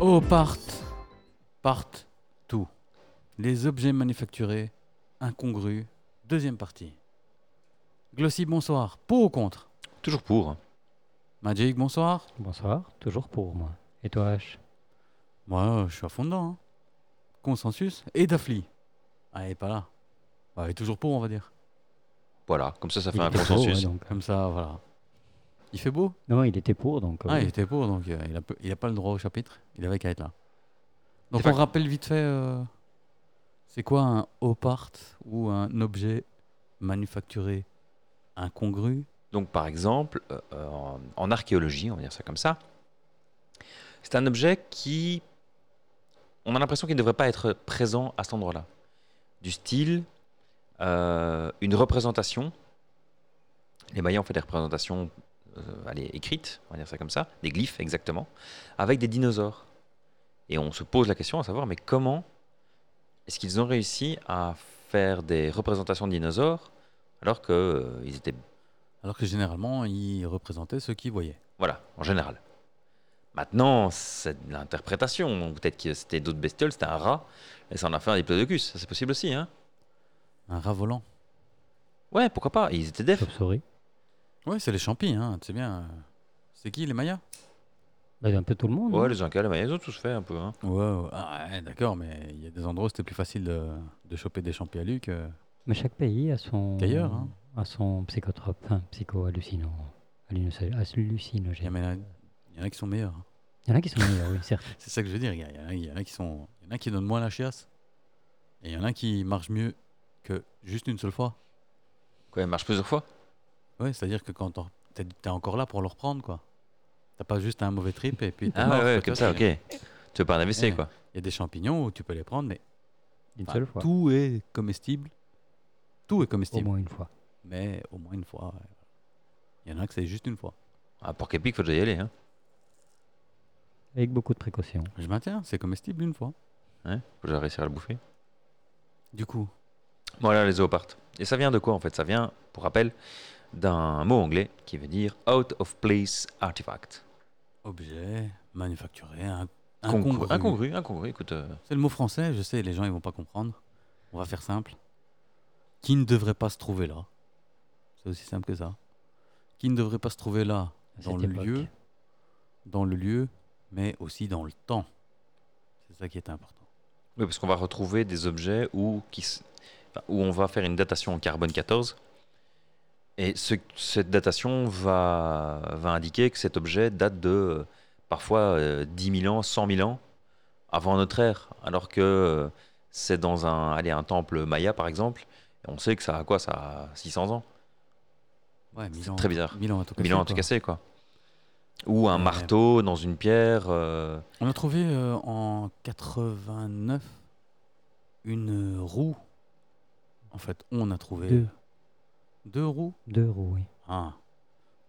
Oh, part. Part. Tout. Les objets manufacturés. Incongrus. Deuxième partie. Glossy, bonsoir. Pour ou contre Toujours pour. Magic, bonsoir. Bonsoir, toujours pour moi. Et toi, H Moi, euh, je suis à fond dedans. hein. Consensus et Dafli. Ah, elle est pas là. Bah, elle est toujours pour, on va dire. Voilà, comme ça, ça fait Il un était pour, ouais, consensus. donc. euh, Comme ça, voilà. Il fait beau Non, il était pour, donc. Ah, euh, il était pour, donc euh, il, a, peu- il a pas le droit au chapitre. Il avait qu'à être là. Donc, C'est on pas- rappelle vite fait euh, c'est quoi un opart ou un objet manufacturé incongru Donc, par exemple, euh, euh, en, en archéologie, on va dire ça comme ça, c'est un objet qui. On a l'impression qu'il ne devrait pas être présent à cet endroit-là. Du style, euh, une représentation. Les Mayas ont fait des représentations euh, allez, écrites, on va dire ça comme ça, des glyphes exactement, avec des dinosaures. Et on se pose la question à savoir, mais comment est-ce qu'ils ont réussi à faire des représentations de dinosaures alors qu'ils étaient Alors que généralement, il représentait ce qu'il voyait. Voilà, en général. Maintenant, c'est de l'interprétation. Peut-être que c'était d'autres bestioles, c'était un rat, et ça en a fait un diplodocus. Ça, c'est possible aussi, hein Un rat volant. Ouais, pourquoi pas Ils étaient def. Chauve-souris. Ouais, c'est les champis, hein, tu sais bien. euh, C'est qui, les Mayas Bah, un peu tout le monde. Ouais, hein. les Incas, les Mayas, ils ont tous fait un peu. Hein. Ouais, ouais, ah ouais, d'accord, mais il y a des endroits où c'était plus facile de, de choper des champignons à lui que. Mais chaque pays a son. D'ailleurs, hein. A son psychotrope, enfin, psycho-hallucinant. hallucino- Il y, en Hallucinogène. a- il y en a qui sont meilleurs. hein. Il y en a qui sont meilleurs, oui, certes. C'est ça que je veux dire. Il y, en a- il y en a qui sont, il y en a qui donnent moins la chiasse, et il y en a qui marchent mieux que juste une seule fois. Quoi, ils marchent plusieurs fois Ouais, c'est-à-dire que quand t'en- t'es t'es encore là pour le reprendre, quoi. T'as pas juste un mauvais trip et puis. t'es Ah mort, ouais, ouais, quoi, comme tu vois, ça, ok. c'est- Tu veux pas un AVC, Ouais. quoi. Il y a des champignons où tu peux les prendre, mais Une enfin, seule fois. tout est comestible. Tout est Au comestible, moins une fois. mais au moins une fois. ouais. Il y en a que c'est juste une fois. Ah, pour Kepic, faut déjà y aller. Hein. Avec beaucoup de précautions. Je maintiens, c'est comestible une fois. Ouais, Hein, faut déjà réussir à le bouffer. Du coup, Voilà, les zoopartes. Et ça vient de quoi, en fait Ça vient, pour rappel, d'un mot anglais qui veut dire out of place artifact. objet manufacturé, un Incongru, incongru. incongru, incongru, écoute. euh, C'est le mot français, je sais, les gens ils vont pas comprendre. On va faire simple. Qui ne devrait pas se trouver là C'est aussi simple que ça. Qui ne devrait pas se trouver là à dans cette le époque. lieu, dans le lieu, mais aussi dans le temps. C'est ça qui est important. Oui, parce qu'on va retrouver des objets où, qui, s- enfin, où on va faire une datation en carbone 14. Et ce- cette datation va, va indiquer que cet objet date de euh, parfois euh, 10 000 ans, 100 000 ans avant notre ère. Alors que euh, c'est dans un, allez, un temple maya, par exemple. et on sait que ça a quoi Ça a 600 ans. Ouais, mille C'est ans- très bizarre. Mille ans à tout 1000 ans, en casser, tout quoi. cas, c'est quoi. Ou un Ouais. marteau dans une pierre. euh, On a trouvé euh, en 89 une euh, roue. En fait, on a trouvé Deux. deux roues. Deux roues, oui. Ah.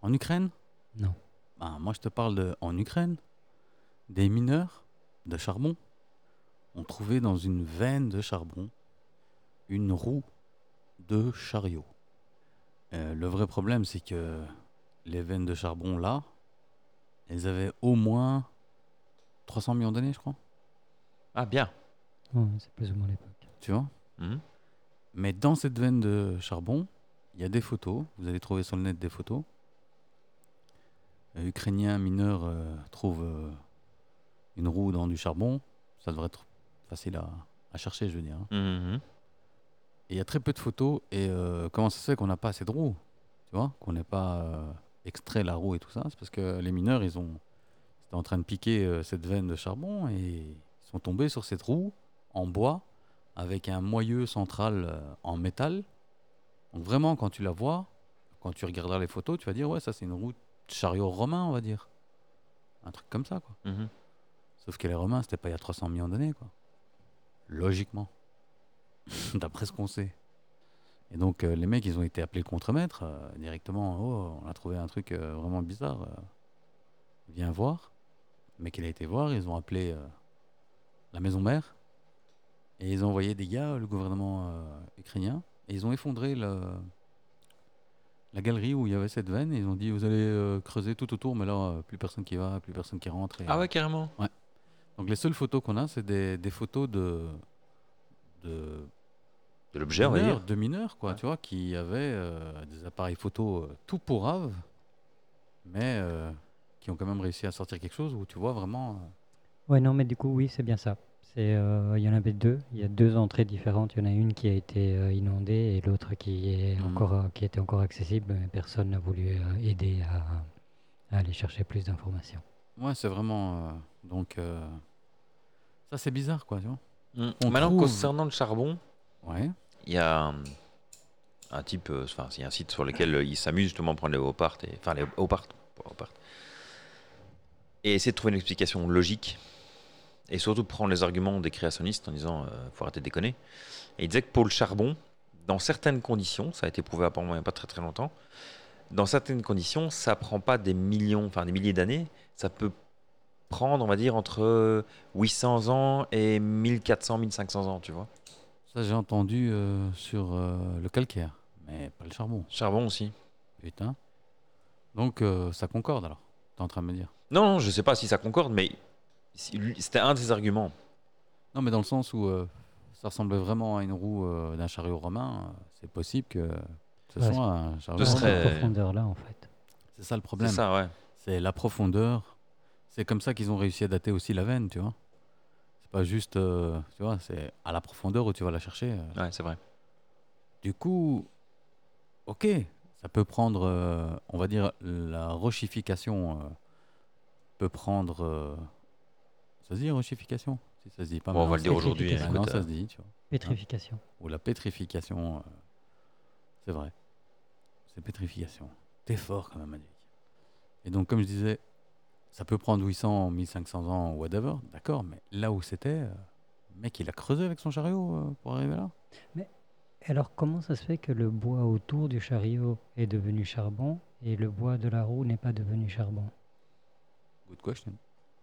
En Ukraine Non. Ah, moi, je te parle de, en Ukraine. Des mineurs de charbon ont trouvé dans une veine de charbon une roue de chariot. Euh, le vrai problème, c'est que les veines de charbon, là, elles avaient au moins 300 millions d'années, je crois. Ah, bien. Ouais, c'est plus ou moins l'époque. Tu vois Mhm. Mais dans cette veine de charbon, il y a des photos. Vous allez trouver sur le net des photos. Un Ukrainien mineur euh, trouve euh, une roue dans du charbon. Ça devrait être facile à, à chercher, je veux dire. hein. Mhm. Et il y a très peu de photos. Et euh, comment ça se fait qu'on n'a pas assez de roues Tu vois Qu'on n'ait pas euh, extrait la roue et tout ça C'est parce que les mineurs, ils ont ils étaient en train de piquer euh, cette veine de charbon et ils sont tombés sur cette roue en bois avec un moyeu central euh, en métal. Donc vraiment, quand tu la vois, quand tu regarderas les photos, tu vas dire ouais, ça c'est une roue de chariot romain, on va dire. Un truc comme ça, quoi. Mhm. Sauf que les Romains, c'était pas il y a 300 millions d'années, quoi. Logiquement. D'après ce qu'on sait. Et donc, euh, les mecs, ils ont été appelés le contremaître euh, directement. Oh, on a trouvé un truc euh, vraiment bizarre. euh, viens voir. Le mec, il a été voir. Ils ont appelé euh, la maison mère. Et ils ont envoyé des gars, euh, le gouvernement euh, ukrainien. Et ils ont effondré le- la galerie où il y avait cette veine. Et ils ont dit Vous allez euh, creuser tout autour, mais là, euh, plus personne qui va, plus personne qui rentre. Et, Ah, ouais, carrément. Donc les seules photos qu'on a, c'est des, des photos de, de De l'objet, on va mineurs, dire. de mineurs, quoi, Ouais. tu vois, qui avaient euh, des appareils photo euh, tout pourraves, mais euh, qui ont quand même réussi à sortir quelque chose où tu vois vraiment. euh, Ouais, non, mais du coup, oui, c'est bien ça. C'est, euh, il y en avait deux. Il y a deux entrées différentes. Il y en a une qui a été euh, inondée et l'autre qui est Mhm. encore, euh, qui était encore accessible, mais personne n'a voulu euh, aider à, à aller chercher plus d'informations. Ouais, c'est vraiment. euh, donc, euh, ça, c'est bizarre, quoi, tu vois. Mm. On Maintenant, trouve- concernant le charbon, Ouais. il y a un, un type, euh, enfin, il y a un site sur lequel euh, ils s'amusent justement à prendre les Hopart, et, enfin, les Hopart, pas Hopart, et essayer de trouver une explication logique, et surtout prendre les arguments des créationnistes en disant, euh, faut arrêter de déconner. Et il disait que pour le charbon, dans certaines conditions, ça a été prouvé apparemment il n'y a pas très très longtemps, dans certaines conditions, ça prend pas des millions, enfin des milliers d'années, ça peut prendre, on va dire, entre 800 ans et 1400, 1500 ans, tu vois. Ça, j'ai entendu euh, sur euh, le calcaire, mais pas le charbon. Charbon aussi. Putain. Donc, euh, ça concorde alors, t'es en train de me dire. Non, non, je sais pas si ça concorde, mais si- lui- c'était un de ses arguments. Non, mais dans le sens où euh, ça ressemblait vraiment à une roue euh, d'un chariot romain, euh, c'est possible que ce Ouais, soit un chariot Ce Dans romain. cette serait- profondeur-là, en fait. C'est ça le C'est problème. ça, ouais. C'est la profondeur. C'est comme ça qu'ils ont réussi à dater aussi la veine, tu vois. C'est pas juste, euh, tu vois, c'est à la profondeur où tu vas la chercher. euh, Ouais, c'est vrai. Du coup, ok, ça peut prendre, euh, on va dire, la rochification euh, peut prendre. euh, ça se dit rochification Si ça se dit pas Bon, on va le dire maintenant, ça se dit. aujourd'hui. Ah Ah non, écoute, ça euh, se dit, tu vois. Pétrification. Ou la pétrification. euh, c'est vrai. C'est pétrification. T'es fort quand même, Magic. Et donc, comme je disais, ça peut prendre 800, 1500 ans, whatever, d'accord, mais là où c'était, euh, le mec, il a creusé avec son chariot euh, pour arriver là. Alors, comment ça se fait que le bois autour du chariot est devenu charbon et le bois de la roue n'est pas devenu charbon Good question.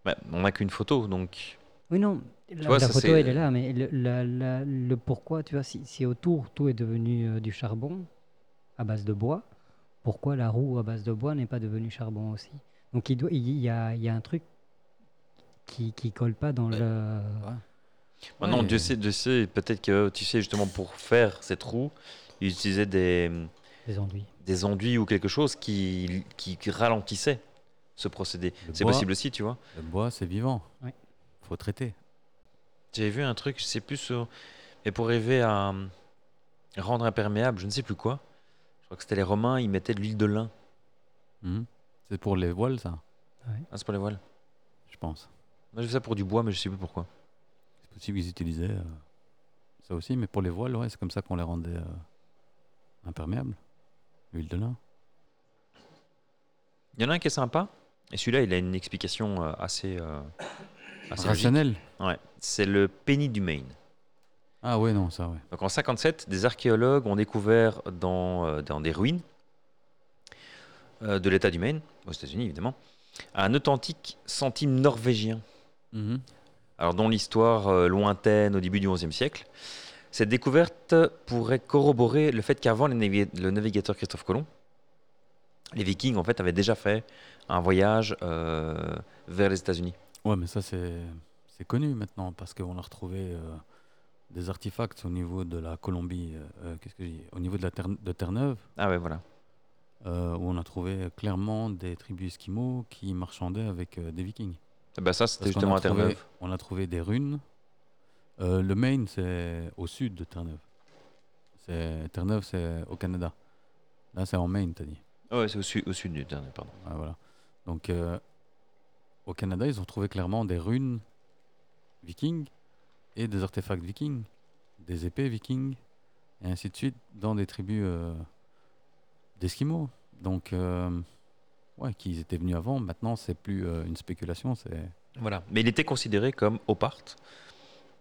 bah, on n'a qu'une photo, donc. Oui, non, la, vois, la ça, photo, c'est- elle est là, mais le, la- la- le pourquoi, tu vois, si, si autour tout est devenu euh, du charbon à base de bois, pourquoi la roue à base de bois n'est pas devenue charbon aussi Donc il, doit, il y, a, il y a un truc qui, qui colle pas dans Ouais. le. Maintenant, Ouais. Dieu sait, Dieu sait, peut-être que tu sais justement pour faire ces trous, ils utilisaient des, les enduits. des enduits ou quelque chose qui, qui, qui ralentissait ce procédé. Le C'est bois. possible aussi, tu vois. Le bois, c'est vivant. Ouais. Faut traiter. J'avais vu un truc, je sais plus sur. Mais pour arriver à euh, rendre imperméable, je ne sais plus quoi. Je crois que c'était les Romains, ils mettaient de l'huile de lin. Mhm. C'est pour les voiles, ça, Ah, c'est pour les voiles. je pense. Moi, j'ai vu ça pour du bois, mais je sais plus pourquoi. C'est possible qu'ils utilisaient euh, ça aussi, mais pour les voiles, ouais, c'est comme ça qu'on les rendait euh, imperméables. L'huile de lin. Il y en a un qui est sympa, et celui-là, il a une explication euh, assez, euh, assez logique. Rationnel. Ouais. C'est le penny du Maine. Ah ouais, non, ça, ouais. Donc en 57, des archéologues ont découvert dans, euh, dans des ruines euh, de l'État du Maine, aux États-Unis évidemment, un authentique centime norvégien. Mhm. alors dont l'histoire euh, lointaine au début du XIe siècle. Cette découverte pourrait corroborer le fait qu'avant les navi- le navigateur Christophe Colomb, les Vikings en fait avaient déjà fait un voyage euh, vers les États-Unis. Ouais, mais ça, c'est c'est connu maintenant parce qu'on a retrouvé euh, des artefacts au niveau de la Colombie, euh, euh, qu'est-ce que je dis Au niveau de la Terre- de Terre-Neuve, Ah ouais voilà. euh, où on a trouvé clairement des tribus esquimaux qui marchandaient avec euh, des vikings. Eh ben, ça c'était Parce qu'on justement a à trouvé- Terre-Neuve. On a trouvé des runes. Euh, le Maine, c'est au sud de Terre-Neuve. C'est- Terre-Neuve, c'est au Canada. Là, c'est en Maine, t'as dit. Ah ouais c'est au, su- au sud du dernier pardon. Ouais, voilà. Donc, euh, au Canada, ils ont trouvé clairement des runes vikings et des artefacts vikings, des épées vikings, et ainsi de suite, dans des tribus euh, d'Esquimaux. Donc, euh, ouais, qu'ils étaient venus avant. Maintenant, c'est plus euh, une spéculation, c'est. Voilà. Mais il était considéré comme opart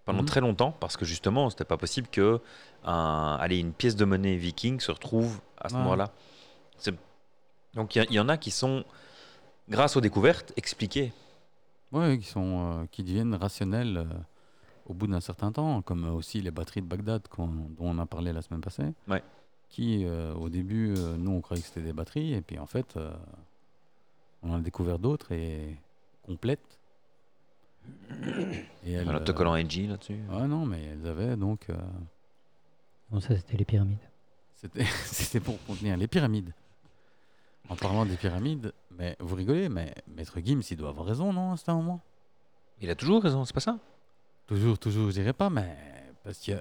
pendant Mhm. très longtemps parce que justement c'était pas possible que un, allez, une pièce de monnaie viking se retrouve à ce Ouais. moment-là. C'est- Donc il y a- il y, en a qui sont grâce aux découvertes expliquées. Ouais, qui, sont, euh, qui deviennent rationnels euh, au bout d'un certain temps, comme euh, aussi les batteries de Bagdad qu'on- dont on a parlé la semaine passée. Ouais. Qui, euh, au début, euh, nous, on croyait que c'était des batteries, et puis en fait, euh, on en a découvert d'autres et complètes. Et elles, Un euh, autocollant NG là-dessus. Ah non, mais elles avaient donc. euh, Bon, ça, c'était les pyramides. C'était c'était pour contenir les pyramides. En parlant des pyramides, mais vous rigolez, mais Maître Gims, il doit avoir raison, non, à un moment Il a toujours raison, c'est pas ça Toujours, toujours, je dirais pas, mais parce que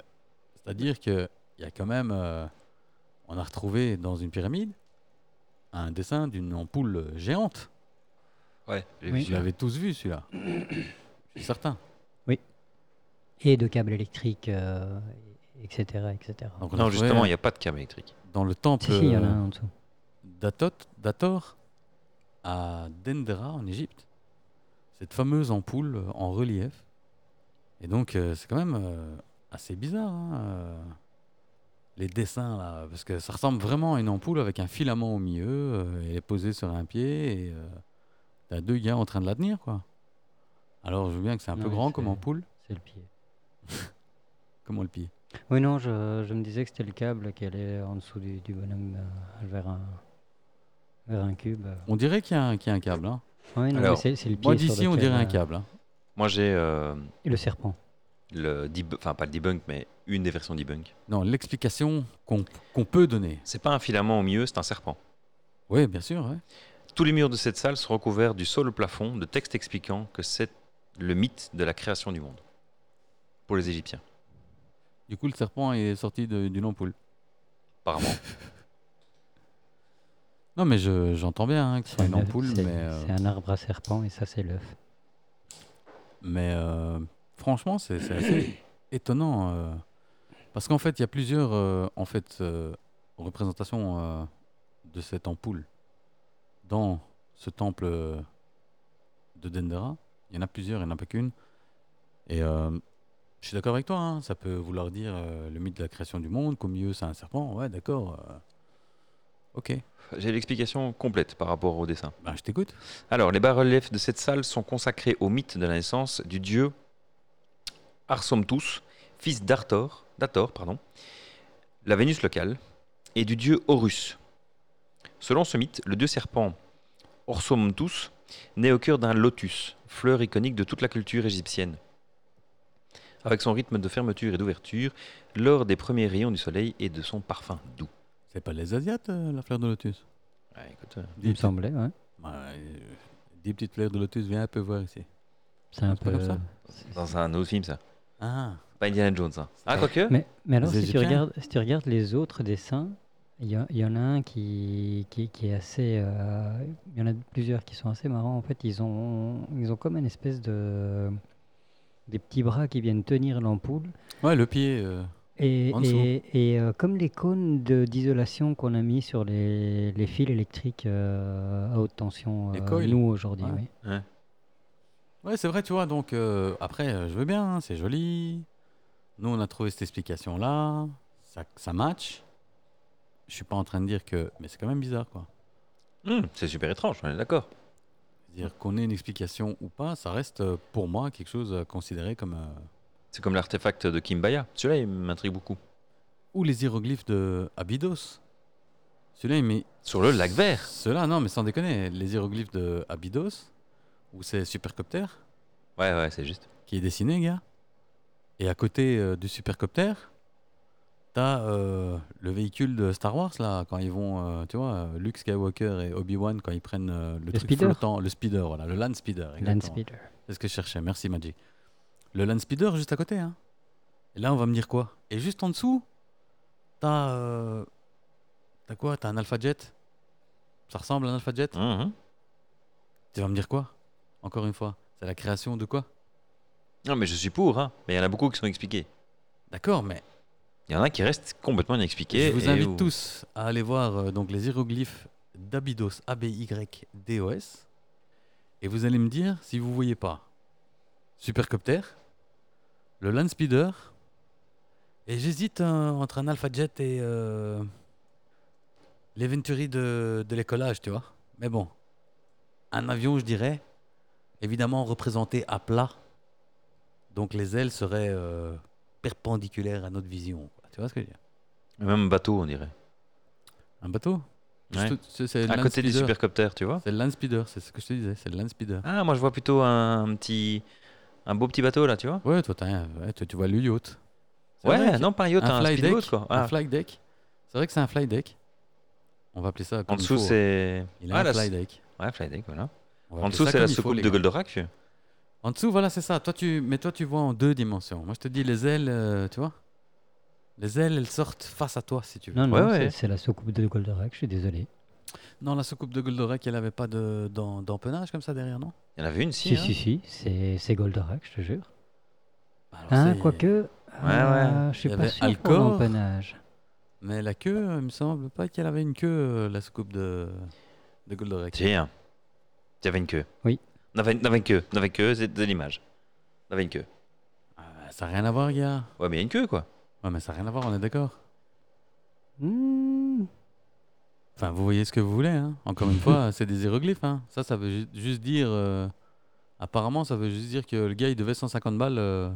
c'est-à-dire que il y a quand même, euh, on a retrouvé dans une pyramide un dessin d'une ampoule géante. Ouais, j'ai Oui. vu Vous celui-là. l'avez tous vu celui-là, je suis certain. Et de câbles électriques, euh, etc. etc. Donc on a Non, retrouvé justement, il n'y a pas de câble électrique. dans le temple si, si, il y en a un en dessous. d'Atot, d'Ator à Dendera en Égypte. Cette fameuse ampoule euh, en relief. Et donc, euh, c'est quand même euh, assez bizarre, hein, euh, les dessins, là, parce que ça ressemble vraiment à une ampoule avec un filament au milieu, euh, et elle est posée sur un pied, et euh, t'as deux gars en train de la tenir, quoi. Alors, je veux bien que c'est un Non, peu mais grand comme c'est- ampoule, C'est le pied. comment le pied Oui, non, je, je me disais que c'était le câble qui allait en dessous du, du bonhomme euh, vers, un, vers un cube. euh. On dirait qu'il y, a un- qu'il y a un câble. Hein. Oui, non, Alors, mais c'est, c'est le pied. Moi, sur d'ici, on lequel, dirait un euh, câble. hein. Moi, j'ai euh, Et le serpent. le debunk, enfin pas le debunk, mais une des versions debunk. Non, l'explication qu'on qu'on peut donner. C'est pas un filament au milieu, c'est un serpent. Oui, bien sûr, ouais. Tous les murs de cette salle sont recouverts du sol au plafond de textes expliquant que c'est le mythe de la création du monde. Pour les Égyptiens, Du coup, le serpent est sorti de- d'une ampoule. apparemment. Non, mais je- j'entends bien hein, que ce soit une C'est- ampoule, mais, c'est, euh, c'est un arbre à serpent et ça, c'est l'œuf. mais euh, franchement, c'est c'est assez étonnant. euh, parce qu'en fait, il y a plusieurs euh, en fait, euh, représentations euh, de cette ampoule. Dans ce temple euh, de Dendera, il y en a plusieurs, il n'y en a pas qu'une. Et euh, je suis d'accord avec toi, hein, ça peut vouloir dire euh, le mythe de la création du monde, qu'au milieu c'est un serpent, ouais, d'accord. euh, ok, J'ai l'explication complète par rapport au dessin. ben, je t'écoute. Alors, les bas-reliefs de cette salle sont consacrés au mythe de la naissance du dieu Arsomtus, fils d'Arthor, d'Hathor, pardon, la Vénus locale, et du dieu Horus. Selon ce mythe, le dieu serpent Orsomtus naît au cœur d'un lotus, fleur iconique de toute la culture égyptienne. Avec son rythme de fermeture et d'ouverture, lors des premiers rayons du soleil et de son parfum doux. C'est pas les Asiates, euh, la fleur de lotus Ouais, écoute, euh, Il me semblait, ouais. Bah, euh, des petites fleurs de lotus, viens un peu voir ici. C'est un C'est pas peu. comme ça c'est- dans un autre film, ça. Ah, Pas Indiana Jones, ça. Ah, quoique. Mais, mais alors, Les si tu, Égyptiens regardes, si tu regardes les autres dessins, il y, a- il y en a un qui, qui, qui est assez. euh, Il y en a plusieurs qui sont assez marrants. En fait, ils ont, ils ont comme une espèce de. des petits bras qui viennent tenir l'ampoule. ouais, le pied. euh, Et, En dessous. et, et, euh, comme les cônes de- d'isolation qu'on a mis sur les, les fils électriques euh, à haute tension, Les euh, coils. nous aujourd'hui, Ouais. oui. Ouais, c'est vrai, tu vois. Donc, euh, après, euh, je veux bien, hein, c'est joli. Nous, on a trouvé cette explication-là. Ça, ça match. Je suis pas en train de dire que. Mais c'est quand même bizarre, quoi. Hmm, c'est super étrange, on est d'accord. Dire qu'on ait une explication ou pas, ça reste euh, pour moi quelque chose à considérer comme. euh, C'est comme l'artefact de Kimbaya. Celui-là, il m'intrigue beaucoup. ou les hiéroglyphes de Abydos. Celui-là, mais Sur le lac vert. Ceux-là, non, mais sans déconner, les hiéroglyphes de Abydos, ou c'est Supercopter, Ouais, ouais, c'est juste. qui est dessiné, gars. Et à côté euh, du supercopter, t'as euh, le véhicule de Star Wars, là, quand ils vont, euh, tu vois, euh, Luke Skywalker et Obi-Wan, quand ils prennent euh, le, truc speeder. flottant, le speeder, voilà, le land speeder. Land exactement. Speeder. C'est ce que je cherchais, merci Magic. Le land speeder juste à côté, hein. Et là, on va me dire quoi Et juste en dessous, t'as. euh, t'as quoi T'as un Alpha Jet Ça ressemble à un Alpha Jet Mhm. Tu vas me dire quoi Encore une fois, c'est la création de quoi Non, mais je suis pour, hein. Mais il y en a beaucoup qui sont expliqués. D'accord, mais Il y en a qui restent complètement inexpliqués. je vous et oh. invite où- tous à aller voir euh, donc les hiéroglyphes d'Abydos, A-B-Y-D-O-S, et vous allez me dire si vous voyez pas Supercopter, le Land Speeder, et j'hésite hein, entre un Alpha Jet et euh, les Venturi de, de l'écolage, tu vois. Mais bon, un avion, je dirais, évidemment représenté à plat, donc les ailes seraient euh, perpendiculaires à notre vision. quoi. Tu vois ce que je veux dire Même bateau, on dirait. Un bateau Ouais. Juste- c'est- C'est le À Land côté des Speeder. supercopters, tu vois. C'est le Land Speeder, c'est ce que je te disais, c'est le Land Speeder. Ah, moi, je vois plutôt un, petit. Un beau petit bateau, là, tu vois Ouais, toi, t'as un- ouais, tu, tu vois le yacht. C'est vrai Ouais, que- non, pas un yacht, un, fly speedboat, deck. quoi. Un Ah, fly deck. C'est vrai que c'est un fly deck. On va appeler ça comme en il dessous, faut. c'est. Il a Ah, un la- fly deck. Ouais, fly deck, voilà. On va En appeler dessous, ça c'est la comme il faut, soucoupe les de gars. Goldorak. En dessous, voilà, c'est ça. Toi, tu... Mais toi, tu vois en deux dimensions. Moi, je te dis les ailes, euh, tu vois Les ailes, elles sortent face à toi, si tu veux. Non, non, Ouais, c'est- ouais. c'est la soucoupe de Goldorak, je suis désolé. Non, la soucoupe de Goldorak, elle avait pas de- d'en- d'empennage comme ça derrière, non Il y en avait une, si. Si, hein. si, si, c'est c'est Goldorak, je te jure. Bah, Alors, Hein, c'est- quoique, euh, je suis Il y pas avait sûr pour Alcor. l'empennage. Mais la queue, euh, il me semble pas qu'elle avait une queue, euh, la soucoupe de, de Goldorak. Tiens. Il y avait une queue. Oui. Il y avait il y avait une queue. Il y avait une queue, c'est de l'image. Il y avait une queue. Ah, ça n'a rien à voir, gars. Ouais, mais il y a une queue, quoi. Ouais, mais ça n'a rien à voir, on est d'accord. Hmm, Enfin, vous voyez ce que vous voulez, hein. Encore une fois, c'est des hiéroglyphes, hein. Ça, ça veut ju- juste dire. euh, Apparemment, ça veut juste dire que le gars, il devait 150 balles euh,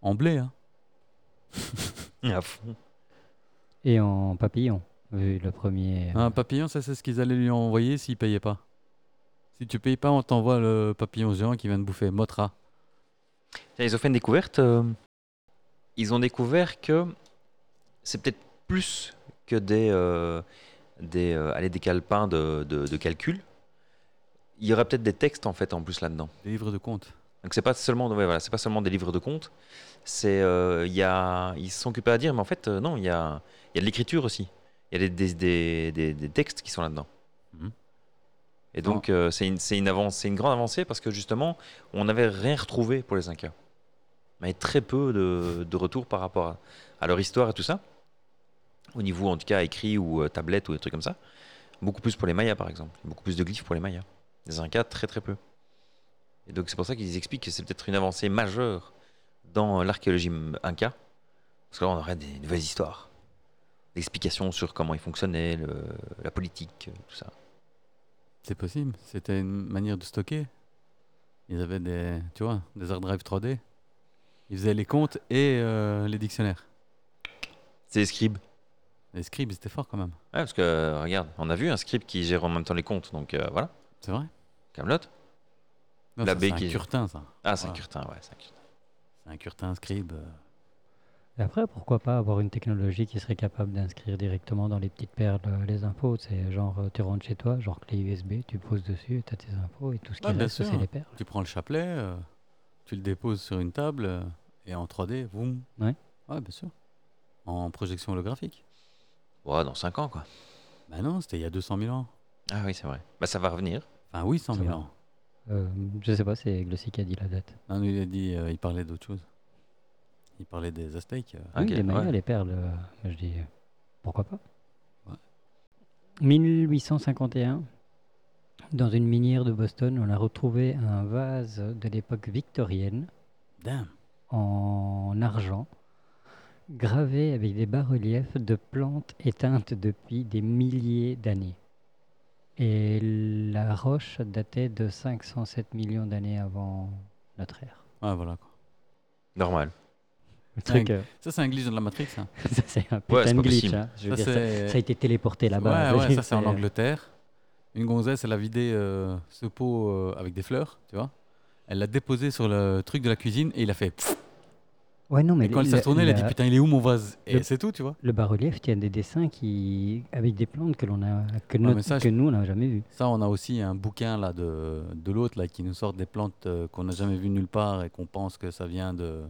en blé, hein. À fond. Et en papillon, vu le premier. Un papillon, ça, c'est ce qu'ils allaient lui envoyer s'il payait pas. Si tu payes pas, on t'envoie le papillon géant qui vient de bouffer Motra. Tiens, ils ont fait une découverte. euh, Ils ont découvert que c'est peut-être plus que des, euh, des, euh, allez, des calepins de, de, de calcul. Il y aurait peut-être des textes en fait en plus là-dedans. Des livres de compte. Donc c'est pas seulement, ouais, voilà, c'est pas seulement des livres de comptes. C'est, euh, il y a, ils se sont occupés à dire, mais en fait, euh, non, il y a, il y a de l'écriture aussi. Il y a des, des, des, des- des textes qui sont là-dedans. Mhm. Et donc euh, c'est une, c'est une avance, c'est une grande avancée parce que justement, on n'avait rien retrouvé pour les Incas. Mais très peu de, de retours par rapport à, à leur histoire et tout ça. Au niveau en tout cas écrit ou euh, tablette ou des trucs comme ça. Beaucoup plus pour les Mayas par exemple. Beaucoup plus de glyphes pour les Mayas. Les Incas très très peu. Et donc c'est pour ça qu'ils expliquent que c'est peut-être une avancée majeure dans l'archéologie m- inca, parce que là on aurait des nouvelles histoires, des explications sur comment ils fonctionnaient, le- la politique, euh, tout ça. C'est possible. C'était une manière de stocker. Ils avaient des, tu vois, des hard drives 3D. Ils faisaient les comptes et euh, les dictionnaires. C'est les scribes. Les scribes, c'était fort quand même. Ouais, parce que euh, regarde, on a vu un scribe qui gère en même temps les comptes, donc euh, voilà, C'est vrai Camelot. Non, La ça, baie c'est un qui- curtin, ça. Ah, c'est un Ouais. curtin, ouais, c'est un curtin. C'est un curtin scribe. euh. Et après, pourquoi pas avoir une technologie qui serait capable d'inscrire directement dans les petites perles euh, les infos C'est genre, euh, tu rentres chez toi, genre clé USB, tu poses dessus, tu as tes infos et tout ce qui Ah, bien reste, sûr. c'est les perles. Tu prends le chapelet, euh, tu le déposes sur une table euh, et en 3D, boum. Ouais. Ouais, bien sûr. En projection holographique. Ouais, dans 5 ans quoi. Bah non, c'était il y a 200 000 ans. Ah oui, c'est vrai. Bah ça va revenir. Enfin, oui, 100 Ça 000 va. ans. Euh, je sais pas, c'est Glossy qui a dit la date. Non, lui, il a dit, euh, il parlait d'autre chose. Il parlait des Aztèques. euh. Ok, oui, les Mayas, ouais. les perles, euh, moi, je dis, euh, pourquoi pas Ouais. 1851, dans une minière de Boston, on a retrouvé un vase de l'époque victorienne Damn. en argent, gravé avec des bas-reliefs de plantes éteintes depuis des milliers d'années. Et la roche datait de 507 millions d'années avant notre ère. Ouais, voilà. Quoi. Normal. Le truc, Ouais. euh, Ça, c'est un glitch dans la Matrix. hein. ça, c'est un Ouais, putain c'est de pas glitch. possible. hein. Je veux Ça, dire, ça, c'est- ça a été téléporté là-bas. hein. euh, Ouais, Je ouais, veux ça dire, c'est en Angleterre. Une gonzesse, elle a vidé euh, ce pot euh, avec des fleurs, tu vois. Elle l'a déposé sur le truc de la cuisine et il a fait. pfff. Ouais, non, mais et quand le- elle s'est le- retournée, elle a dit la- putain, il est où mon vase le- Et c'est tout, tu vois. Le bas-relief tient des dessins qui... avec des plantes que, l'on a... que, notre- mais ça, je- que nous, on n'a jamais vu. Ça, on a aussi un bouquin là de, de l'autre là qui nous sort des plantes euh, qu'on n'a jamais vues nulle part et qu'on pense que ça vient de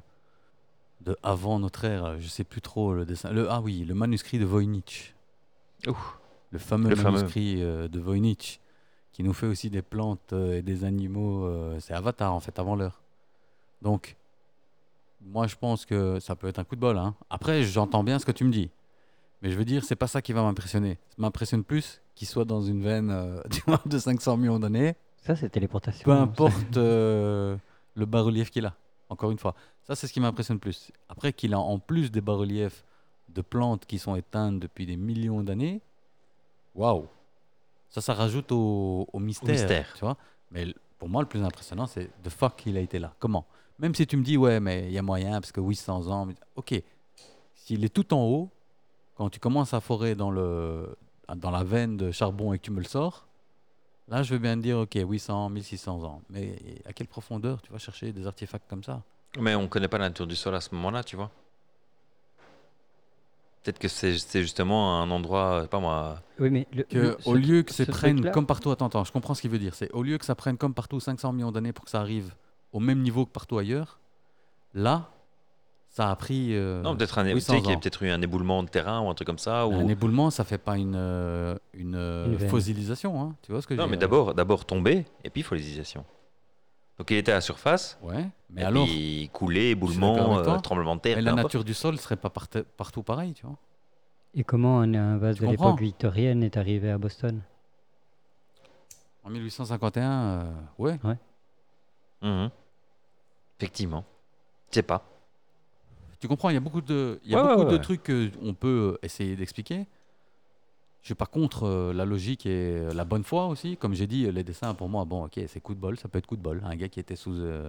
de avant notre ère. Je sais plus trop le dessin. Le ah oui, le manuscrit de Voynich. Ouh. Le fameux Le fameux. manuscrit euh, de Voynich qui nous fait aussi des plantes euh, et des animaux. euh, c'est Avatar en fait avant l'heure. Donc moi je pense que ça peut être un coup de bol. hein. Après j'entends bien ce que tu me dis. Mais je veux dire, c'est pas ça qui va m'impressionner. Ça m'impressionne plus qu'il soit dans une veine euh, tu vois, de 500 millions d'années, Ça, c'est téléportation. peu hein, ça. importe euh, le bas-relief qu'il a. Encore une fois, ça c'est ce qui m'impressionne plus. Après qu'il a en plus des bas-reliefs de plantes qui sont éteintes depuis des millions d'années, waouh Ça, ça rajoute au, au mystère, mystère. tu vois. Mais l- pour moi, le plus impressionnant, c'est de fuck il a été là. Comment Même si tu me dis, ouais, mais il y a moyen, parce que 800 ans, mais- ok. S'il est tout en haut, quand tu commences à forer dans, le, dans la veine de charbon et que tu me le sors, Là, je veux bien te dire, ok, 800, 1600 ans. Mais à quelle profondeur tu vas chercher des artefacts comme ça Mais on connaît pas la nature du sol à ce moment-là, tu vois. Peut-être que c'est c'est justement un endroit, je sais pas moi. Oui, mais le- que, le- Au ce- lieu que ça ce prenne truc-là- comme partout, attends, attends, je comprends ce qu'il veut dire. C'est au lieu que ça prenne comme partout 500 millions d'années pour que ça arrive au même niveau que partout ailleurs, là, ça a pris. euh, Non, peut-être un, tu 800 sais, qu'il y a ans. peut-être eu un éboulement de terrain ou un truc comme ça. Ou... Un éboulement, ça fait pas une, euh, une, euh, Une veine. fossilisation, hein. tu vois ce que je Non, veux mais dire d'abord, d'abord tombé et puis fossilisation. Donc il était à la surface. Ouais, mais et alors, puis coulé, suis d'accord éboulement, avec toi. euh, tremblement de terre. mais la peu importe. nature du sol serait pas parte- partout pareil, tu vois. Et comment un, un vase Tu de comprends l'époque victorienne est arrivé à Boston En 1851, euh, ouais, Mhm. Effectivement. Je sais pas. tu comprends, il y a beaucoup de, il y a Ouais, ouais, beaucoup de ouais. trucs qu'on peut euh, essayer d'expliquer. Je suis pas contre euh, la logique et euh, la bonne foi aussi. Comme j'ai dit, euh, les dessins, pour moi, bon, ok, c'est coup de bol, ça peut être coup de bol. Un gars qui était sous, euh,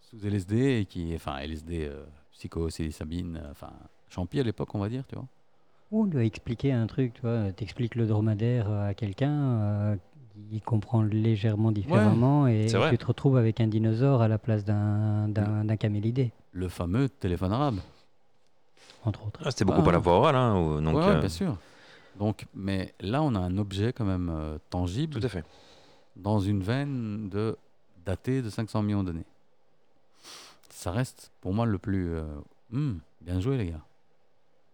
sous LSD, et qui, enfin, LSD, euh, psycho, psilocybine, euh, enfin, champi à l'époque, on va dire, tu vois. Ou on doit expliquer un truc, tu vois, t'expliques le dromadaire euh, à quelqu'un, euh, il comprend légèrement différemment et c'est vrai. Mm. tu te retrouves avec un dinosaure à la place d'un d'un- d'un camélidé, Le fameux téléphone arabe. entre autres. Ah, C'était beaucoup Ah. par la voix orale. hein, ou- donc, ouais, ouais, euh, bien sûr. Donc, mais là, on a un objet quand même euh, tangible tout à fait. dans une veine de datée de 500 millions d'années. Ça reste pour moi le plus. euh, hmm, bien joué, les gars.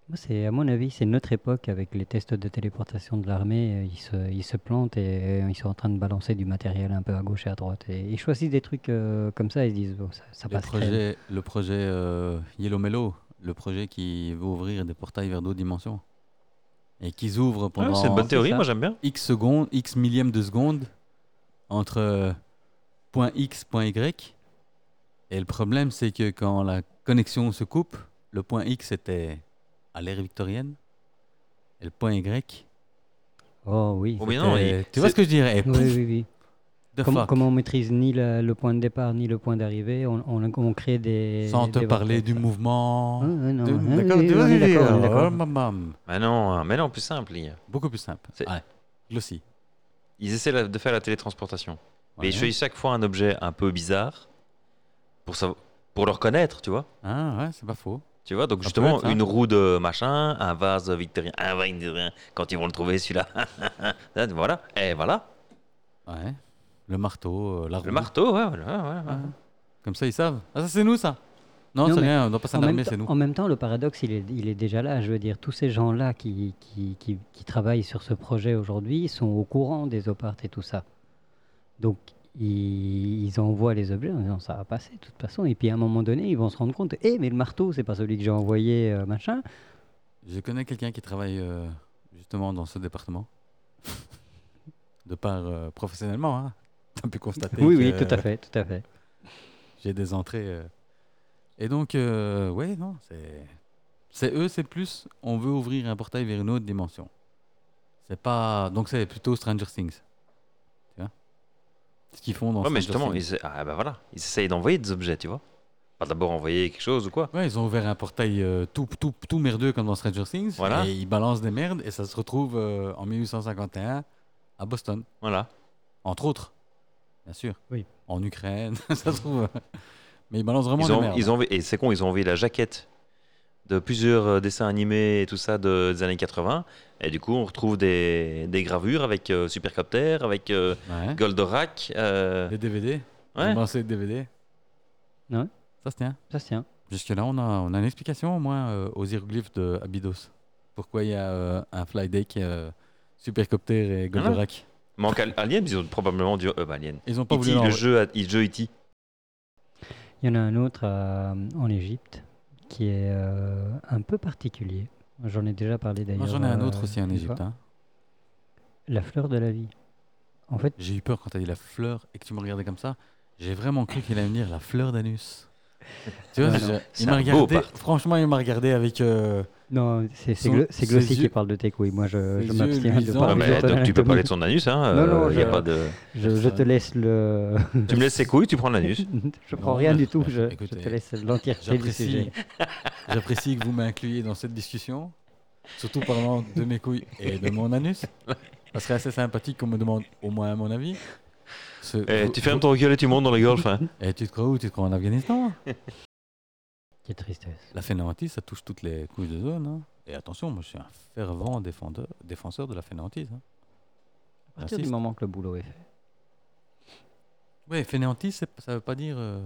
Moi, c'est, à mon avis, c'est notre époque avec les tests de téléportation de l'armée. euh, Ils se, ils se plantent et euh, ils sont en train de balancer du matériel un peu à gauche et à droite. Et ils choisissent des trucs euh, comme ça, ils se disent, bon, ça, ça Le passe crème. projet, le projet euh, Yellow Mellow, le projet qui veut ouvrir des portails vers d'autres dimensions et qu'ils ouvrent Ouais, pendant Ah, c'est une bonne théorie, ça. moi j'aime bien. x secondes, x millième de seconde entre euh, point x, point y. Et le problème, c'est que quand la connexion se coupe, le point x était à l'ère victorienne et le point y. Oh oui. Oh, mais non, était- il- tu vois c'est- ce que je dirais Et Oui, pouf, oui, oui. the Comme, fuck. comme on maîtrise ni la- le point de départ ni le point d'arrivée, on, on, on crée des. Sans te des parler vortex. du mouvement. Hein, hein, non, de- hein, D'accord, oui, tu oui, vois on ce est que je d'accord, on est dirais d'accord. Oh, ma mam. Mais non, hein, mais non, plus simple. Ils, Beaucoup plus simple. C'est- Ouais. Glossy. ils essaient la- de faire la télétransportation. Mais Ouais. ils choisissent chaque fois un objet un peu bizarre pour, savo- pour le reconnaître, tu vois. Ah, ouais, c'est pas faux. Tu vois, donc Ça peut justement, être, hein. une roue de machin, un vase victorien, un vase victorien, quand ils vont le trouver celui-là. voilà, et voilà. Ouais. Le marteau, euh, la roue. Le marteau, ouais, ouais, ouais, ouais. Ah. Comme ça, ils savent. Ah, ça, c'est nous, ça. Non, Non, c'est mais rien, on doit pas s'en En même, armer, temps- c'est nous. en même temps, le paradoxe, il est, il est déjà là. Je veux dire, tous ces gens-là qui, qui, qui, qui travaillent sur ce projet aujourd'hui sont au courant des opartes et tout ça. Donc, ils, ils envoient les objets en disant ça va passer de toute façon. Et puis, à un moment donné, ils vont se rendre compte hé, mais le marteau, c'est pas celui que j'ai envoyé, euh, machin. Je connais quelqu'un qui travaille euh, justement dans ce département. De part euh, professionnellement, hein. T'as pu constater. Oui, oui, que, tout à euh, fait, tout à fait. J'ai des entrées. euh. Et donc, euh, ouais, non, c'est. C'est eux, c'est plus. On veut ouvrir un portail vers une autre dimension. C'est pas. Donc, c'est plutôt Stranger Things. Tu vois Ce qu'ils font dans Ouais, mais Stranger Things. justement, ils, ah, bah voilà, ils essayent d'envoyer des objets, tu vois. Pas d'abord envoyer quelque chose ou quoi. Ouais, ils ont ouvert un portail euh, tout, tout, tout merdeux comme dans Stranger Things. Voilà. Et ils balancent des merdes et ça se retrouve euh, en 1851 à Boston, Voilà. entre autres. Bien sûr. Oui. En Ukraine, ça se trouve. euh, Mais ils balancent vraiment Ils des ont, merdes. ils ont envoyé- et c'est con, ils ont envoyé la jaquette de plusieurs euh, dessins animés et tout ça de- des années 80. Et du coup, on retrouve des, des gravures avec euh, Supercopter, avec euh, Ouais. Goldorak. euh, Les DVD. Ils ouais. ont balancé les DVD. Ah Ouais. Ça se tient. Ça se tient. Jusque-là, on a, on a une explication au moins euh, aux hiéroglyphes de Abydos. Pourquoi il y a euh, un fly deck, euh, supercopter et Ah Goldorak. Manque Al- Alien, ils ont probablement dû. Euh, bah, Alien. Ils ont pas E.T., voulu. l'en- le jeu, à- le jeu E E.T. Il y en a un autre euh, en Égypte qui est euh, un peu particulier. J'en ai déjà parlé d'ailleurs. Moi, j'en ai un autre euh, aussi en une Égypte. fois. hein. La fleur de la vie. En fait, J'ai eu peur quand t'as dit la fleur et que tu me regardais comme ça. J'ai vraiment cru qu'il allait me dire la fleur d'anus. Tu vois, Non, je- non. il Ah C'est m'a un beau regardé. part. Franchement, il m'a regardé avec. euh, non, c'est c'est Son- Glo- c'est ses Glossy yeux- qui parle de tes couilles. Moi, je, ses je yeux m'abstiens de luisants. Ouais, Ah, parler mais de ton donc, tu peux anatomie. parler de son anus, hein. Non, euh, non, y a je- pas de... Je, je te laisse le. Tu me laisses ses couilles, tu prends l'anus. je prends Non, rien mais- du tout. Je, je écoutez, te laisse l'entièreté du J'apprécie. sujet. J'apprécie que vous m'incluiez dans cette discussion, surtout parlant de mes couilles et de mon anus. Ça serait assez sympathique qu'on me demande au moins à mon avis. Ce- Eh, faut- tu fermes ton gueule et tu montes dans le golf. hein. faut- Eh, tu te crois où Tu te crois en Afghanistan Quelle tristesse. La fainéantise, ça touche toutes les couches de zone. hein. Et attention, moi je suis un fervent défendeur, défenseur de la fainéantise. hein. À partir du Raciste. moment que le boulot est fait. Oui, fainéantise, c'est- ça veut pas dire euh,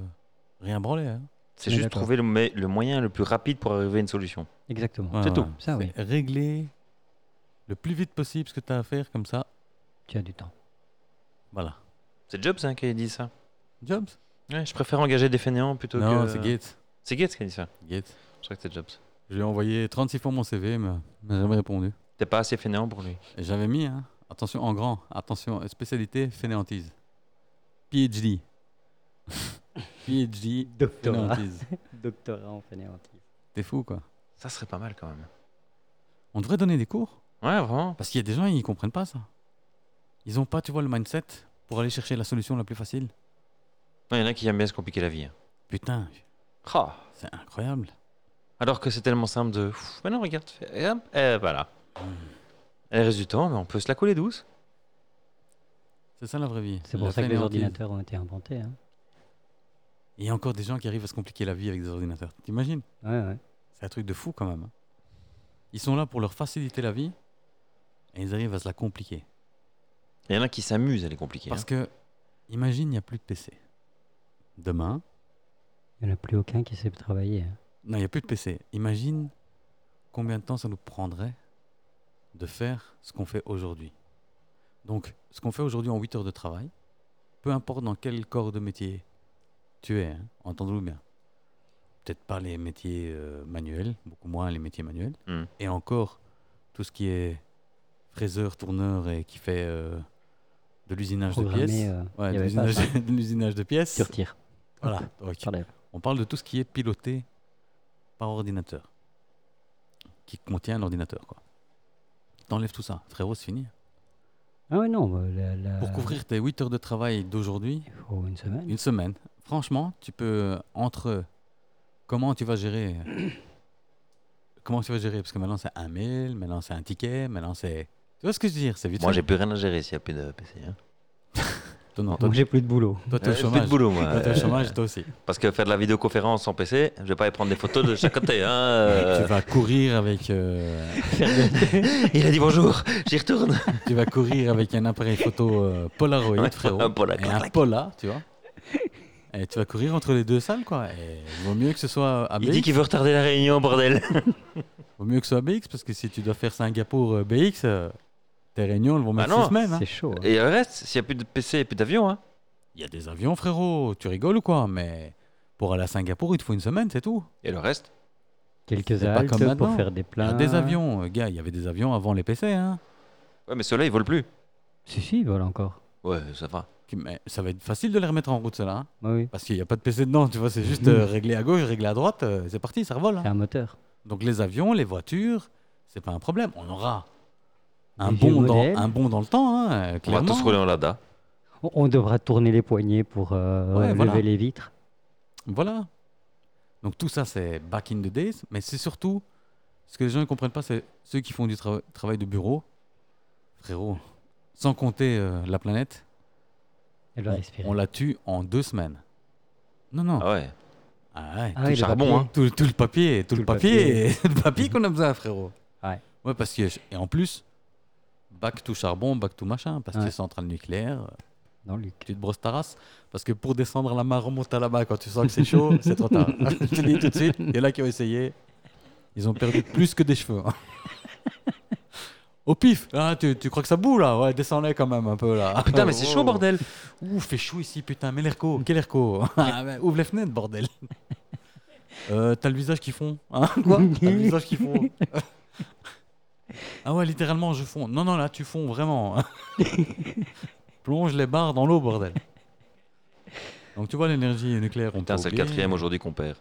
rien branler. hein. C'est Mais juste d'accord. trouver le, me- le moyen le plus rapide pour arriver à une solution. Exactement. Ouais, C'est tout. ouais. Ça, oui. C'est Régler le plus vite possible ce que tu as à faire, comme ça, Tu as du temps. voilà. C'est Jobs hein, qui a dit ça. Jobs Ouais, je préfère engager des fainéants plutôt que. Non, c'est Gates. C'est Gates qui a dit ça. Gates. Je crois que c'est Jobs. Je lui ai envoyé 36 fois mon CV, mais il m'a jamais répondu. T'es pas assez fainéant pour lui. Et J'avais mis, hein, attention, en grand, attention, spécialité fainéantise. PhD. PhD Doctorat. fainéantise. Doctorat en fainéantise. T'es fou, quoi. Ça serait pas mal quand même. On devrait donner des cours. Ouais, vraiment. Parce qu'il y a des gens, ils comprennent pas ça. Ils ont pas, tu vois, le mindset pour aller chercher la solution la plus facile. Il y en a qui aiment bien se compliquer la vie. hein. Putain, Ah. c'est incroyable. Alors que c'est tellement simple de. Ouf, Maintenant, regarde. fais- Et, hop, et voilà. Hmm. Et le reste du temps, mais on peut se la couler douce. C'est ça la vraie vie. C'est pour La ça que les fainéantise. ordinateurs ont été inventés. Hein. Et il y a encore des gens qui arrivent à se compliquer la vie avec des ordinateurs. T'imagines Ouais, ouais. C'est un truc de fou quand même. hein. Ils sont là pour leur faciliter la vie et ils arrivent à se la compliquer. Il y en a qui s'amusent à les compliquer. hein. Parce que, imagine, il n'y a plus de PC. Demain, Il n'y en a plus aucun qui sait travailler. hein. non, il n'y a plus de PC. Imagine combien de temps ça nous prendrait de faire ce qu'on fait aujourd'hui. Donc, ce qu'on fait aujourd'hui en 8 heures de travail, peu importe dans quel corps de métier tu es, hein, entendons-le bien. Peut-être pas les métiers euh, manuels, beaucoup moins les métiers manuels. Mm. Et encore, tout ce qui est fraiseur, tourneur et qui fait euh, de l'usinage de Programmer, pièces. euh, Ouais, il de y avait l'usinage pas de l'usinage de pièces. Tu retires. Voilà, donc, Tu relèves. on parle de tout ce qui est piloté par ordinateur, qui contient l'ordinateur. quoi. T'enlèves tout ça, frérot, c'est fini. Ah ouais, non. bah, la- la- Euh. Pour couvrir tes 8 heures de travail d'aujourd'hui, Il faut une semaine. Oh, une semaine, franchement, tu peux, entre comment tu vas gérer, comment tu vas gérer, parce que maintenant c'est un mail, maintenant c'est un ticket, maintenant c'est... Tu vois ce que je veux dire C'est vite Moi, fait. j'ai plus rien à gérer s'il n'y a plus de PC. hein. Toi, non, toi, Donc j'ai plus de boulot. toi, t'es au Euh, j'ai plus de chômage. boulot, moi. Toi, t'es au Euh, chômage, toi aussi. Parce que faire de la vidéoconférence sans PC, je vais pas aller prendre des photos de chaque côté. hein, Tu euh. vas courir avec... euh, Il a dit bonjour, j'y retourne. Tu vas courir avec un appareil photo euh, Polaroid, frérot. Un Pola, et clac, un clac. Pola, tu vois. Et tu vas courir entre les deux salles, quoi. Et vaut mieux que ce soit ABX. Il dit qu'il veut retarder la réunion, bordel. Vaut mieux que ce soit ABX, parce que si tu dois faire Singapour euh, BX, euh, tes réunions, elles vont mettre Bah non, six semaines. hein. C'est chaud. hein. Et le reste, s'il n'y a plus de PC et plus d'avion, hein. Il y a des avions, frérot. Tu rigoles ou quoi Mais pour aller à Singapour, il te faut une semaine, c'est tout. Et le reste Quelques c'est pas altes comme pour maintenant. faire des Il y a plats. des avions, euh, gars. Il y avait des avions avant les PC, hein. Ouais, mais ceux-là, ils volent plus. Si, si, voilà encore. Ouais, ça va. Qui- Mais ça va être facile de les remettre en route, cela. Ouais, Bah oui, Parce qu'il n'y a pas de PC dedans, tu vois. C'est juste euh, régler à gauche, régler à droite. euh, c'est parti, ça revole. hein. c'est un moteur. Donc les avions, les voitures, c'est pas un problème. On aura un Des vieux bond, dans, modèles. un bond dans le temps, hein, euh, On va clairement. tous rouler en Lada. On- On devra tourner les poignées pour euh, Ouais, lever voilà. les vitres. Voilà. Donc tout ça, c'est back in the days, mais c'est surtout ce que les gens ne comprennent pas, c'est ceux qui font du trava- travail de bureau, frérot. Sans compter euh, la planète, Elle va on, respirer. on la tue en deux semaines. Non, non. Ah ouais. Ah ouais, Ah oui, le charbon, papier. hein. tout, tout le papier, tout, le papier, tout le papier qu'on a besoin, frérot. Ouais. Ouais, parce que et en plus, bac tout charbon, bac tout machin, parce que Ouais. centrale nucléaire, Dans le cul. tu te brosses ta race, parce que pour descendre la main, remonte à la bas quand tu sens que c'est chaud, c'est trop tard. Je te le dis tout de suite, il y en a qui ont essayé, ils ont perdu plus que des cheveux. hein. Au pif, Ah, tu, tu crois que ça boue là Ouais, descends-les quand même un peu là. Putain, mais c'est chaud, Oh. bordel. Ouh, fait chaud ici, putain, mais l'airco, quel airco Ah, bah, Ouvre les fenêtres, bordel Euh, T'as le visage qui fond Hein, Quoi T'as le visage qui fond Ah ouais, littéralement, je fonds. Non, non, là, tu fonds, vraiment. Plonge les barres dans l'eau, bordel. Donc tu vois, l'énergie nucléaire, on Putain, peut c'est le oublier. quatrième aujourd'hui qu'on perd.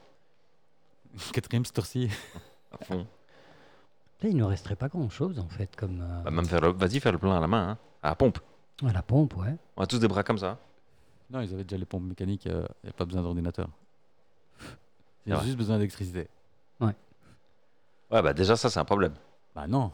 Quatrième, cette heure-ci. À fond. Là, il ne resterait pas grand-chose, en fait, comme euh, Bah, même faire le... Vas-y, faire le plein à la main, hein. À la pompe. à la pompe, ouais. On a tous des bras comme ça. hein. Non, ils avaient déjà les pompes mécaniques, il n'y a pas besoin d'ordinateur. Il y a C'est vrai. juste besoin d'électricité. Ouais, bah déjà, ça, c'est un problème. Bah non.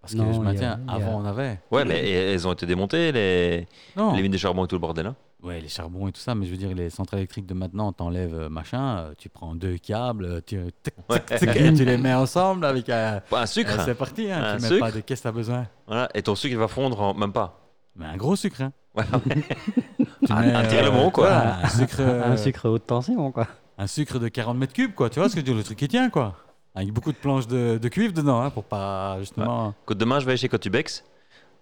Parce que Non, je il y a- maintiens, il y a- avant on avait. Ouais, mais e- elles ont été démontées, les, Non. les mines de charbon et tout le bordel. hein. Ouais, les charbons et tout ça, mais je veux dire, les centrales électriques de maintenant, t'enlèves euh, machin, euh, tu prends deux câbles, euh, tu, tic, tic, tic, et tu les mets ensemble avec un. Pas Bah, Un sucre Euh, C'est parti, hein, Un tu mets sucre. pas de qu'est-ce que t'as besoin. voilà. Et ton sucre, il va fondre en même pas. Mais un gros sucre, hein. Ouais. Ah, Tu Un- mets, un euh, tirlement, quoi. voilà, un, sucre, euh, Un sucre haute tension, quoi. un sucre de 40 mètres cubes, quoi. Tu vois ce que je veux dire, le truc qui tient, quoi. Avec beaucoup de planches de, de cuivre dedans, hein, pour pas justement. Que demain, je vais aller chez Cotubex.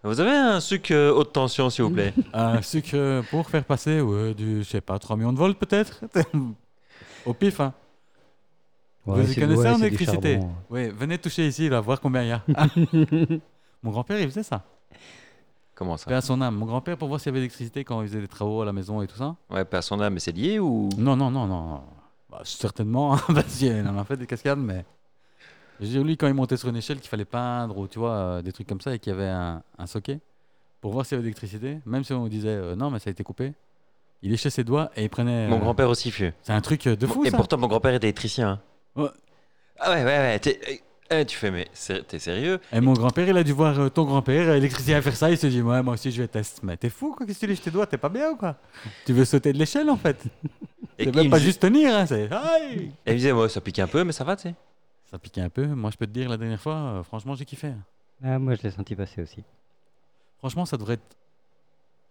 Vous avez un sucre euh, haute tension, s'il vous plaît un sucre pour faire passer, ouais, du, je sais pas, 3 millions de volts peut-être. Au pif, hein. Ouais, Vous y c'est- connaissez ouais, en c'est du électricité charbon. Oui, venez toucher ici, là, voir combien il y a. Mon grand-père, il faisait ça. Comment ça Paix à son âme. Mon grand-père, pour voir s'il y avait de l'électricité quand il faisait des travaux à la maison et tout ça. Ouais, pas à son âme, mais c'est lié ou Non, non, non, non. non. Bah, certainement, hein, parce qu'il en a fait des cascades, mais. Je veux dire, lui, quand il montait sur une échelle qu'il fallait peindre ou tu vois, euh, des trucs comme ça et qu'il y avait un, un socket, pour voir s'il y avait de l'électricité, même si on lui disait euh, non, mais ça a été coupé, il léchait ses doigts et il prenait. Mon euh, grand-père aussi fut. C'est un truc euh, de fou, Et ça. pourtant, mon grand-père était électricien. hein. Ouais. Ah ouais, ouais, ouais. t'es- eh, eh, tu fais, mais c'est- t'es sérieux Et mon grand-père, il a dû voir euh, ton grand-père, euh, électricien, faire ça. Il se dit, ouais, moi aussi, je vais tester. Mais t'es fou, quoi, qu'est-ce que tu lèches tes doigts T'es pas bien ou quoi Tu veux sauter de l'échelle, en fait. C'est Et il même me pas dis- juste tenir, hein, c'est. Aïe Et il me disait, ouais, ça pique un peu, mais ça va, tu sais. Ça piquait un peu. Moi, je peux te dire, la dernière fois, euh, franchement, j'ai kiffé. Ah, moi, je l'ai senti passer aussi. Franchement, ça devrait être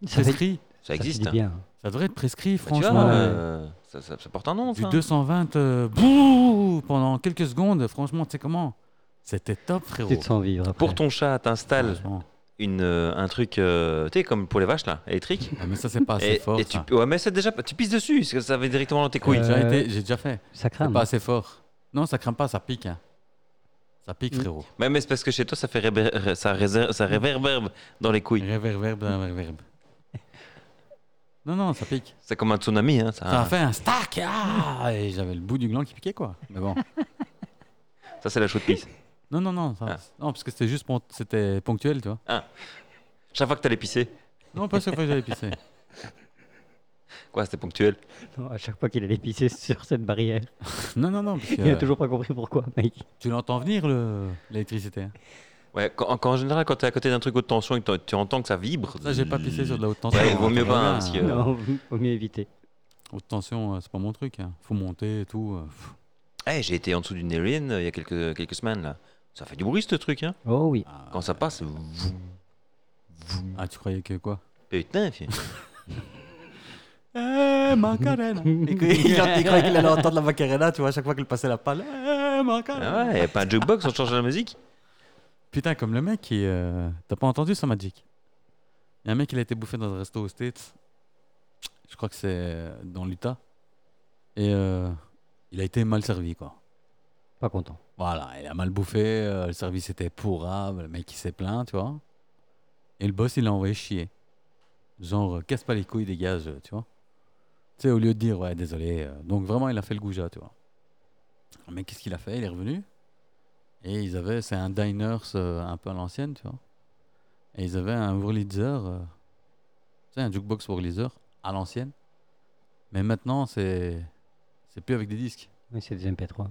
Ça fait- prescrit. Ça existe. Ça fait hein. du bien. Ça devrait être prescrit, Bah, tu vois, franchement. euh, ça, ça- ça porte un nom, du ça. 220, euh, bouh, pendant quelques secondes, franchement, tu sais comment C'était top, frérot. Tu te sens vivre. après. Pour ton chat, t'installes Franchement. une, euh, un truc, euh, tu sais, comme pour les vaches, là, électrique. Ah, mais ça, c'est pas assez et, fort. et tu, ça. ouais, mais c'est déjà, tu pisses dessus, parce que ça va directement dans tes couilles. J'ai Euh, déjà été- J'ai déjà fait. Ça C'est crame. pas assez fort. Non, ça craint pas, ça pique. hein. Ça pique, Mm. frérot. Mais, mais c'est parce que chez toi, ça, fait réver- ça, réser- ça réverbère dans les couilles. Réverberbe, réverberbe. Non, non, ça pique. C'est comme un tsunami, hein, ça. Ça a fait un stack. Ah et j'avais le bout du gland qui piquait, quoi. Mais bon. Ça, c'est la chaude pisse. Non, non, non. ça- Ah. Non, parce que c'était juste pon- c'était ponctuel, tu vois. Chaque fois que t'allais pisser, Non, pas chaque fois que j'allais pisser. quoi, c'était ponctuel. Non, hein. à chaque fois qu'il allait pisser sur cette barrière. Non, non, non. Parce que, Il a euh, toujours pas compris pourquoi, mec. Tu l'entends venir, le- l'électricité. hein. Ouais, quand, quand- en général, quand t'es à côté d'un truc haute tension et que t'en- tu entends que ça vibre. Ça, j'ai pas pissé sur de la haute tension. Ouais, vaut hein, mieux très pas, bien, hein, parce que- hein. Non, vaut mieux éviter. Haute tension, euh, c'est pas mon truc. hein. Faut monter et tout. euh, pff. Eh, j'ai été en dessous d'une éolienne euh, il y a quelques, quelques semaines, là. Ça fait du bruit, ce truc, hein. Oh oui. Ah, Quand ça passe. vroom, vroom. ah, tu croyais que quoi Putain, fille. Eh, Macarena Et que- Il il croyait qu'il allait entendre la Macarena, tu vois, à chaque fois qu'il passait la palle. Eh, Macarena Ah ouais, y a pas un jukebox, on change la musique. Putain, comme le mec qui. euh, T'as pas entendu ça, Magic Il y a un mec, il a été bouffé dans un resto aux States. Je crois que c'est euh, dans l'Utah. Et euh, il a été mal servi, quoi. Pas content. Voilà, il a mal bouffé, euh, le service était pourrable, le mec il s'est plaint, tu vois. Et le boss il l'a envoyé chier. Genre, euh, casse pas les couilles, dégage, euh, tu vois. Tu sais, au lieu de dire, ouais, désolé. euh, donc vraiment, il a fait le goujat, tu vois. Mais qu'est-ce qu'il a fait Il est revenu. Et ils avaient, c'est un diners euh, un peu à l'ancienne, tu vois. Et ils avaient un Wurlitzer, euh, tu sais, un jukebox Wurlitzer à l'ancienne. Mais maintenant, c'est c'est plus avec des disques. Mais c'est des MP3.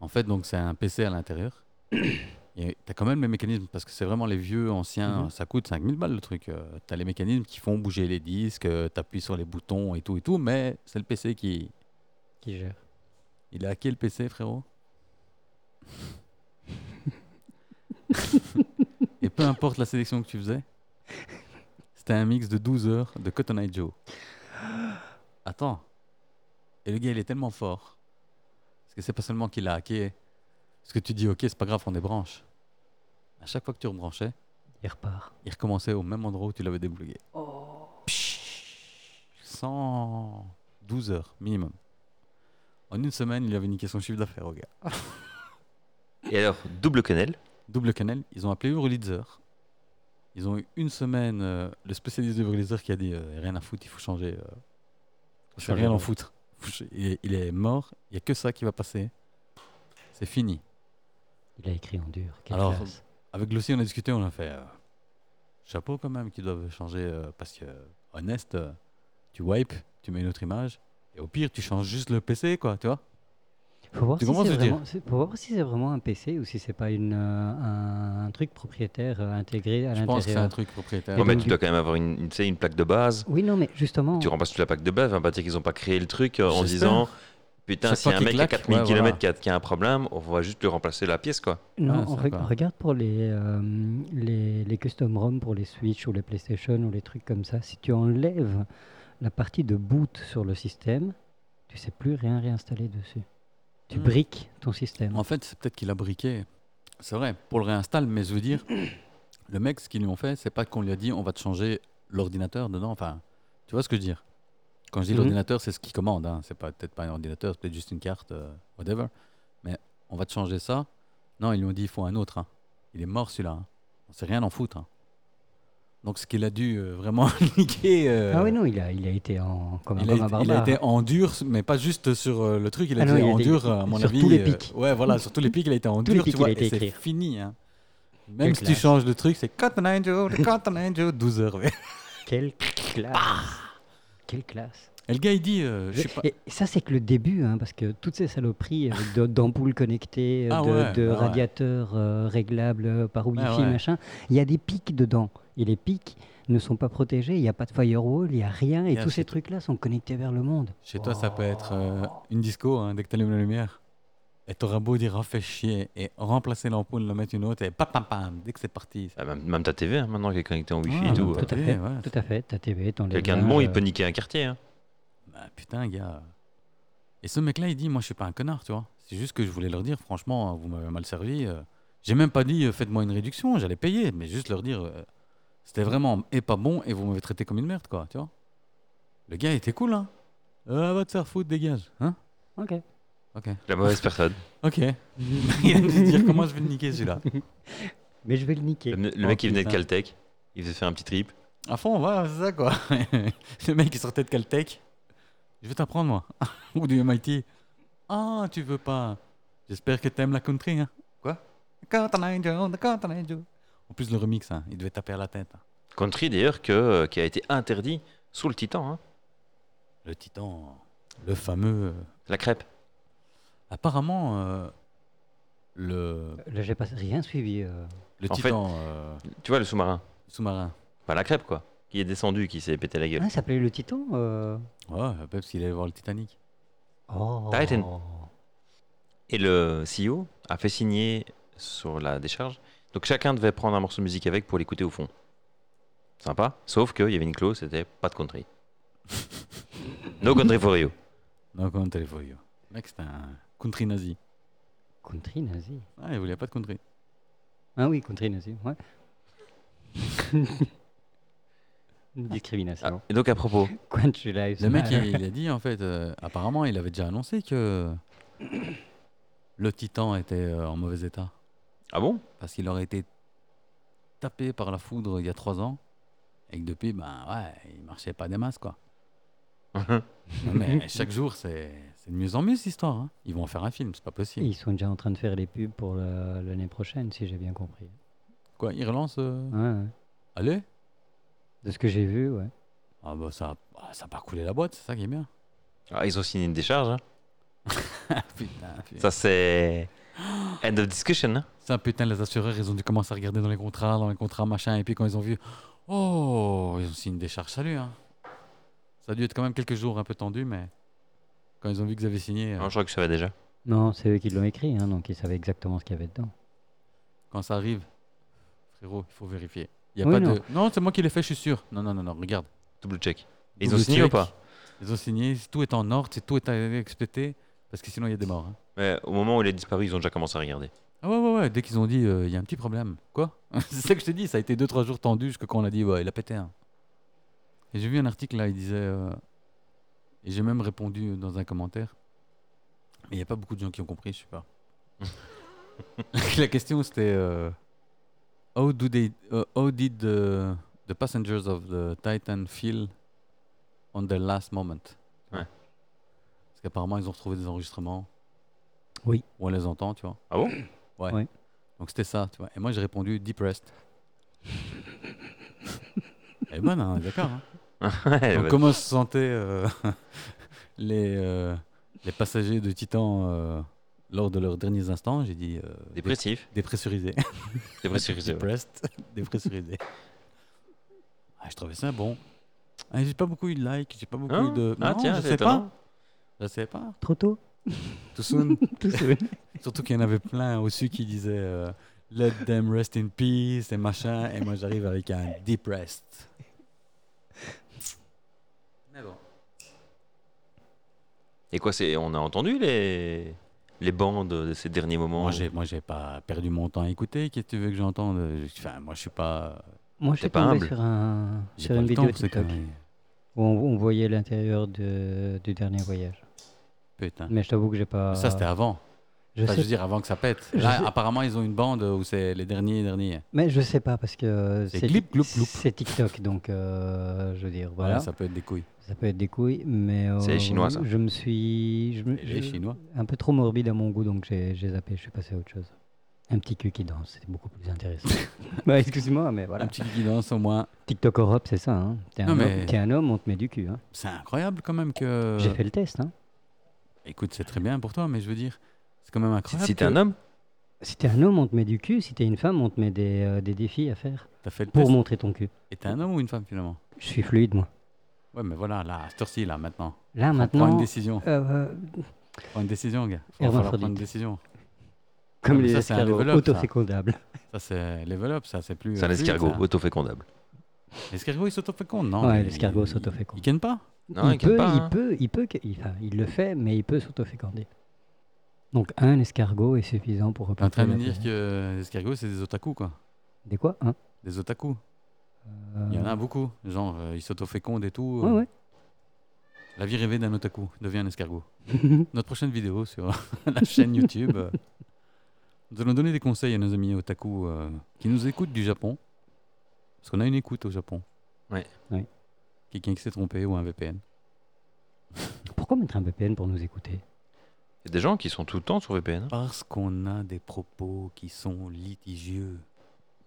En fait, donc c'est un PC à l'intérieur. Et t'as quand même les mécanismes, parce que c'est vraiment les vieux, anciens, Mhm. ça coûte 5000 balles le truc. Euh, t'as les mécanismes qui font bouger les disques, euh, t'appuies sur les boutons et tout et tout, mais c'est le PC qui... Qui gère. Il a hacké le PC, frérot. et peu importe la sélection que tu faisais, c'était un mix de 12 heures de Cotton Eye Joe. Attends. Et le gars, il est tellement fort. Parce que c'est pas seulement qu'il a hacké. Parce que tu dis, ok, c'est pas grave, on débranche. À chaque fois que tu rebranchais, Il repart. il recommençait au même endroit où tu l'avais débloqué. Oh. 112 heures minimum. En une semaine, il avait niqué son chiffre d'affaires, au gars. Et alors, double quenelle. Double Canal, ils ont appelé Urlitzer. Ils ont eu une semaine, euh, le spécialiste de Urlitzer qui a dit euh, rien à foutre, il faut changer. Euh, faut changer, rien en ouais. foutre. Faut ch- Il est, il est mort, il n'y a que ça qui va passer. C'est fini. Il a écrit en dur. Quelle Alors, classe. Avec Glossy, on a discuté, on a fait euh, chapeau quand même, qu'ils doivent changer euh, parce que, euh, honnête, euh, tu wipes, tu mets une autre image, et au pire, tu changes juste le PC, quoi, tu vois. Faut voir Tu si comprends c'est ce que je veux vraiment, c'est- faut voir si c'est vraiment un PC ou si c'est pas une, euh, un, un truc propriétaire euh, intégré à Je pense que c'est un l'intérieur. truc propriétaire. Ouais, Oh, mais donc, tu dois quand même avoir une, une- tu sais, une plaque de base. Oui, non, mais justement. Tu remplaces toute la plaque de base. On va pas dire qu'ils ont pas créé le truc euh, en J'espère. disant Putain, Chaque si fois un qu'il mec à claque, 4000 ouais, km voilà. qui, a, qui a un problème, on va juste lui remplacer la pièce, quoi. Ah, Non, on ça re- va. regarde pour les, euh, les, les custom ROM pour les Switch ou les PlayStation ou les trucs comme ça. Si tu enlèves la partie de boot sur le système, tu sais plus rien réinstaller dessus. Tu Hmm. briques ton système. En fait, c'est peut-être qu'il a briqué. C'est vrai, pour le réinstall, mais je veux dire, le mec, ce qu'ils lui ont fait, c'est pas qu'on lui a dit on va te changer l'ordinateur dedans. Enfin, tu vois ce que je veux dire Quand je dis Mhm. l'ordinateur, c'est ce qu'il commande. hein. C'est pas- peut-être pas un ordinateur, c'est peut-être juste une carte, euh, whatever. Mais on va te changer ça. Non, ils lui ont dit il faut un autre. hein. Il est mort celui-là. hein. On sait rien en foutre. hein. Donc, ce qu'il a dû euh, vraiment niquer. euh, Ah oui, non, il a, il a été en, comme un, il a, comme un été- il a barbare. été en dur, mais pas juste sur euh, le truc, il a Ah non, été il a en été dur, à mon sur avis. tous les euh, pics. ouais, voilà, sur tous les pics, il a été en Tous les dur, pics, tu vois, il a été et c'est écrit. fini. hein. Même Quelle si tu classe. changes de truc, c'est Cotton Angel, Cotton Angel, 12 heures. ouais. Quelle Ah classe Quelle classe Et le gars, il dit, euh, je suis pas... Et ça, c'est que le début, hein, parce que toutes ces saloperies euh, de- d'ampoules connectées, euh, Ah de, ouais, de ah ouais. radiateurs euh, réglables euh, par Wi-Fi, Ah ouais. machin, il y a des pics dedans. Et les pics ne sont pas protégés, il n'y a pas de firewall, il n'y a rien, et Yeah, tous c'est- ces trucs-là sont connectés vers le monde. Chez toi, ça peut être euh, une disco, hein, dès que t'allumes la lumière. Et t'auras beau dire, ah, fais chier, et remplacer l'ampoule, le mettre une autre, et pam, pam, pam, dès que c'est parti. Ah, Même, même ta TV hein, maintenant qui est connectée en Wi-Fi Ah, et tout. ouais. euh, Tout à Ouais, fait, ouais. tout à fait. Ta TV, ton Quelqu'un de laser, bon, il euh, peut niquer un quartier. hein. Bah, putain, gars. Et ce mec-là, il dit, moi, je suis pas un connard, tu vois. C'est juste que je voulais leur dire, franchement, hein, vous m'avez mal servi. euh. J'ai même pas dit, euh, faites-moi une réduction, j'allais payer, mais juste leur dire, euh, c'était vraiment et pas bon, et vous m'avez traité comme une merde, quoi, tu vois. Le gars était cool, hein. Euh, va te faire foutre, dégage, hein. Ok. Ok. La mauvaise personne. Ok. il a dû se dire, comment je vais le niquer, celui-là. Mais je vais le niquer. Le, le Oh, mec, il venait de putain. Caltech. Il faisait faire un petit trip. À fond, voilà, c'est ça, quoi. le mec, il sortait de Caltech. Je vais t'apprendre, moi. Ou du MIT. Ah, tu veux pas. J'espère que t'aimes la country, hein. Quoi Cotton Angel, the Cotton Angel. En plus, le remix, hein, il devait taper à la tête. hein. Country, d'ailleurs, que, euh, qui a été interdit sous le Titan. hein. Le titan, le fameux. euh, La crêpe. Apparemment, euh, le, Euh, Là, j'ai pas rien suivi. euh. le En fait- titan euh, Tu vois, le sous-marin. sous-marin. Enfin, la crêpe, quoi. Qui est descendu, qui s'est pété la gueule. Ah, il s'appelait le Titan euh. Ouais, Peps, il allait voir le Titanic. Oh. Titan. Et le CEO a fait signer sur la décharge. Donc chacun devait prendre un morceau de musique avec pour l'écouter au fond. Sympa. Sauf qu'il y avait une clause, c'était pas de country. no country for you. Donc, on téléphone. yo. Le Mec, c'était un country nazi. Country nazi. Ah, il voulait pas de country. Ah oui, country nazi, ouais. Une Discrimination. Et Ah, donc à propos, Country life. Ah. Le mec, il, il a dit, en fait, euh, apparemment, il avait déjà annoncé que le titan était euh, en mauvais état. ah bon Parce qu'il aurait été tapé par la foudre il y a trois ans. Et que depuis, ben ouais, il marchait pas des masses, quoi. Ah, Non, Mais chaque jour, c'est c'est de mieux en mieux, cette histoire. hein. Ils vont en faire un film, c'est pas possible. Ah, Ils sont déjà en train de faire les pubs pour le- l'année prochaine, si j'ai bien compris. Quoi, ils relancent euh, Ouais, ouais. Allez De ce que j'ai vu, ouais. Ah bah ça, ah, ça a pas coulé la boîte, c'est ça qui est bien. Ah, ils ont signé une décharge. hein. Putain, putain. Ça c'est end of discussion. hein. Ça, putain, les assureurs, ils ont dû commencer à regarder dans les contrats, dans les contrats, machin. Et puis quand ils ont vu, oh, ils ont signé une décharge, salut. Hein. Ça a dû être quand même quelques jours un peu tendus, mais quand ils ont vu que vous avez signé, euh, Non, Hein, je crois que je savais déjà. Non, c'est eux qui l'ont écrit, hein, donc ils savaient exactement ce qu'il y avait dedans. quand ça arrive, frérot, il faut vérifier. Il Y a Oui, pas non. de. Non, c'est moi qui l'ai fait, je suis sûr. Non, non, non, non, regarde. Double check. Et ils ont Double signé ou check. pas Ils ont signé, tout est en ordre, c'est- tout est à- expété, parce que sinon il y a des morts. hein. Mais au moment où il est disparu, ils ont déjà commencé à regarder. Ah ouais, ouais, ouais, dès qu'ils ont dit, euh, il y a un petit problème. Quoi C'est ça que je te dis, ça a été 2-3 jours tendu jusqu'à quand on a dit, ouais, il a pété un. Et j'ai vu un article là, il disait, euh, et j'ai même répondu dans un commentaire, mais il n'y a pas beaucoup de gens qui ont compris, je sais pas. La question c'était, euh, how, do they, euh, how did the, the passengers of the Titan feel on the last moment Ouais. Parce qu'apparemment ils ont retrouvé des enregistrements. Oui. Où on les entend, tu vois. Ah bon Ouais. Ouais. Donc c'était ça, tu vois. Et moi j'ai répondu depressed. Elle est bonne, hein, d'accord. hein. Ouais, Donc, bah, comment se sentaient euh, les, euh, les passagers de Titan euh, lors de leurs derniers instants, j'ai dit euh, dé- Dépressif. dépressurisé. Dépressurisé. ouais. Depressed. dépressurisé. Ah, je trouvais ça bon. Ah, j'ai pas beaucoup eu de likes, j'ai pas beaucoup Hein eu de. Ah, non, tiens, je c'est sais étonnant. pas. Je sais pas. Trop tôt Tout soon. Tout seul. Surtout qu'il y en avait plein aussi qui disaient euh, Let them rest in peace et machin. Et moi, j'arrive avec un depressed. Mais bon. Et quoi, c'est, on a entendu les, les bandes de ces derniers moments. Moi, j'ai, moi, j'ai pas perdu mon temps à écouter. Qu'est-ce que tu veux que j'entende Enfin, moi, je suis pas. Moi, je T'es suis pas tombé humble. sur, un, J'ai sur pas une le vidéo temps pour ces TikTok conneries. où on, on voyait l'intérieur de- du dernier voyage. Putain. Mais je t'avoue que j'ai pas. Ça, c'était avant. Ah. je Enfin, sais je veux dire, avant que ça pète. Je Là, sais- apparemment, ils ont une bande où c'est les derniers, derniers. Mais je sais pas parce que euh, C'est c'est glip, gloup, gloup. c'est TikTok donc euh, je veux dire voilà Voilà, ça... ça peut être des couilles. peut être des couilles mais euh, C'est chinois, ça. je me suis je me- Et les je- Chinois. un peu trop morbide à mon goût donc j'ai j'ai zappé je suis passé à autre chose un petit cul qui danse c'était beaucoup plus intéressant bah excuse-moi mais voilà Un petit qui danse au moins. TikTok Europe c'est ça hein. t'es un, Non, homme- mais- Euh. t'es un homme on te met du cul hein. C'est incroyable quand même que. j'ai fait le test hein. Écoute, c'est très bien pour toi, mais je veux dire, c'est quand même Si, incroyable. si t'es que un homme, si t'es un homme on te met du cul si t'es une femme on te met des, euh, des défis à faire T'as fait le pour test. montrer ton cul Et t'es un homme ou une femme finalement je suis fluide moi Ouais, mais voilà, là, à cette heure-ci, là, maintenant. là Prends une Ah, maintenant décision. euh, Prends une décision, gars. Faut- faut Hermaphrodite. prendre une décision. comme Ah, mais les ça, c'est un escargots développe, ça. autofécondables Ça, c'est level up, ça, c'est plus. c'est un euh, fluide, escargot ça. autofécondable. L'escargot, il s'autoféconde, non Ouais, il- l'escargot il- s'autoféconde. Il gagne pas Non, il, inquiète peut, pas, il hein. peut, il peut, que- il, enfin, il le fait, mais il peut s'autoféconder. Donc un escargot est suffisant pour T'es en train de me la dire planète. que l'escargot, c'est des otaku, quoi. Des quoi hein Des otaku. Euh, Il y en a beaucoup. Genre, euh, ils s'autofécondent et tout. Ouais, euh, ouais. La vie rêvée d'un otaku devient un escargot. Notre prochaine vidéo sur la chaîne YouTube. euh, nous allons donner des conseils à nos amis otaku euh, qui nous écoutent du Japon. Parce qu'on a une écoute au Japon. Ouais. Ouais. Quelqu'un qui s'est trompé ou un VPN. Pourquoi mettre un VPN pour nous écouter Il y a des gens qui sont tout le temps sur VPN. Parce qu'on a des propos qui sont litigieux.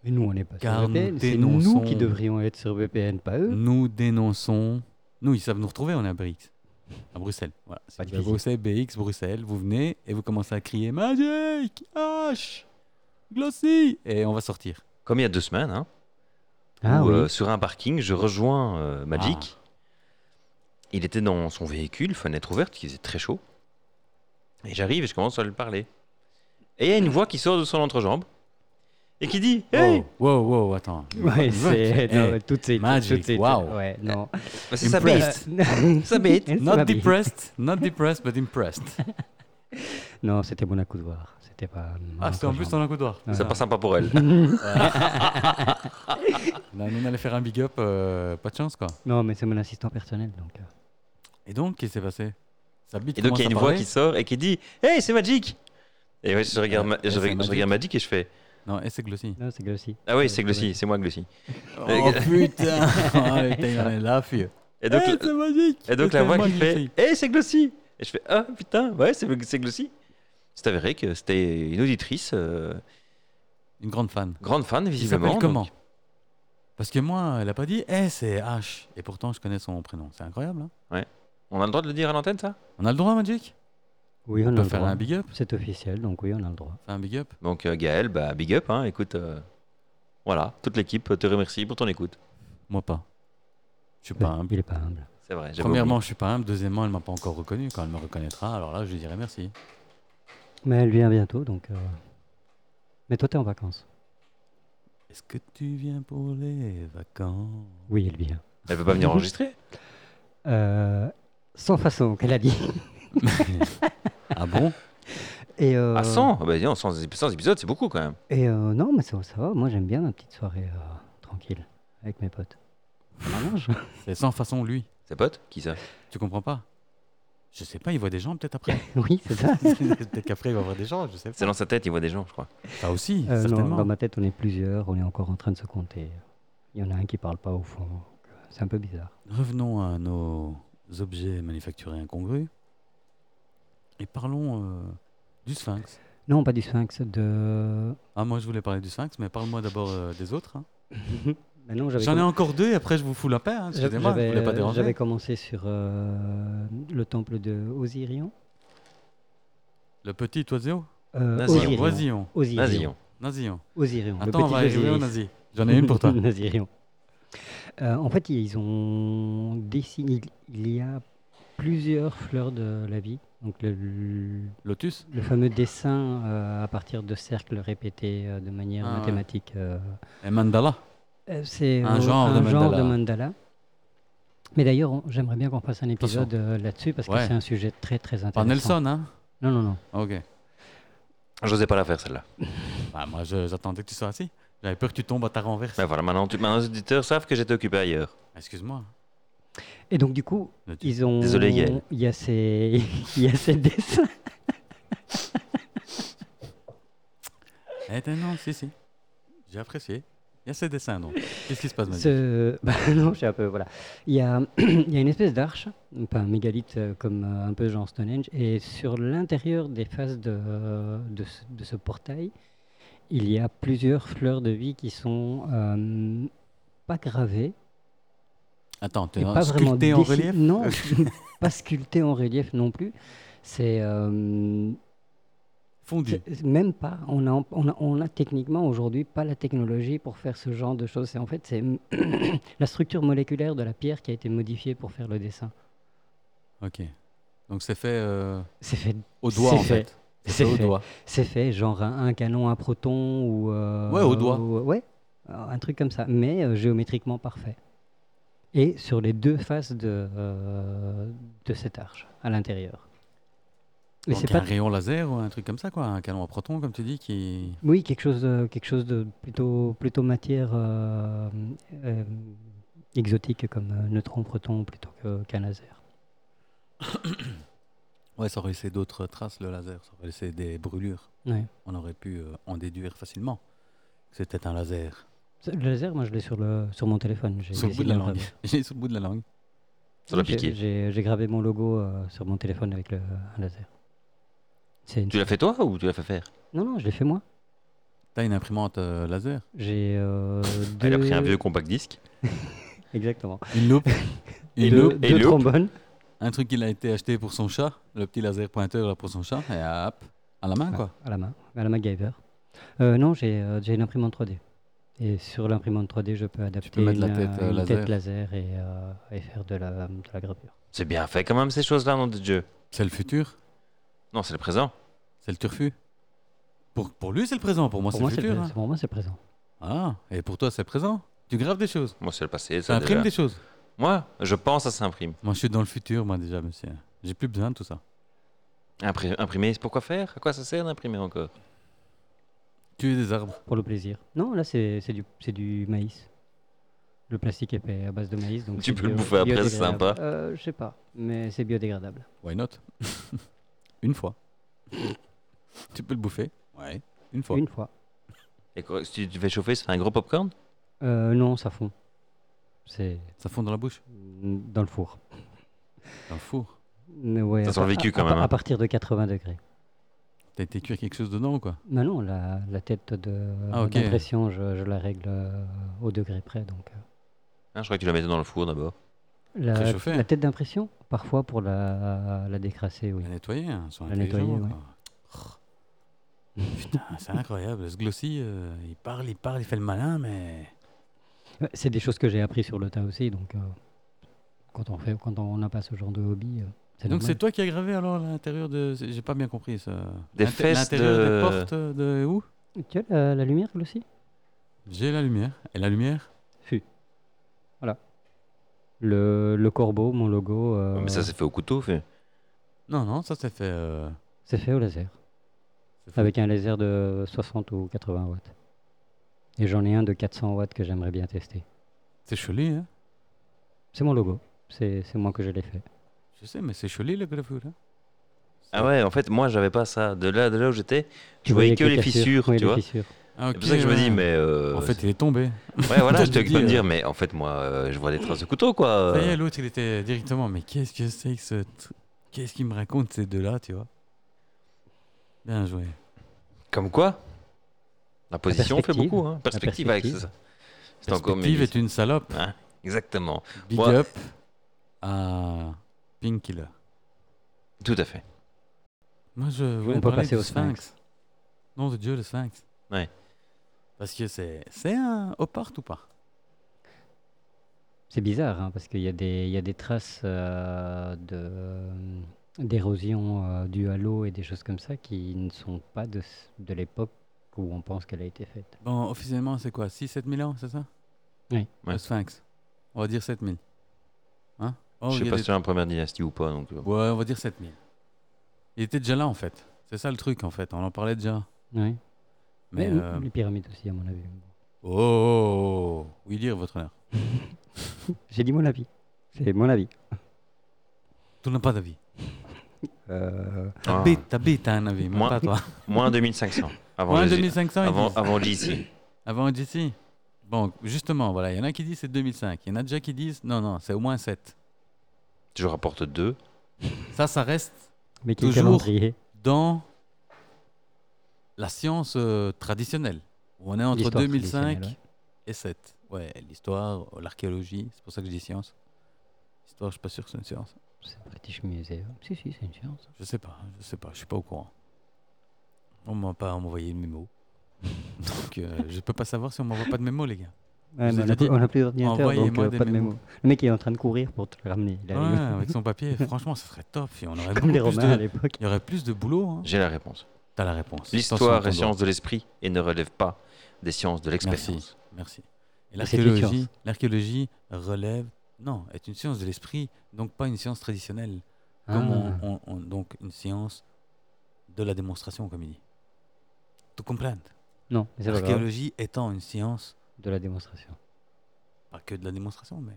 Mais nous, on n'est pas Car sur nous VPN. C'est dénonçons- nous qui devrions être sur VPN, pas eux. Nous dénonçons. Nous, ils savent nous retrouver, on est à BX. À Bruxelles. Voilà. Si Pas vous difficile. bossez BX, Bruxelles, vous venez et vous commencez à crier Magic H Glossy Et on va sortir. Comme il y a deux semaines, hein, Ah où, oui. euh, sur un parking, je rejoins euh, Magic. Ah. Il était dans son véhicule, fenêtre ouverte, qui faisait très chaud. Et j'arrive et je commence à lui parler. Et il y a une voix qui sort de son entrejambe et qui dit Hey Oh, wow, wow, attends. Ouais, c'est Eh, non, mais toutes ces Magic, toutes ces- wow. Ouais, non. Bah, C'est sa Impressed. bête Sa bête Elle se Not va bien. depressed, not depressed, but impressed. Ah, Ah, Non, c'était mon accoudoir. C'était pas. mon Ah, c'était en plus entrejambe. dans un coudoir. C'est pas sympa pour elle. Là, nous, on allait faire un big up, euh, pas de chance, quoi. Non, mais c'est mon assistant personnel, donc. euh. Et donc, qu'est-ce qui s'est passé Sa bite Et donc il y a commence une à voix parler. qui sort et qui dit Hey, c'est Magic Et ouais, je regarde, ma- Ouais, je, c'est re- je Magic. regarde Magic et je fais Non, et c'est Glossy. Non, c'est Glossy. Ah Euh, oui, c'est Glossy, c'est moi Glossy. Oh putain Ah, putain, il en est là, fieu. Et donc, Eh, la- c'est magique et donc la C'est voix moi qui qui fait l'essaye. Hey, c'est Glossy Et je fais Ah putain, ouais, c'est c'est Glossy. C'est avéré que c'était une auditrice, euh, Une grande fan. grande fan Il visiblement. s'appelle donc- comment Parce que moi, elle a pas dit Eh, c'est H. Et pourtant, je connais son prénom. C'est incroyable. hein. On a le droit de le dire à l'antenne, ça on a le droit, Magic Oui, on, On a peut le faire droit. un big up C'est officiel, donc oui, on a le droit. Faire un big up Donc euh, Gaël, bah, big up, hein, écoute. euh, voilà, toute l'équipe te remercie pour ton écoute. Moi, pas. Je suis pas humble. Il est pas humble. C'est vrai. j'avais Premièrement, je suis pas humble. Deuxièmement, elle m'a pas encore reconnu. Quand elle me reconnaîtra, alors là, je lui dirai merci. Mais elle vient bientôt, donc. euh, Mais toi, t'es en vacances. Est-ce que tu viens pour les vacances Oui, elle vient. oublié. Elle veut pas venir enregistrer Euh, sans façon, qu'elle a dit. Ah bon Et euh, À 100 Ah bah, dis donc, 100, ép- 100 épisodes, c'est beaucoup quand même. Et euh, non, mais ça, ça va. Moi, j'aime bien ma petite soirée euh, tranquille avec mes potes. Ça m'arrange. C'est sans façon, lui. C'est pote Qui ça Tu comprends pas Je sais pas, il voit des gens peut-être après. oui, c'est ça. peut-être qu'après, il va voir des gens, je sais pas. C'est dans sa tête, il voit des gens, je crois. Ça aussi, Euh, non, certainement. dans ma tête, on est plusieurs. On est encore en train de se compter. Il y en a un qui parle pas au fond. donc, euh, C'est un peu bizarre. Revenons à nos objets manufacturés incongrus et parlons euh, du sphinx. Non, pas du sphinx, de. Ah, moi je voulais parler du sphinx, mais parle-moi d'abord euh, des autres. hein. Mais non, j'avais J'en ai com- encore deux et après je vous fous la paix. hein, j'a- Excusez-moi, je j'avais- voulais pas J'avais déranger. commencé sur euh, le temple de Osirion. Le petit oiseau Euh, Nazirion. Osirion. Oisillon. Osirion. Nasillon. Nasillon. Osirion, le Attends, on petit va arriver au Osiris. nazi. J'en ai une pour toi. Nazirion. Euh, en fait, ils ont dessiné. Il y a plusieurs fleurs de la vie. Donc le, Lotus le fameux dessin euh, à partir de cercles répétés euh, de manière Ah ouais. mathématique. euh, et mandala. euh, C'est Un euh, genre de genre mandala. mandala. Mais d'ailleurs, on- j'aimerais bien qu'on fasse un Attention. épisode euh, là-dessus parce que Ouais. c'est un sujet très très intéressant. Par Nelson, hein Non, non, non. Ok. J'osais pas la faire celle-là. Bah, moi, je- j'attendais que tu sois assis. J'avais peur que tu tombes à ta renverse. Ben voilà, maintenant, tu- maintenant, les auditeurs savent que j'étais occupé ailleurs. Excuse-moi. Et donc, du coup, Le tu- ils ont. Désolé, Yael. Il y a ces, il y a ces dessins. Eh, t'es- non, si, si. J'ai apprécié. Il y a ces dessins, donc. Qu'est-ce qui se passe, Manu Ce- bah, non, je suis un peu. Voilà. Il y a, il y a une espèce d'arche, pas un mégalithe euh, comme euh, un peu genre Stonehenge, et sur l'intérieur des faces de, euh, de, ce, de ce portail, il y a plusieurs fleurs de vie qui sont euh, pas gravées, Attends, tu et es pas vraiment sculpté en dessi- relief Non, pas sculpté en relief non plus. C'est euh, Fondu. c'est- même pas. On a, on a, on a techniquement aujourd'hui pas la technologie pour faire ce genre de choses. C'est en fait c'est la structure moléculaire de la pierre qui a été modifiée pour faire le dessin. Ok. Donc, c'est fait euh, C'est fait, au doigt, C'est en fait. fait. C'est fait au doigt. c'est fait genre un, un canon, un proton ou euh, Ouais, au doigt. ou- ouais, un truc comme ça, mais euh, géométriquement parfait. Et sur les deux faces de euh, de cette arche à l'intérieur. Et Donc, c'est un pas rayon laser ou un truc comme ça, quoi. Un canon à proton, comme tu dis, qui. Oui, quelque chose de, quelque chose de plutôt, plutôt matière euh, euh, exotique comme euh, neutron, proton plutôt que- qu'un laser. Ouais, ça aurait laissé d'autres traces, le laser. Ça aurait laissé des brûlures. Ouais. On aurait pu euh, en déduire facilement que c'était un laser. Ça, Le laser, moi je l'ai sur, le, sur mon téléphone. J'ai Sur le bout de décidé la de le langue. graver. J'ai sur le bout de la langue. Ça l'a J'ai- piqué. J'ai j'ai gravé mon logo euh, sur mon téléphone avec le, un laser. C'est une- Tu l'as fait toi ou tu l'as fait faire Non, non, je l'ai fait moi. T'as une imprimante euh, laser J'ai euh, deux... Elle Ah, a pris un vieux compact disque. Exactement. Une loupe Et Une deux, loupe et deux loupe. trombones. Un truc qu'il a été acheté pour son chat, le petit laser pointeur là pour son chat, et hop, à la main Ouais, quoi. À la main, à la MacGyver. Euh, non, j'ai euh, j'ai une imprimante 3D. Et sur l'imprimante 3D, je peux adapter mettre la une, tête, euh, une laser. tête laser et, euh, et faire de la, de la gravure. C'est bien fait quand même ces choses-là, nom de Dieu. C'est le futur, Non, c'est le présent. c'est le turfu. Pour, pour lui c'est le présent, pour moi c'est Pour le moi, c'est le futur. pré- pour moi, c'est le présent. hein. Ah, et pour toi c'est le présent. Tu graves des choses, Moi, c'est le passé. tu Ça, imprimes déjà. des choses. Moi, je pense à ça imprime. Moi je suis dans le futur moi déjà monsieur. J'ai plus besoin de tout ça. Impri- Imprimer, c'est pourquoi faire À quoi ça sert d'imprimer encore Tuer des arbres. Pour le plaisir. Non, là, c'est c'est du, c'est du maïs. Le plastique est fait à base de maïs. Donc Tu c'est peux le bio- bouffer après, c'est biodégradable. sympa. Euh, Je sais pas, mais c'est biodégradable. Why not Une fois. tu peux le bouffer. Ouais. Une fois. Une fois. Et quoi, si tu fais chauffer, ça fait un gros popcorn Euh, non, ça fond. C'est Ça fond dans la bouche. dans le four. Dans le four. Mais ouais, Ça à sent le par- vécu, à- quand à- même, hein. À partir de 80 degrés. T'as été cuire quelque chose dedans ou quoi Non, Bah non, la, la tête de Ah, ok. d'impression, je, je la règle euh, au degré près. Donc, euh, Hein, Je crois que tu la mettais dans le four d'abord. la, Préchauffé. la tête d'impression, parfois pour la, la décrasser, oui. La nettoyer. Hein, ils sont La nettoyer, intelligents, ouais. quoi. Putain, c'est incroyable. Ce glossy, euh, il parle, il parle, il fait le malin, mais. Ouais, Bah, C'est des choses que j'ai appris sur le tas aussi, donc euh, quand on fait, quand on n'a pas ce genre de hobby, euh, c'est Donc c'est normal. toi qui as gravé alors l'intérieur de. c'est- J'ai pas bien compris ça. Des L'inté- fesses L'intérieur de- des portes de où Tu as la, la lumière, elle aussi J'ai la lumière. Et la lumière le, le corbeau, mon logo, euh, Ah, Mais ça, c'est fait au couteau. fait. Non, non, ça c'est fait. euh, c'est fait au laser, c'est fait. avec un laser de 60 ou 80 watts. Et j'en ai un de 400 watts que j'aimerais bien tester. C'est chelé, hein C'est mon logo, c'est c'est moi que je l'ai fait. Je sais, mais c'est chelé la gravure. hein. Ah ouais, en fait, moi, j'avais pas ça. De là, de là où j'étais, tu voyais voyais que les fissures, oui, tu les vois. fissures. Ah, C'est ok, pour ça que je me ouais. dis, mais. euh, En fait, il est tombé. Ouais, voilà, je je te te pas me dis, dire, mais en fait, moi, euh, je vois des traces de couteau, quoi. Ça y est, l'autre, il était directement. Mais qu'est-ce que c'est que ce. tr- Qu'est-ce qu'il me raconte ces deux-là, tu vois Bien joué. Comme quoi La position fait perspective. beaucoup, hein. Perspective, Alex, c'est perspective. ça. C'est encore Perspective mieux. est une salope. Exactement. Big Moi- up à Pink Killer. Tout à fait. Moi, je voulais peut parler passer du au sphinx. Non, de Dieu, le sphinx. Ouais. Parce que c'est c'est un opart ou pas C'est bizarre, hein, parce qu'il y, a des- il y a des traces euh, de, euh, d'érosion euh, due à l'eau et des choses comme ça qui ne sont pas de, s- de l'époque où on pense qu'elle a été faite. Bon, officiellement, c'est quoi 6-7 000 ans, c'est ça Oui. Le Ouais. sphinx. On va dire 7 000. Hein Oh, je il sais y a pas des- si c'est la première dynastie ou pas. Donc, euh, Ouais, on va dire 7000. Il était déjà là, en fait. C'est ça le truc, en fait. On en parlait déjà. Oui. Mais. Mais, euh, Les pyramides aussi, à mon avis. Oh, oh, oh, oh. Oui, dire, votre honneur. J'ai dit mon avis. C'est mon avis. Tu n'as pas d'avis. Euh, Ta Ah. bête, ta bête a un avis, mais Moi- pas toi. moins 2500. Avant Moins Jésus- 2500, ils Avant, disent. avant JC. Avant JC. Bon, justement, voilà. Il y en a qui disent c'est 2005. Il y en a déjà qui disent non, non, c'est au moins 7. Je rapporte 2. Ça, ça reste mais qui est le Toujours. calendrier dans la science euh, traditionnelle. où on est entre L'histoire 2005 traditionnelle, et 7. Ouais, l'histoire, l'archéologie, c'est pour ça que je dis science. L'histoire, je suis pas sûr que c'est une science. C'est British Museum. oh, Si, si, c'est une science. Je sais pas, je sais pas, je suis pas au courant. On m'a pas envoyé de mémo. Donc euh, je peux pas savoir si on m'envoie pas de mémo, les gars. Ouais, Vous mais avez on, a, dit, plus- on a plus d'ordinateur, donc envoyez-moi euh, des pas de mémos. mémo. Le mec il est en train de courir pour te le ramener. Il Ouais, arrive. avec son papier, franchement, ce serait top. Et on aurait Comme les beaucoup plus Romains à de... l'époque. Il y aurait plus de boulot. Hein. J'ai la réponse. T'as la réponse. Attention à L'histoire ton est doigt. science de l'esprit et ne relève pas des sciences de l'expérience. Merci. Et Mais c'est une l'archéologie, science. l'archéologie relève, non, est une science de l'esprit, donc pas une science traditionnelle. Comme Ah. on, on- on- donc une science de la démonstration, comme il dit. Tu comprends Non, mais c'est pas grave. L'archéologie étant une science, De la démonstration. pas que de la démonstration, mais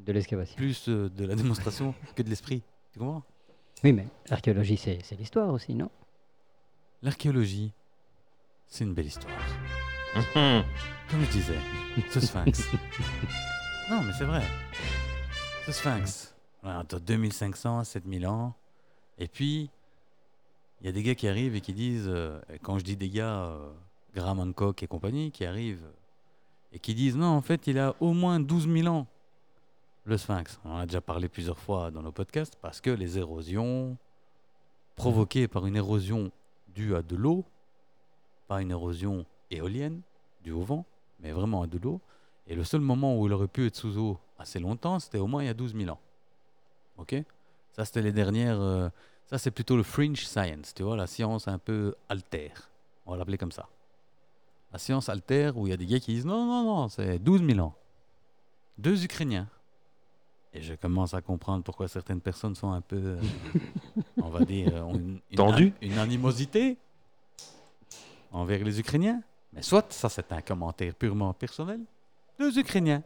De l'excavation. plus euh, de la démonstration que de l'esprit. Tu comprends Oui, mais l'archéologie, c'est c'est l'histoire aussi, non L'archéologie, c'est une belle histoire. Mhm. Comme je disais, ce sphinx. non, mais c'est vrai. Ce sphinx. Voilà, entre 2500 7000 ans. Et puis, il y a des gars qui arrivent et qui disent, euh, et quand je dis des gars, euh, Graham Hancock et compagnie, qui arrivent et qui disent, non, en fait, il a au moins 12 000 ans, le sphinx. On en a déjà parlé plusieurs fois dans nos podcasts, parce que les érosions, provoquées par une érosion due à de l'eau, pas une érosion éolienne, due au vent, mais vraiment à de l'eau. Et le seul moment où il aurait pu être sous eau assez longtemps, c'était au moins il y a 12 000 ans. Ok Ça, c'était les dernières. euh, ça, c'est plutôt le fringe science, tu vois, la science un peu altère. On va l'appeler comme ça. La science altère où il y a des gars qui disent non, non, non, c'est 12 000 ans. Deux Ukrainiens. Et je commence à comprendre pourquoi certaines personnes sont un peu, euh, on va dire, euh, ont une, une- Tendues une animosité envers les Ukrainiens. Mais soit, ça c'est un commentaire purement personnel, deux Ukrainiens.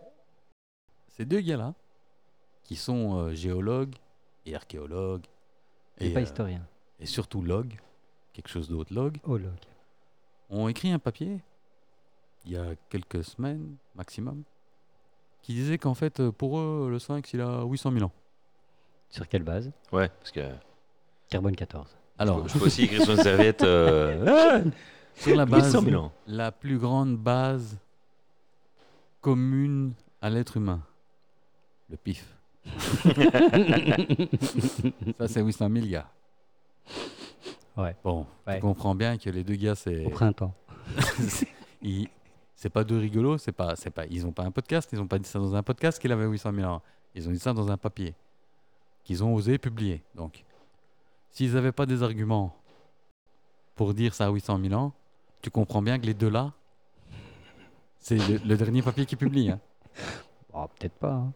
Ces deux gars-là, qui sont euh, géologues et archéologues, Il et, pas euh, historien. et surtout log, quelque chose d'autre log, Hologue. ont écrit un papier, il y a quelques semaines maximum, qui disait qu'en fait, euh, pour eux, le sphinx, il a 800 000 ans. Sur quelle base Ouais, parce que Carbone 14. Alors, je peux aussi écrire sur une serviette. Euh... ah, sur la base, 800 000 ans. la plus grande base commune à l'être humain, le pif. Ça, c'est 800 000 gars. Ouais. Bon, Ouais. tu comprends bien que les deux gars, c'est... Au printemps. Ils- c'est pas deux rigolos, c'est pas, c'est pas, ils ont pas un podcast, ils ont pas dit ça dans un podcast qu'il avait 800 000 ans. Ils ont dit ça dans un papier qu'ils ont osé publier. Donc, s'ils n'avaient pas des arguments pour dire ça à 800 000 ans, tu comprends bien que les deux là, c'est le, le dernier papier qu'ils publient. hein. Oh, peut-être pas. hein.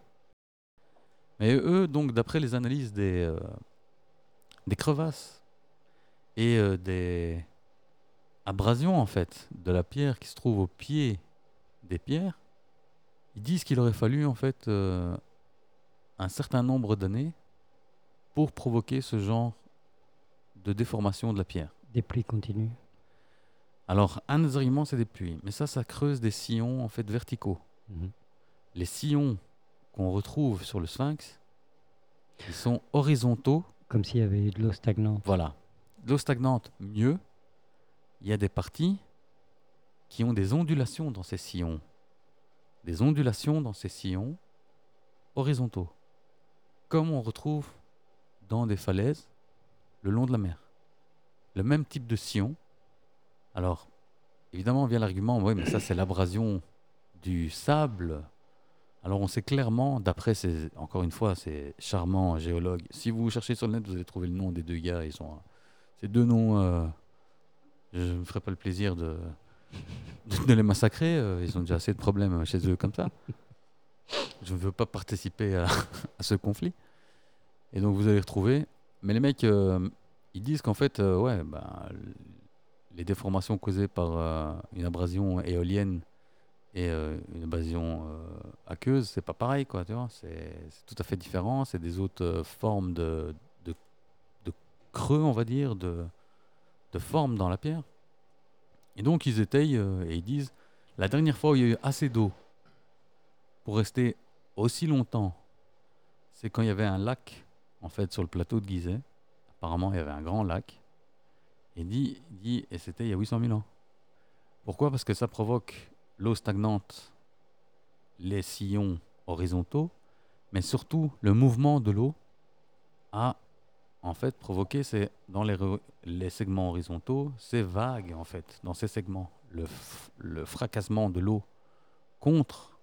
Mais eux, donc, d'après les analyses des, euh, des crevasses et euh, des abrasions, en fait, de la pierre qui se trouve au pied des pierres, ils disent qu'il aurait fallu, en fait, euh, un certain nombre d'années pour provoquer ce genre de déformation de la pierre. Des pluies continues. Alors, un des arguments, c'est des pluies. Mais ça, ça creuse des sillons, en fait, verticaux. Mhm. Les sillons qu'on retrouve sur le sphinx, ils sont horizontaux Comme s'il y avait eu de l'eau stagnante. Voilà. De L'eau stagnante, mieux. Il y a des parties qui ont des ondulations dans ces sillons. Des ondulations dans ces sillons horizontaux. Comme on retrouve dans des falaises le long de la mer. le même type de sillon. Alors, évidemment, vient l'argument, oui, mais ça, c'est l'abrasion du sable. Alors, on sait clairement, d'après ces, encore une fois, ces charmants géologues, si vous cherchez sur le net, vous allez trouver le nom des deux gars. Ils sont, euh, ces deux noms, euh, je ne me ferai pas le plaisir de, de, de les massacrer. euh, Ils ont déjà assez de problèmes chez eux comme ça. Je ne veux pas participer à, à ce conflit. Et donc, vous allez retrouver. Mais les mecs, euh, ils disent qu'en fait, euh, ouais, bah, les déformations causées par euh, une abrasion éolienne et euh, une abrasion euh, aqueuse, c'est pas pareil, quoi, tu vois. C'est c'est tout à fait différent. C'est des autres euh, formes de, de, de creux, on va dire, de, de formes dans la pierre. Et donc, ils étayent euh, et ils disent la dernière fois où il y a eu assez d'eau pour rester aussi longtemps, c'est quand il y avait un lac, en fait, sur le plateau de Gizeh. Apparemment, il y avait un grand lac. Et dit, dit et c'était il y a 800 000 ans. Pourquoi Parce que ça provoque l'eau stagnante, les sillons horizontaux, mais surtout le mouvement de l'eau a en fait provoqué c'est dans les, re- les segments horizontaux ces vagues en fait dans ces segments le, f- le fracassement de l'eau contre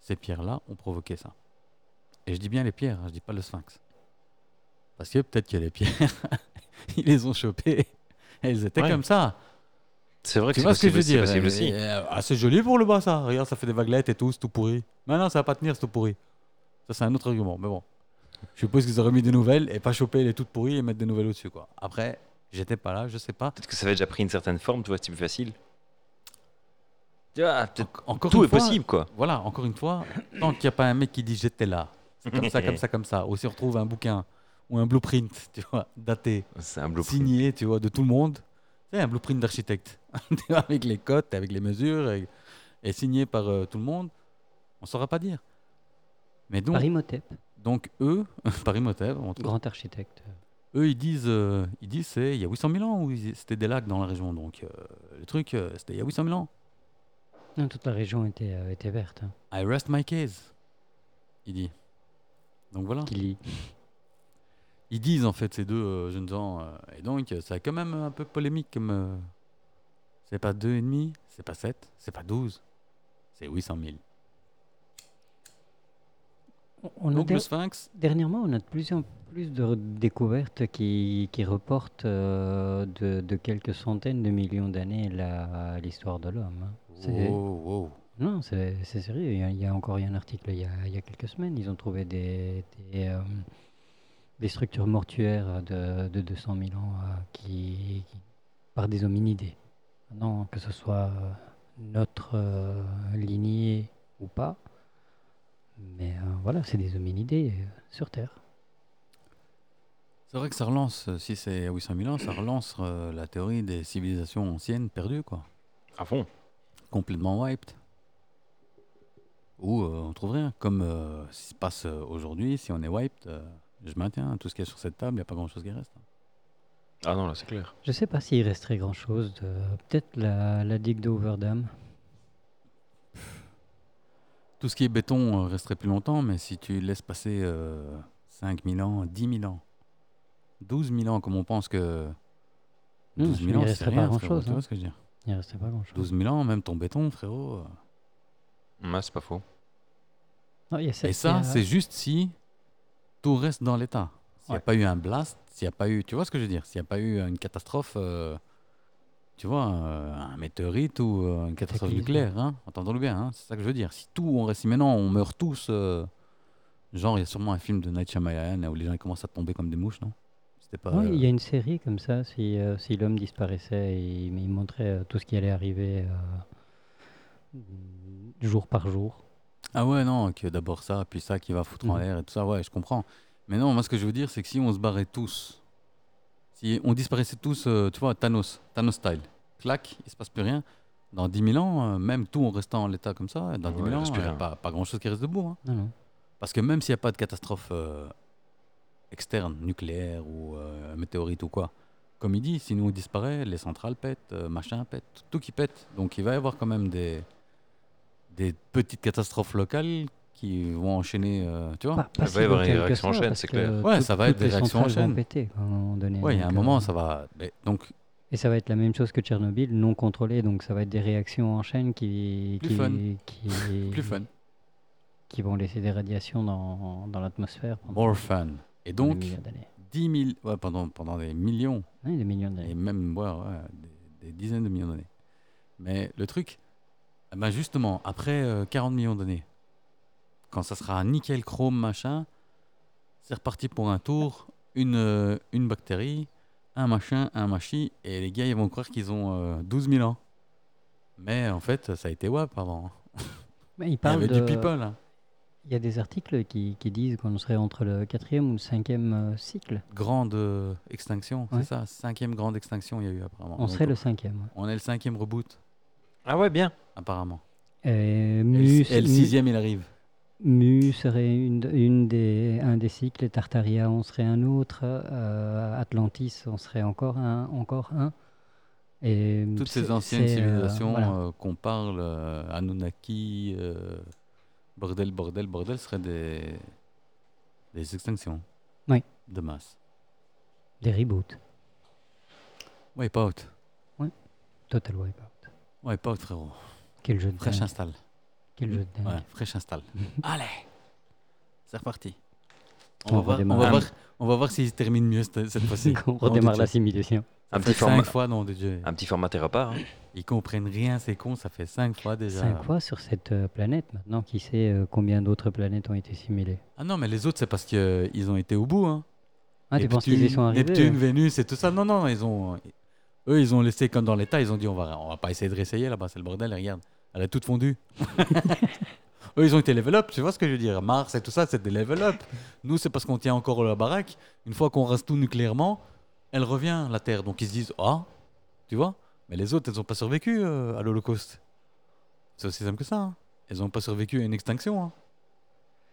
ces pierres là ont provoqué ça et je dis bien les pierres hein, je dis pas le sphinx parce que peut-être que les pierres ils les ont chopées elles étaient Ouais. comme ça C'est vrai que tu c'est vois ce que possible, je veux c'est dire possible euh, aussi. euh, Ah, c'est joli pour le bas, ça. Regarde, ça fait des vaguelettes et tout, c'est tout pourri. Mais non, ça va pas tenir, c'est tout pourri. Ça, c'est un autre argument, mais bon. Je suppose qu'ils auraient mis des nouvelles et pas choper les toutes pourries et mettre des nouvelles au-dessus, quoi. Après, j'étais pas là, je sais pas. Peut-être que ça avait déjà pris une certaine forme, tu vois, c'est plus facile. Tu vois, ah, peut-être En- encore tout une est fois, possible, quoi. Voilà, encore une fois, tant qu'il n'y a pas un mec qui dit j'étais là, c'est comme ça, comme ça, comme ça, ou si on retrouve un bouquin ou un blueprint, tu vois, daté, C'est un blueprint. signé, tu vois, de tout le monde. C'est un blueprint d'architecte, Tu vois, avec les cotes, avec les mesures, et, et signé par euh, tout le monde. On saura pas dire. Mais donc, Par Imhotep, donc eux, par Imhotep, on trouve- grand architecte. eux ils disent, euh, ils disent c'est il y a 800 000 ans où ils- c'était des lacs dans la région. Donc euh, le truc, euh, c'était il y a 800 000 ans. Non, toute la région était, euh, était verte. hein. I rest my case, il dit. Donc voilà. Qu'il y- Ils disent en fait ces deux euh, jeunes gens. euh, et donc, euh, ça a quand même un peu polémique comme. euh, c'est pas deux et demi, c'est pas 7, c'est pas 12, c'est 800 000. On- on a Donc des- le sphinx, Dernièrement, on a de plus en plus de re- découvertes qui, qui reportent euh, de, de quelques centaines de millions d'années la- l'histoire de l'homme. hein. C'est- wow, wow. Non, c'est c'est sérieux. Il y, a, il y a encore eu un article il y a, il y a quelques semaines. Ils ont trouvé des, des, euh, des structures mortuaires de, de 200 000 ans euh, qui, qui- par des hominidés. Non, que ce soit euh, notre euh, lignée ou pas. Mais euh, voilà, c'est des hominidés euh, sur Terre. C'est vrai que ça relance, euh, si c'est à 800 000 ans, ça relance euh, la théorie des civilisations anciennes perdues, quoi. À fond. Complètement wiped. Ou euh, on trouve rien. Comme euh, ce qui se passe euh, aujourd'hui, si on est wiped, euh, je maintiens, tout ce qu'il y a sur cette table, il n'y a pas grand chose qui reste. hein. Ah non, là, c'est clair. Je sais pas s'il resterait grand-chose. de- euh, Peut-être la, la digue d'Overdam. Tout ce qui est béton euh, resterait plus longtemps, mais si tu laisses passer 5000 ans, 10 000 ans, 12 000 ans, comme on pense que. Non, 12 000 mais Mmh, il ans, c'est resterait pas rien, frérot, grand-chose, Tu vois hein. ce que je veux dire Il resterait pas grand-chose. 12 000 ans, même ton béton, frérot. euh. Ouais, Mmh, c'est pas faux. Non, il y a sept- Et il y ça, a- c'est juste si tout reste dans l'état. S'il n'y a Ouais. pas eu un blast, s'il n'y a pas eu. Tu vois ce que je veux dire S'il n'y a pas eu une catastrophe. euh, tu vois, euh, un météorite ou euh, une catastrophe Cataclysme. nucléaire, hein entendons-le bien, hein, c'est ça que je veux dire. Si tout, on reste, si maintenant on meurt tous, euh, genre il y a sûrement un film de Night Shyamalan là, où les gens ils commencent à tomber comme des mouches, non C'était pas. Oui, euh, il y a une série comme ça, si, euh, si l'homme disparaissait, il, il montrait euh, tout ce qui allait arriver euh, jour par jour. Ah ouais, non, que d'abord ça, puis ça qui va foutre en Mhm. l'air et tout ça, ouais, je comprends. Mais non, moi ce que je veux dire, c'est que si on se barrait tous, si on disparaissait tous, euh, tu vois, Thanos, Thanos style, clac, il se passe plus rien, dans 10 000 ans, euh, même tout en restant en l'état comme ça, dans 10 Ouais, 000 il ans, reste plus il n'y a rien. pas, pas grand-chose qui reste debout. hein. Non, non. Parce que même s'il n'y a pas de catastrophe euh, externe, nucléaire ou euh, météorite ou quoi, comme il dit, si nous on disparaît, les centrales pètent, euh, machin pète, tout qui pète. Donc il va y avoir quand même des, des petites catastrophes locales qui vont enchaîner, euh, tu vois. Pas, va pas y si avoir dans des quelques réactions en heures, chaîne, parce c'est que clair. Ouais, toutes- ça va être des toutes les réactions en centrales vont chaîne. péter, à un moment donné. ouais, il y a un donc, moment, euh, ça va. mais donc, Et ça va être la même chose que Tchernobyl, non contrôlée, donc ça va être des réactions en chaîne qui, Plus qui, fun. qui, plus fun. qui vont laisser des radiations dans, dans l'atmosphère pendant More fun. Et pendant donc, des millions d'années. 10 000, ouais, pendant, pendant des millions, Oui, des millions d'années. et même ouais, ouais, des, des dizaines de millions d'années. Mais le truc, eh ben justement, après euh, 40 millions d'années, quand ça sera nickel, chrome, machin, c'est reparti pour un tour, une, euh, une bactérie, un machin, un machi, et les gars, ils vont croire qu'ils ont euh, 12 000 ans. Mais en fait, ça a été WAP avant. Mais il Il y parle avait de- du people. hein. Il y a des articles qui, qui disent qu'on serait entre le quatrième ou le cinquième euh, cycle. Grande euh, extinction, Ouais. c'est ça Cinquième grande extinction, il y a eu apparemment. On Donc, serait le cinquième. ouais. on est le cinquième reboot, Ah ouais, bien. apparemment. Et Et Euh, Mu, le, et le Mu- sixième, il arrive. Mu serait une, de- une des, un des cycles, et Tartaria on serait un autre, euh, Atlantis on serait encore un, encore un. Et Toutes c'est- ces anciennes c'est, euh, civilisations voilà. euh, qu'on parle, euh, Anunnaki, euh, bordel, bordel, bordel, seraient des, des extinctions Oui. de masse. Des reboots, Wipeout, Total Wipeout. Wipeout frérot, Quel jeu de fraîche dingue. install. Quel jeu de dingue. Ouais, fraîche install. Allez, c'est reparti. On On va, voir, on, redémarre. va voir, on va voir s'ils terminent mieux cette, cette fois-ci. On redémarre la simulation. Un Ça petit, fait format, cinq fois, non, DJ. un petit format Terrapart, hein. Ils comprennent rien, c'est con, ça fait cinq fois déjà. Cinq fois sur cette euh, planète maintenant. Qui sait euh, combien d'autres planètes ont été simulées Ah non, mais les autres, c'est parce qu'ils ont été au bout. Hein. Ah, tu penses qu'ils y Neptune- sont arrivés Neptune, euh Vénus et tout ça. Non, non, ils ont. Eux, ils ont laissé comme dans l'état. Ils ont dit on va, on va pas essayer de réessayer là-bas, c'est le bordel. Et regarde, elle a toute fondue. Eux, ils ont été level up, tu vois ce que je veux dire. Mars et tout ça, c'est des level up. Nous, c'est parce qu'on tient encore la baraque. Une fois qu'on rase tout nucléairement, elle revient, la Terre. Donc ils se disent ah, tu vois. Mais les autres, elles n'ont pas survécu euh, à l'Holocauste. C'est aussi simple que ça. hein. Elles n'ont pas survécu à une extinction. hein.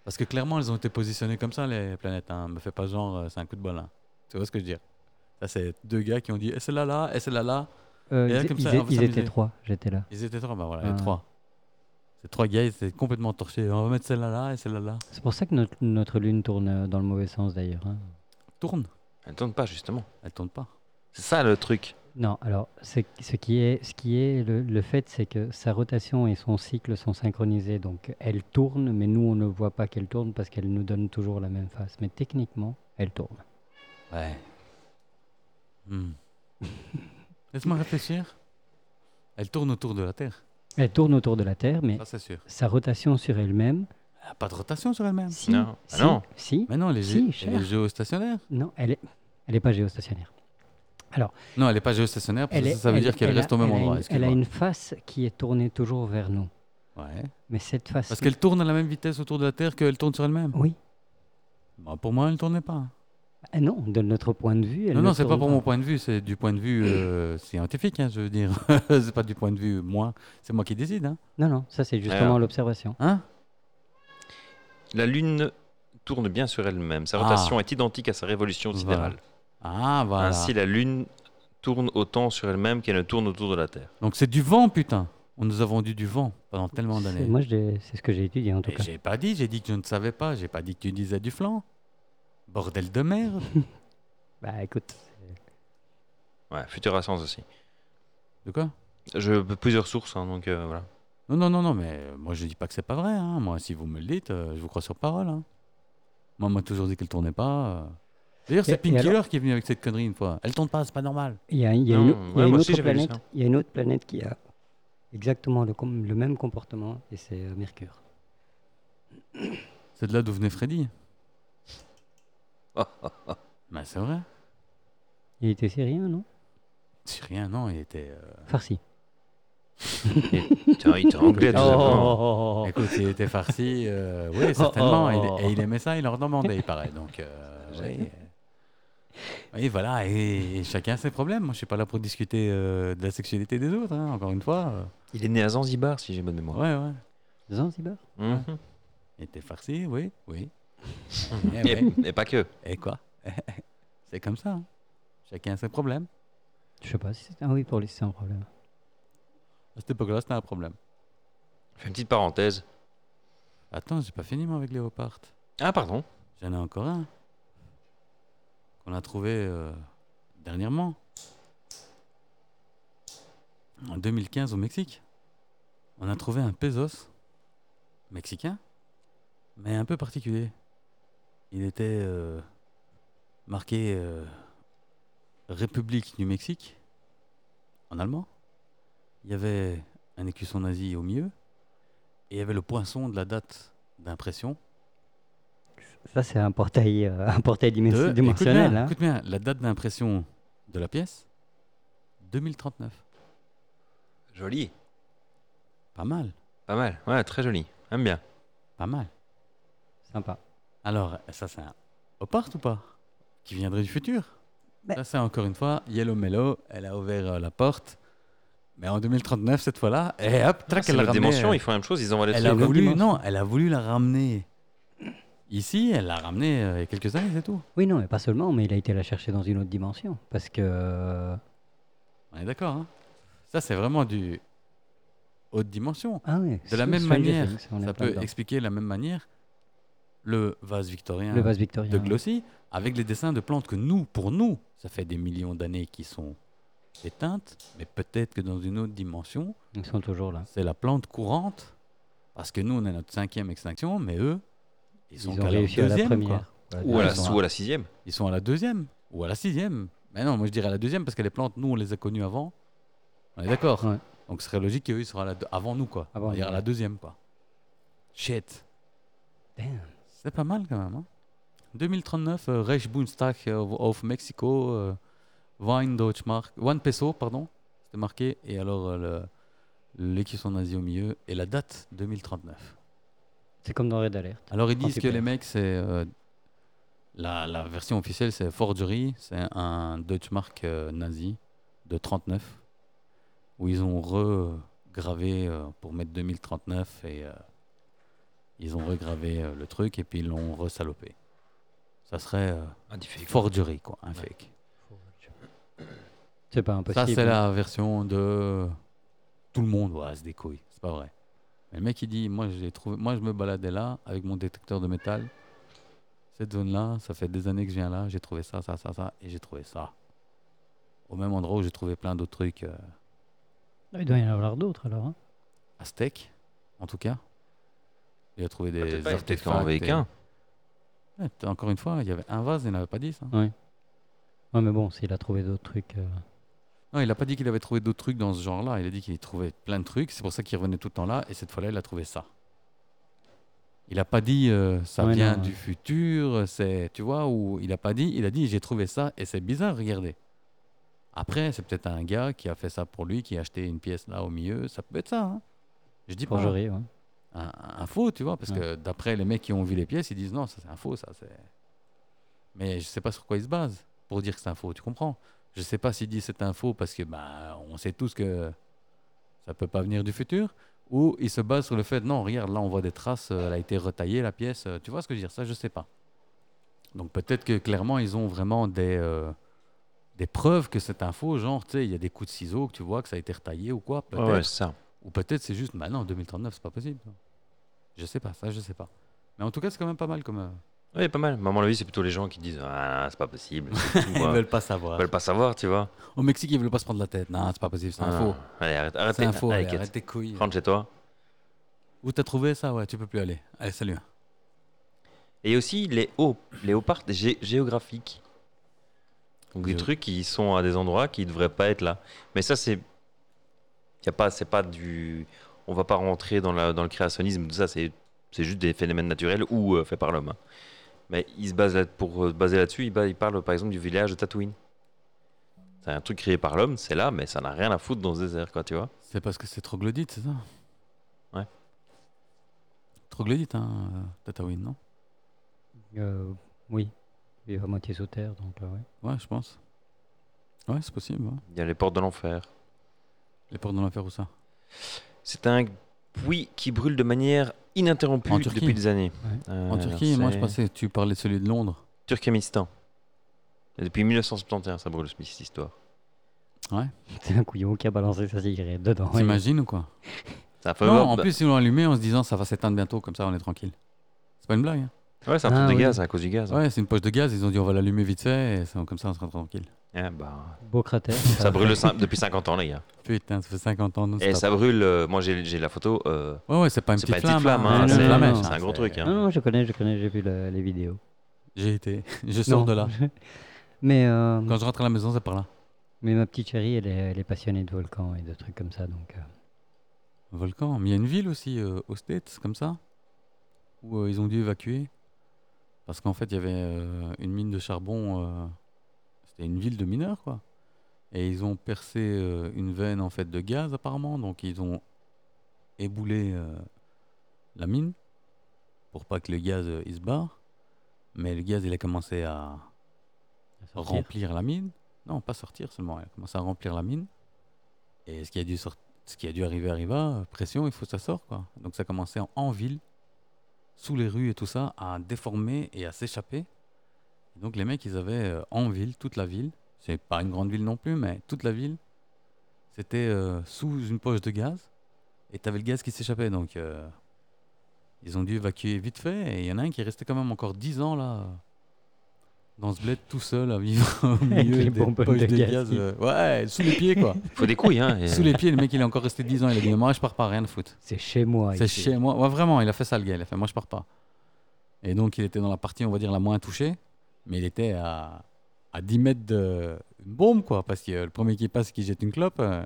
Parce que clairement, elles ont été positionnées comme ça, les planètes. Hein. Me fais pas genre, euh, c'est un coup de bol. hein. Tu vois ce que je veux dire Ça, c'est deux gars qui ont dit, et celle-là, là, et celle-là, là. Euh, Et là, ils, comme ils ça, é- on va ils s'amuser. étaient trois, j'étais là. Ils étaient trois, bah voilà, Ah. les trois. Ces trois gars, ils étaient complètement torchés. On va mettre celle-là, là, et celle-là, là. C'est pour ça que notre, notre lune tourne euh, dans le mauvais sens d'ailleurs. hein. Tourne. Elle ne tourne pas, justement. Elle tourne pas. C'est ça le truc. Non, alors c'est- ce qui est, ce qui est le, le fait, c'est que sa rotation et son cycle sont synchronisés. Donc elle tourne, mais nous on ne voit pas qu'elle tourne parce qu'elle nous donne toujours la même face. Mais techniquement, elle tourne. Ouais. Hmm. Laisse-moi réfléchir. Elle tourne autour de la Terre. Elle tourne autour de la Terre, mais Ça, c'est sûr. sa rotation sur elle-même, Elle a pas de rotation sur elle-même. si, Non. si, Ah non. si, Mais non, elle est, Si, gé- cher. elle est géostationnaire. non, elle est, elle est pas géostationnaire. Non, elle n'est pas géostationnaire, parce Elle que est- ça, ça veut elle- dire qu'elle elle a- reste au même elle a endroit. une- elle a une face qui est tournée toujours vers nous, excuse-moi. Ouais. mais cette face. Parce qu'elle tourne à la même vitesse autour de la Terre qu'elle tourne sur elle-même. Oui. Bah, pour moi, elle ne tournait pas. Ah non, de notre point de vue. Elle non, ne non, c'est pas tourne pour mon point de vue, c'est du point de vue euh, scientifique, hein, je veux dire. c'est pas du point de vue moi, c'est moi qui décide. Hein. Non, non, ça c'est justement Alors. l'observation. Hein La Lune tourne bien sur elle-même. Sa Ah. rotation est identique à sa révolution sidérale. ah, voilà. Ainsi, la Lune tourne autant sur elle-même qu'elle ne tourne autour de la Terre. Donc c'est du vent, putain. On nous a vendu du vent pendant tellement C'est- d'années. Moi, je l'ai- c'est ce que j'ai étudié en tout Et cas. J'ai pas dit, j'ai dit que je ne savais pas, j'ai pas dit que tu disais du flan. Bordel de merde. Bah écoute, c'est- Ouais, Futura Science aussi. De quoi Je plusieurs sources, hein, donc euh, voilà. Non, non, non, non, mais euh, moi je dis pas que c'est pas vrai. hein. Moi, si vous me le dites, euh, je vous crois sur parole. hein. Moi, on m'a toujours dit qu'elle tournait pas. euh. D'ailleurs, Et- c'est et Pink alors Killer qui est venu avec cette connerie une fois. Elle tourne pas, c'est pas normal. il y a, il y a Non, une, ouais, il y a une moi aussi, autre j'avais lu planète. ça. Il y a une autre planète qui a exactement le, com- le même comportement et c'est euh, Mercure. C'est de là d'où venait Freddy. Bah, c'est vrai. Il était syrien, non C'est rien, non, il était. euh, Farsi. Putain, il était anglais, tout Oh, simplement. Écoute, il était farci. euh, Oui, certainement. oh, oh. il- Et il aimait ça, il leur demandait, il paraît. Donc, euh, oui. euh, oui, voilà. Et, et chacun ses problèmes. Moi, je suis pas là pour discuter euh, de la sexualité des autres, hein, encore une fois. euh. Il est né à Zanzibar, si j'ai bonne mémoire. Ouais, ouais. Zanzibar. Mhm. Il était farci, oui, oui. Eh ouais. Et, et pas que. Et quoi C'est comme ça. hein. Chacun ses problèmes. Je sais pas si c'est. Ah oui, pour lui, c'est un problème. À cette époque-là, c'était un problème. Je fais une petite parenthèse. Attends, j'ai pas fini moi avec Léopard. Ah, pardon. J'en ai encore un. Qu'on a trouvé euh, dernièrement. En 2015 au Mexique. On a trouvé un pesos mexicain, mais un peu particulier. Il était euh, marqué euh, République du Mexique en allemand. Il y avait un écusson nazi au milieu. Et il y avait le poinçon de la date d'impression Ça, c'est un portail, euh, un portail dimen- de- Écoute dimensionnel. bien, hein. écoute bien, la date d'impression de la pièce, 2039. Joli. Pas mal, Pas mal. Ouais, très joli. Aime bien. pas mal. Sympa. Alors, ça, c'est un Opart ou pas Qui viendrait du futur Mais- Ça, c'est encore une fois, Yellow Mello, elle a ouvert euh, la porte. Mais en 2039, cette fois-là, et hop, Ah, trac, c'est elle l'a notre ramenée, dimension, euh, ils font la même chose, ils envoient les Elle a trucs. notre voulu, dimension. non, elle a voulu la ramener ici, elle l'a ramenée euh, il y a quelques années, c'est tout. Oui, non, mais pas seulement, mais il a été la chercher dans une autre dimension. Parce que. euh, On est d'accord, hein Ça, c'est vraiment du haute dimension. Ah ouais, De la Str- même Stranger manière, Things, on est ça plein peut dedans. expliquer de la même manière le vase victorien Le vase victorien. de ouais. Glossy avec les dessins de plantes que nous, pour nous, ça fait des millions d'années qui sont éteintes, mais peut-être que dans une autre dimension, Ils sont toujours là. c'est la plante courante parce que nous, on est à notre cinquième extinction, mais eux, ils sont Ils qu'à ont leur réussi à la deuxième, quoi. première. Ou à Ils la, sont à- ou à la sixième. Ils sont à la deuxième ou à la sixième. Mais non, moi je dirais à la deuxième parce que les plantes, nous, on les a connues avant. On est d'accord. Ouais. Donc ce serait logique qu'eux, ils soient à la deux- avant nous, quoi. Avant on dirait nous, à la ouais. deuxième, quoi. Shit. Damn. C'est pas mal quand même. hein. 2039, euh, Reichsbundestag euh, of Mexico, euh, Wine Deutschmark, One Peso, pardon, c'était marqué, et alors euh, le- l'écusson nazi au milieu, et la date 2039. C'est comme dans Red Alert. Alors ils disent que Anti-père. les mecs, c'est. euh, la, la version officielle, c'est Forgery, c'est un Deutschmark euh, nazi de 39, où ils ont regravé euh, pour mettre 2039 et euh, ils ont regravé euh, le truc et puis ils l'ont resalopé. Ça serait euh, Un difficile. Forgery, quoi, un fake. C'est pas impossible. Ça, c'est la version de tout le monde. Ouais, c'est des couilles. C'est pas vrai. Mais le mec, il dit Moi, j'ai trouvé... Moi je me baladais là avec mon détecteur de métal. Cette zone-là, ça fait des années que je viens là. J'ai trouvé ça, ça, ça, ça. Et j'ai trouvé ça. Au même endroit où j'ai trouvé plein d'autres trucs euh, Il doit y en avoir d'autres alors. hein. aztèques, en tout cas. Il a trouvé des. Peut-être Ah, pas, peut-être artefacts qu'en et- VK1. Ouais, t- Encore une fois, il y avait un vase, il n'avait pas hein. dit ça. Ouais, mais bon, s'il a trouvé d'autres trucs. euh, Non, il n'a pas dit qu'il avait trouvé d'autres trucs dans ce genre-là. Il a dit qu'il trouvait plein de trucs. C'est pour ça qu'il revenait tout le temps là. Et cette fois-là, il a trouvé ça. Il n'a pas dit euh, ça Ouais, vient non, du ouais. futur. C'est tu vois ou il n'a pas dit. Il a dit j'ai trouvé ça et c'est bizarre. Regardez. Après, c'est peut-être un gars qui a fait ça pour lui, qui a acheté une pièce là au milieu. Ça peut être ça. hein. Je dis pas Forgerie, ouais. un, un faux, tu vois, parce Ouais. que d'après les mecs qui ont vu les pièces, ils disent non, ça c'est un faux, ça c'est. Mais je sais pas sur quoi ils se basent pour dire que c'est un faux, tu comprends Je sais pas s'ils disent c'est un faux parce que bah on sait tous que ça peut pas venir du futur, ou ils se basent sur le fait non, regarde là on voit des traces, euh, elle a été retaillée la pièce, euh, tu vois ce que je veux dire Ça je sais pas. Donc peut-être que clairement ils ont vraiment des euh, des preuves que c'est un faux, genre tu sais il y a des coups de ciseaux que tu vois que ça a été retaillé ou quoi peut-être. Ah Ouais, c'est ça. Ou peut-être c'est juste, bah non, 2039, c'est pas possible. Je sais pas, ça, je sais pas. Mais en tout cas, c'est quand même pas mal comme. euh, Ouais, pas mal. Mais à mon avis, c'est plutôt les gens qui disent Ah, c'est pas possible. c'est tout, Ils quoi. veulent pas Ils savoir. veulent pas savoir, tu vois. Au Mexique, ils veulent pas se prendre la tête. Non, c'est pas possible, c'est un Ah, faux. Allez, arrête, C'est arrêtez. un faux, Allez, allez, quitte. arrête tes couilles. Rentre chez toi. Où t'as trouvé ça Ouais, tu peux plus aller. Allez, salut. Et aussi les hauts, les hauts parts gé- géographiques. Donc des Géo- trucs qui sont à des endroits qui devraient pas être là. Mais ça, c'est. Y a pas, c'est pas du. On va pas rentrer dans, la, dans le créationnisme, tout ça, c'est, c'est juste des phénomènes naturels ou euh, faits par l'homme. hein. Mais ils se basent là- pour euh, se baser là-dessus, ils, ba- ils parlent par exemple du village de Tatooine. C'est un truc créé par l'homme, c'est là, mais ça n'a rien à foutre dans ce désert, quoi, tu vois. C'est parce que c'est troglodyte, c'est ça Ouais. Troglodyte, hein, euh, Tatooine, non Euh, oui. Il est à moitié sous terre, donc euh, ouais. Ouais, je pense. Ouais, c'est possible. ouais. Il y a les portes de l'enfer. Les portes de l'enfer ou ça C'est un puits qui brûle de manière ininterrompue En Turquie. depuis des années. Ouais. Euh, En Turquie, moi, je c'est pensais que tu parlais de celui de Londres. Turkménistan. Et Depuis 1971, ça brûle cette histoire. C'est un couillon qui a balancé sa cigarette dedans. T'imagines ou quoi C'est un peu Non, en plus, ils l'ont allumé en se disant ça va s'éteindre bientôt, comme ça on est tranquille. C'est pas une blague. hein. Ouais, c'est un Ah, truc de oui. gaz, à cause du gaz. Ouais, c'est une poche de gaz, ils ont dit on va l'allumer vite fait, et c'est- comme ça on sera tranquille. Eh ben, Beau cratère. ça brûle hein. le cin- depuis 50 ans, les gars. Putain, ça fait 50 ans. non, Et stop. ça brûle. euh, moi, j'ai j'ai la photo. euh, Ouais, ouais, c'est pas une c'est petite pas une flamme. petite flamme, hein, Non, non, c'est non, non. c'est un gros truc. hein. Non, non, je connais, je connais, j'ai vu le- les vidéos. J'ai été, je sors Non. de là. Mais, euh, Quand je rentre à la maison, c'est par là. mais ma petite chérie, elle est, elle est passionnée de volcans et de trucs comme ça. Donc, euh, Volcan. Mais il y a une ville aussi, euh, aux States, comme ça, où euh, ils ont dû évacuer. Parce qu'en fait, il y avait euh, une mine de charbon. euh, C'était une ville de mineurs, quoi. Et ils ont percé euh, une veine, en fait, de gaz, apparemment. Donc, ils ont éboulé euh, la mine pour pas que le gaz, euh, il se barre. Mais le gaz, il a commencé à, à sortir. remplir la mine. Non, pas sortir seulement. Elle a commencé à remplir la mine. Et ce qui a dû, sort- ce qui a dû arriver arriva. euh, Pression, il faut que ça sorte. Quoi. Donc ça commençait en, en ville, sous les rues et tout ça, à déformer et à s'échapper. Donc les mecs, ils avaient euh, en ville, toute la ville. C'est pas une grande ville non plus, mais toute la ville. C'était euh, sous une poche de gaz. Et t'avais le gaz qui s'échappait. Donc euh, ils ont dû évacuer vite fait. Et il y en a un qui est resté quand même encore 10 ans là dans ce bled tout seul à vivre au Avec milieu les des bonbonnes poches de de, gaz gaz. qui- euh, ouais, sous les pieds quoi. Faut des couilles, hein. et- sous les pieds, le mec il est encore resté 10 ans. Il a dit mais moi je pars pas, rien de foot. C'est chez moi. C'est ici. chez moi. Ouais, vraiment, il a fait ça le gars. Il a fait moi je pars pas. Et donc il était dans la partie on va dire la moins touchée, mais il était à, à 10 mètres de une bombe quoi, parce que euh, le premier qui passe qui jette une clope. euh,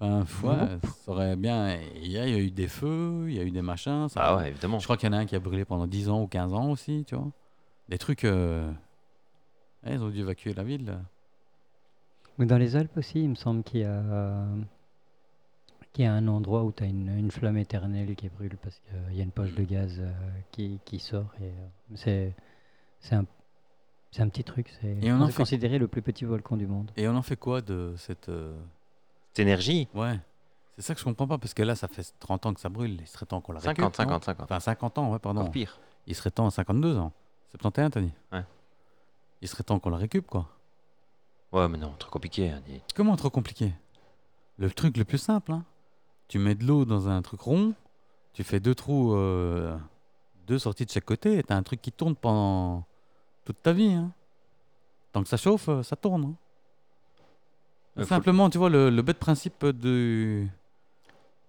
Enfin, ouais, ça aurait bien. Il y a il y a eu des feux, il y a eu des machins. Ça Ah ouais, évidemment. je crois qu'il y en a un qui a brûlé pendant 10 ans ou 15 ans aussi, tu vois. Des trucs. euh, eh, ils ont dû évacuer la ville. là. Mais dans les Alpes aussi, il me semble qu'il y a, euh, qu'il y a un endroit où tu as une, une flamme éternelle qui brûle parce qu'il y a une poche de gaz euh, qui, qui sort. et euh, C'est c'est un, c'est un petit truc. C'est Et on en on est fait- considéré le plus petit volcan du monde. Et on en fait quoi de cette. euh, Cette énergie, Ouais. C'est ça que je comprends pas, parce que là, ça fait 30 ans que ça brûle. Il serait temps qu'on la récupère. 50, non 50, 50. Enfin, 50 ans, ouais, pardon. Encore pire. Il serait temps à 52 ans. 71, t'as dit Ah, Ouais. Il serait temps qu'on la récup, quoi. Ouais, mais non, trop compliqué. hein, dis- Comment trop compliqué Le truc le plus simple, hein. tu mets de l'eau dans un truc rond, tu fais deux trous, euh, deux sorties de chaque côté, et t'as un truc qui tourne pendant toute ta vie. hein. Tant que ça chauffe, euh, ça tourne. hein. Euh, faut- Simplement, tu vois, le, le bête principe du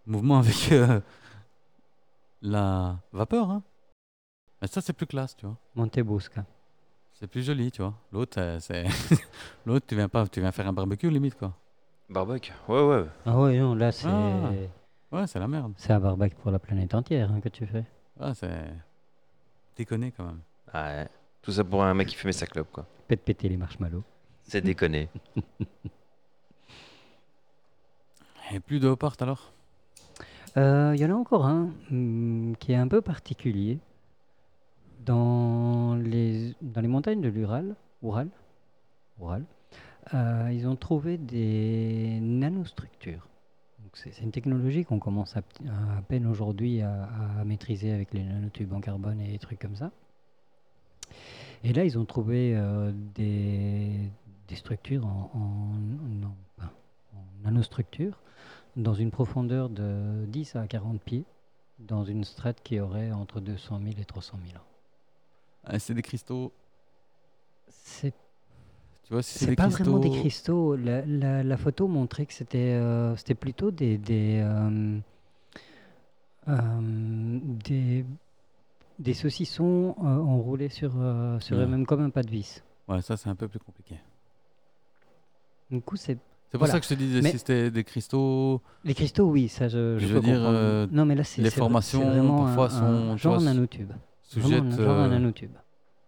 mouvement avec euh, la vapeur, hein. Mais ça, c'est plus classe, tu vois. Monte Busca. C'est plus joli, tu vois. L'autre, euh, c'est... L'autre, tu viens pas, tu viens faire un barbecue limite, quoi. Barbecue. Ouais, ouais. Ah ouais, non, là, c'est Ah. Ouais, c'est la merde. c'est un barbac pour la planète entière hein, que tu fais. Ah, c'est. Déconné quand même. Ah, ouais. Tout ça pour un mec qui fumait sa clope, quoi. Pète péter les marshmallows. C'est déconné. Et plus de Hopart alors Euh, Il y en a encore un hum, qui est un peu particulier. Dans les, dans les montagnes de l'Ural, Ural, Ural, euh, ils ont trouvé des nanostructures. Donc C'est c'est une technologie qu'on commence à, p- à peine aujourd'hui à, à maîtriser avec les nanotubes en carbone et des trucs comme ça. Et là, ils ont trouvé euh, des, des structures en, en- non, pas en nanostructures dans une profondeur de 10 à 40 pieds, dans une strate qui aurait entre 200 000 et 300 000 ans. Ah, C'est des cristaux. C'est Tu vois, si c'est des pas cristaux. vraiment des cristaux. La, la- la photo montrait que c'était euh, c'était plutôt des, des, euh, euh, des, des saucissons euh, enroulés sur, euh, sur Ouais. eux-mêmes comme un pas de vis. Ouais, ça c'est un peu plus compliqué. Du coup, c'est C'est pour Voilà. ça que je te disais Mais- si c'était des cristaux. les cristaux, oui, ça je, Je peux veux dire, comprendre. euh, non, mais là, c'est- les c'est vra- c'est formations, vraiment un- parfois, un sont- tu genre vois, nanotube. Sujettes. Vraiment, un- genre euh, un nanotube.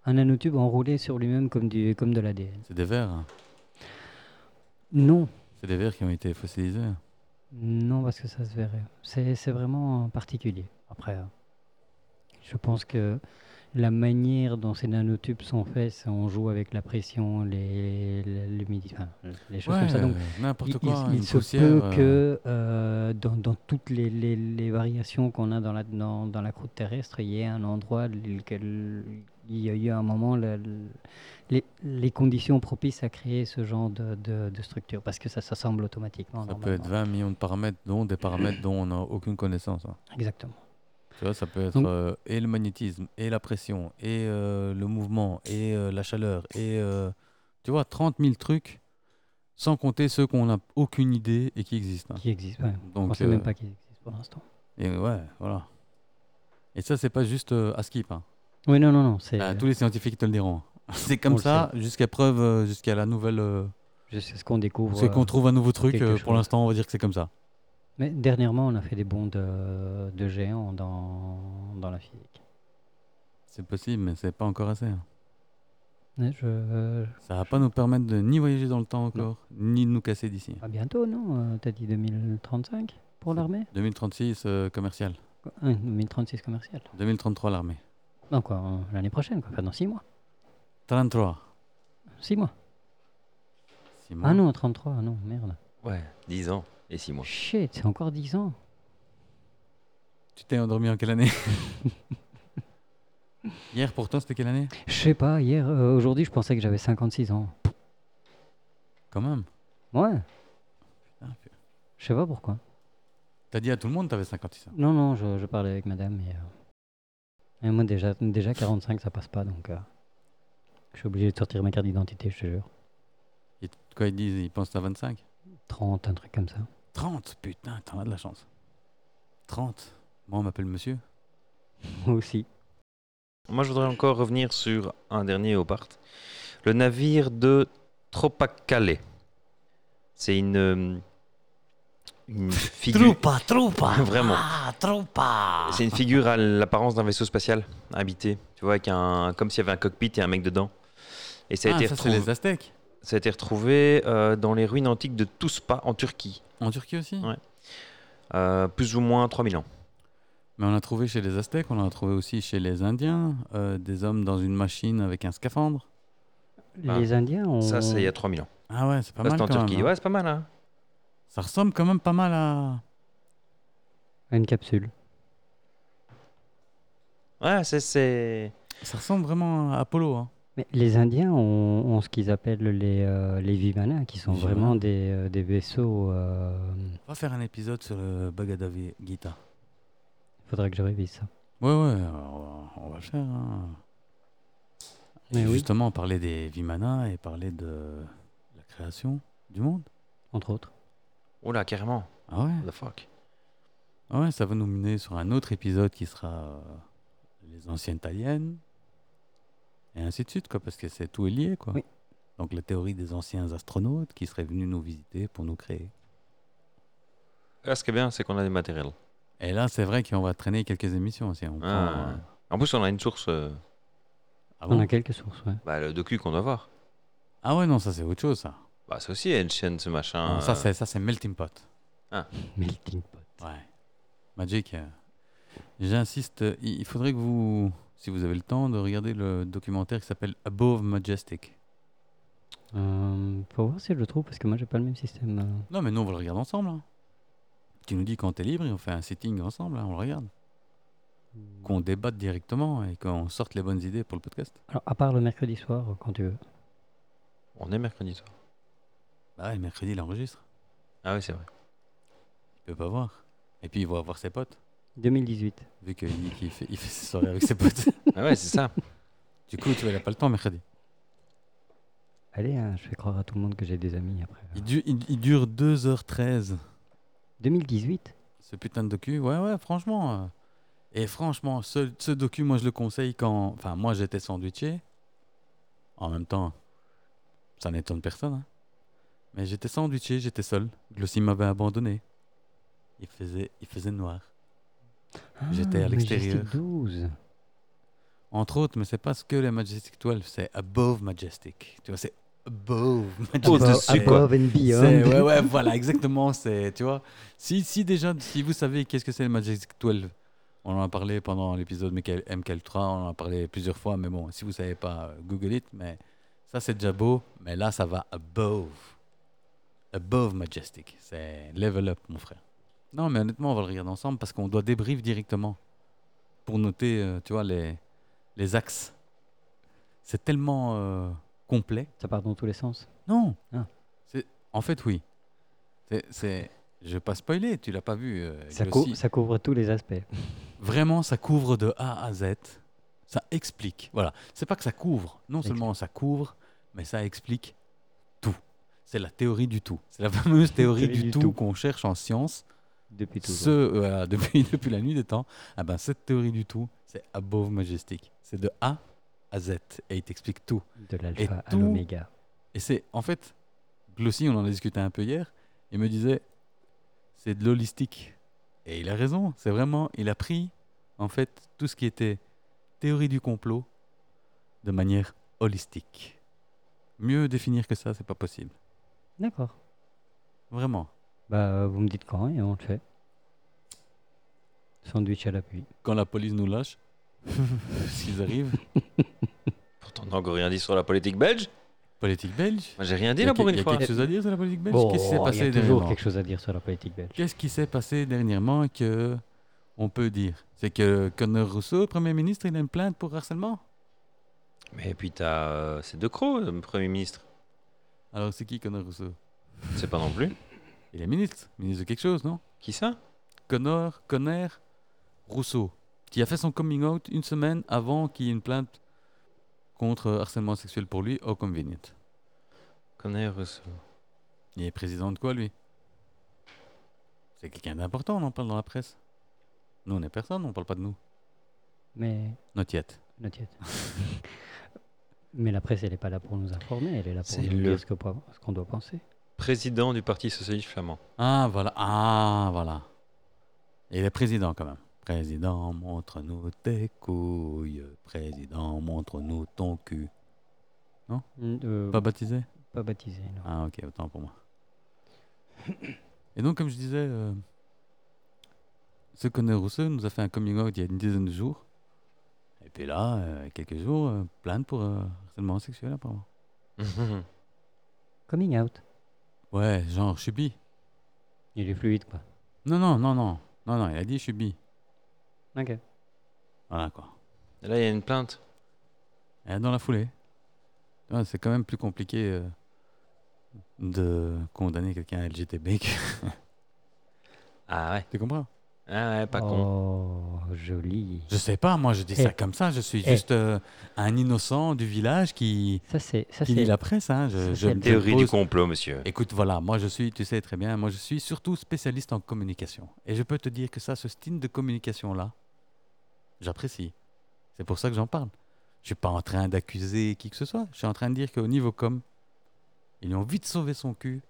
Un nanotube enroulé sur lui-même comme, du, comme de l'ADN. C'est des vers. hein. Non, C'est des vers qui ont été fossilisés. non, parce que ça se verrait. C'est c'est vraiment particulier. Après, euh, je pense que la manière dont ces nanotubes sont faits, c'est on joue avec la pression, les, les, l'humidité, enfin, les choses comme ça. Donc, euh, il, n'importe il- quoi. il une se poussière, peut euh, que euh, dans, dans toutes les, les- les variations qu'on a dans la, dans, dans la croûte terrestre, il y ait un endroit lequel- il y a eu à un moment le- le- les, les conditions propices à créer ce genre de, de- de structure, parce que ça s'assemble automatiquement. Ça peut normalement. être 20 millions de paramètres, dont des paramètres dont on n'a aucune connaissance. hein. Exactement. Tu vois, ça peut être Donc- euh, et le magnétisme, et la pression, et euh, le mouvement, et euh, la chaleur, et euh, tu vois, 30 000 trucs, sans compter ceux qu'on n'a aucune idée et qui existent. hein. Qui existe. ouais. On ne Donc, sait euh, même pas qu'ils existent pour l'instant. et ouais, voilà. Et ça, c'est pas juste euh, à skip. hein. Oui, non, non, non. C'est Bah, tous les scientifiques te le diront. hein. C'est On comme le ça jusqu'à preuve, euh, jusqu'à la nouvelle. euh, je sais ce qu'on découvre. c'est qu'on euh, trouve un nouveau truc. quelque euh, pour chose. l'instant, on va dire que c'est comme ça. Mais dernièrement, on a fait des bonds de, de géants dans, dans la physique. C'est possible, mais c'est pas encore assez. hein. Mais je, euh, Ça va pas nous permettre de ni voyager dans le temps Non. encore, ni de nous casser d'ici. à bientôt, non Euh, T'as dit 2035 pour l'armée 2036 euh, commercial, Hein, 2036 commercial. 2033 l'armée, Non, quoi, euh, l'année prochaine, quoi. Enfin, dans 6 mois. 33. 6 mois. Simon. Ah non, 33, non, merde. Ouais, 10 ans et 6 mois. Shit, c'est encore 10 ans. Tu t'es endormi en quelle année Hier pour toi c'était quelle année Je sais pas, hier, euh, aujourd'hui, je pensais que j'avais 56 ans. Quand même. Ouais, Putain, pu- je sais pas pourquoi. T'as dit à tout le monde t'avais 56 ans. Non, non, je, je parlais avec madame et, euh, et moi déjà, déjà 45 ça passe pas donc euh, je suis obligé de sortir ma carte d'identité, je te jure. Et t- quoi ils disent Ils pensent que t'as 25 30, un truc comme ça. 30 Putain, t'en as de la chance. 30 Moi on m'appelle monsieur. Moi aussi. Moi, je voudrais encore revenir sur un dernier Hobart. Le navire de Tropacale. C'est une, euh, une figure. troupa Vraiment. Ah, troupa C'est une figure à l'apparence d'un vaisseau spatial habité. Tu vois, avec un, comme s'il y avait un cockpit et un mec dedans. Et ça a, Ah, été, ça c'est retrouvé, les Aztèques ça a été retrouvé euh, dans les ruines antiques de Tuspa en Turquie. En Turquie aussi Ouais. Euh, plus ou moins 3000 ans. Mais on l'a trouvé chez les Aztèques, on l'a trouvé aussi chez les Indiens, euh, des hommes dans une machine avec un scaphandre. Ah. Les Indiens ont... Ça, c'est il y a 3000 ans. Ah ouais, c'est pas Ça, mal c'est en quand Turquie. même, hein. Ouais, c'est pas mal. Hein. Ça ressemble quand même pas mal à... une capsule. Ouais, c'est- c'est. Ça ressemble vraiment à Apollo. Hein. Mais les Indiens ont, ont ce qu'ils appellent les, euh, les vimanas qui sont Les vraiment vimanas. des, euh, des vaisseaux... euh, Il On va faire un épisode sur le Bhagavad Gita. faudrait que je révise ça. Ouais, ouais, on va- on va le faire. hein. Mais Et oui, Justement, parler des Vimanas et parler de la création du monde. entre autres. Oula, carrément. Ah ouais, What the fuck. Ah ouais ça va nous mener sur un autre épisode qui sera euh, les anciennes aliens. Et ainsi de suite, quoi, parce que c'est tout est lié. Quoi. Oui. Donc la théorie des anciens astronautes qui seraient venus nous visiter pour nous créer. Là, Ah, ce qui est bien, c'est qu'on a du matériel. Et là, c'est vrai qu'on va traîner quelques émissions aussi. On prend, Ah. euh, En plus, on a une source, euh, ah On bon a quelques sources, ouais. bah, le docu qu'on doit voir. Ah ouais, non, ça c'est autre chose, ça. Bah, c'est aussi une chaîne, ce machin. Non, Ah, ça, euh, c'est, ça, c'est Melting Pot. Melting pot. Ouais. Magic, euh, j'insiste, euh, il il faudrait que vous, si vous avez le temps, de regarder le documentaire qui s'appelle Above Majestic. Euh, faut voir si je le trouve parce que moi j'ai pas le même système. euh. Non, mais nous, on va le regarder ensemble. hein. Tu nous dis quand t'es libre et on fait un sitting ensemble, hein, on le regarde. Qu'on débatte directement et qu'on sorte les bonnes idées pour le podcast. Alors, à part le mercredi soir, euh, quand tu veux. On est mercredi soir. Bah ouais, mercredi, il enregistre. Ah oui, c'est vrai. Il peut pas voir. Et puis, il va voir ses potes, 2018. vu qu'il qu'il fait, il fait ses soirées avec ses potes. Ah ouais, c'est ça. Du coup, tu vois, il a pas le temps mercredi. Allez, hein, je fais croire à tout le monde que j'ai des amis après. Il, du- il- il dure 2h13. 2018 ce putain de docu. Ouais, ouais, franchement. euh, Et franchement, ce, ce docu, moi, je le conseille quand. Enfin, moi, j'étais sandwiché. En même temps, ça n'étonne personne. hein. Mais j'étais sandwiché, j'étais seul. Glossy m'avait abandonné. Il faisait, il faisait noir. J'étais à Ah, Majestic l'extérieur. 12. Entre autres, mais c'est pas ce que les Majestic 12, c'est Above Majestic. Tu vois, c'est Above Majestic. Pose above, dessus, quoi. above and C'est- beyond. Ouais, ouais, voilà, exactement. C'est, tu vois, si, si déjà, si vous savez qu'est-ce que c'est le Majestic 12, on en a parlé pendant l'épisode MKL MKL3, on en a parlé plusieurs fois, mais bon, si vous savez pas, euh, Google it, mais ça c'est déjà beau, mais là ça va above. Above Majestic. C'est level up, mon frère. Non, mais honnêtement, on va le regarder ensemble parce qu'on doit débrief directement pour noter, euh, tu vois, les, les axes C'est tellement euh, complet. Ça part dans tous les sens. Non. Ah. C'est- En fait, oui. C'est- C'est. Je vais pas spoiler. Tu l'as pas vu. euh, Ça, Yossi. cou- ça couvre tous les aspects. Vraiment, ça couvre de A à Z. Ça explique. Voilà. C'est pas que ça couvre. Non Ça seulement ça couvre, mais ça explique tout. C'est la théorie du tout. C'est la fameuse théorie du, tout, qu'on cherche en science. Depuis tout. Ce, euh, depuis, depuis la nuit des temps. Ah ben, cette théorie du tout, c'est Above Majestic. C'est de A à Z. Et il t'explique tout. De l'alpha à tout- l'oméga. Et c'est, en fait, Glossy, on en a discuté un peu hier, il me disait, c'est de l'holistique. Et il a raison, c'est vraiment, il a pris, en fait, tout ce qui était théorie du complot de manière holistique. Mieux définir que ça, c'est pas possible. D'accord. Vraiment. Bah, vous me dites quand et on le fait. Sandwich à l'appui. Quand la police nous lâche, s'ils arrivent, Pourtant, on n'a encore rien dit sur la politique belge. politique belge. Moi, j'ai rien Il dit y a, là pour que- il une y a fois. quelque chose à dire sur la politique belge Qu'est-ce qui s'est Oh, il y passé a toujours dernièrement quelque chose à dire sur la politique belge. Qu'est-ce qui s'est passé dernièrement que on peut dire C'est que Connor Rousseau, Premier ministre, il a une plainte pour harcèlement Mais puis, t'as euh, ces deux crocs, euh, Premier ministre. Alors c'est qui Connor Rousseau C'est pas non plus. Il est ministre, ministre de quelque chose, non Qui ça Connor, Conner, Rousseau, qui a fait son coming out une semaine avant qu'il y ait une plainte contre harcèlement sexuel pour lui au convenient. Connaît Rousseau. Il est président de quoi, lui C'est quelqu'un d'important, on en parle dans la presse. Nous, on n'est personne, on parle pas de nous. Mais, Not yet. not yet. Mais la presse, elle n'est pas là pour nous informer, elle est là pour C'est nous le- dire ce que po- ce qu'on doit penser. Président du Parti Socialiste Flamand. Ah, voilà. Ah, voilà. Et il est président quand même. Président, montre-nous tes couilles. Président, montre-nous ton cul. Mm, euh, Pas pas... baptisé baptisé, non. Ah ok, autant pour moi. Et donc, comme je disais, euh, ce Conner Rousseau nous a fait un coming out il y a une dizaine de jours. Et puis là, euh, quelques jours, euh, plainte pour euh, harcèlement sexuel apparemment. Coming out. Ouais, genre, je suis bi. Il est fluide, quoi. Non, non, non, non. Non, non, il a dit je suis bi. Ok. Voilà quoi. Et là, il y a une plainte. Et Eh, dans la foulée. Tu vois, C'est quand même plus compliqué euh, de condamner quelqu'un à LGTB. que- Ah ouais. Tu comprends Ah ouais, pas con. oh, joli. Je sais pas, moi je dis ça Eh. comme ça. Je suis Eh. juste euh, un innocent du village qui, Ça, c'est. Ça, qui lit c'est. la presse. Hein, je, ça, je- c'est je le- Théorie du pose- complot, monsieur. Écoute, voilà, moi je suis, tu sais très bien, moi je suis surtout spécialiste en communication. Et je peux te dire que ça, ce style de communication-là, j'apprécie. C'est pour ça que j'en parle. Je suis pas en train d'accuser qui que ce soit. Je suis en train de dire qu'au niveau com, ils lui ont vite sauvé son cul.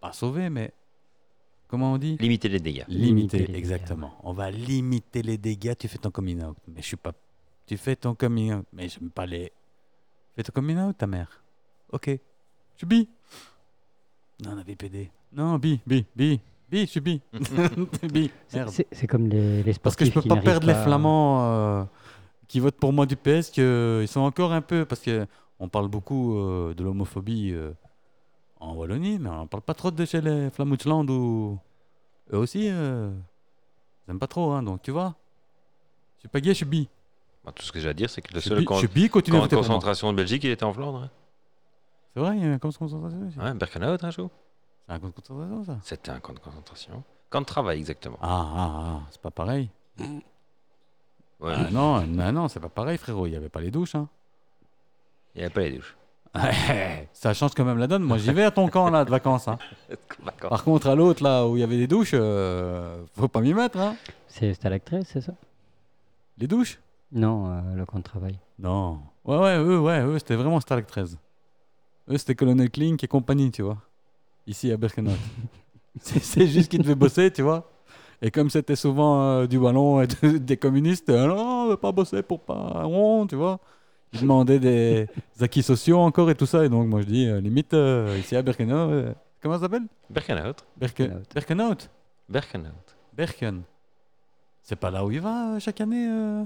Pas sauvé, mais comment on dit Limiter les dégâts. Limiter Limiter, les dégâts, exactement. On va limiter les dégâts. Tu fais ton coming out. Mais je suis pas. Tu fais ton coming out. Mais j'aime pas les. Fais ton coming out, ta mère. Ok. Je suis bi. Non, on avait PD. Non, bi, bi, bi. Bi, je suis bi. bi. C'est- Merde. C'est c'est comme les, les sportifs. Parce que je peux qui pas n'arrivent perdre les pas à- Flamands euh, qui votent pour moi du PS, qu'ils sont encore un peu. Parce que on parle beaucoup euh, de l'homophobie euh, en Wallonie, mais on n'en parle pas trop de chez les Flamouchland ou. Eux aussi, euh, ils aiment pas trop, hein, donc tu vois. Je suis pas gay, je suis bi. Bah, tout ce que j'ai à dire, c'est que le Je suis seul bi, camp, je suis bi, continuez à camp de voter pour moi. concentration de Belgique, il était en Flandre. hein. C'est vrai, il y a un camp de concentration ici. Ouais, Birkenau, un jour. C'est un camp de concentration, ça. C'était un camp de concentration. Camp de travail, exactement. Ah, ah, ah, c'est pas pareil. Ouais, Ah non, non, non, c'est pas pareil, frérot. Il y avait pas les douches, hein. il n'y avait pas les douches. Ça change quand même la donne. Moi, j'y vais à ton camp, là, de vacances, hein. Ah. Par contre, à l'autre, là où il y avait des douches, euh, faut pas m'y mettre, hein. C'est c'est à l'actrice, c'est ça Les douches Non, euh, le camp de travail. Non. Ouais, ouais, eux, ouais, eux, c'était vraiment Stark 13. Eux, c'était Colonel Klink et compagnie, tu vois. Ici, à Birkenau. c'est c'est juste qu'ils devaient bosser, tu vois. Et comme c'était souvent euh, du ballon et de- des communistes, euh, non, on veut pas bosser pour pas rond, tu vois. Ils demandaient des acquis sociaux encore et tout ça. Et donc, moi, je dis, euh, limite, euh, ici, à Birkenau, euh, comment ça s'appelle Birkenau. Birke- Birkenau. Birkenau Birkenau. Berken. C'est pas là où il va euh, chaque année, euh...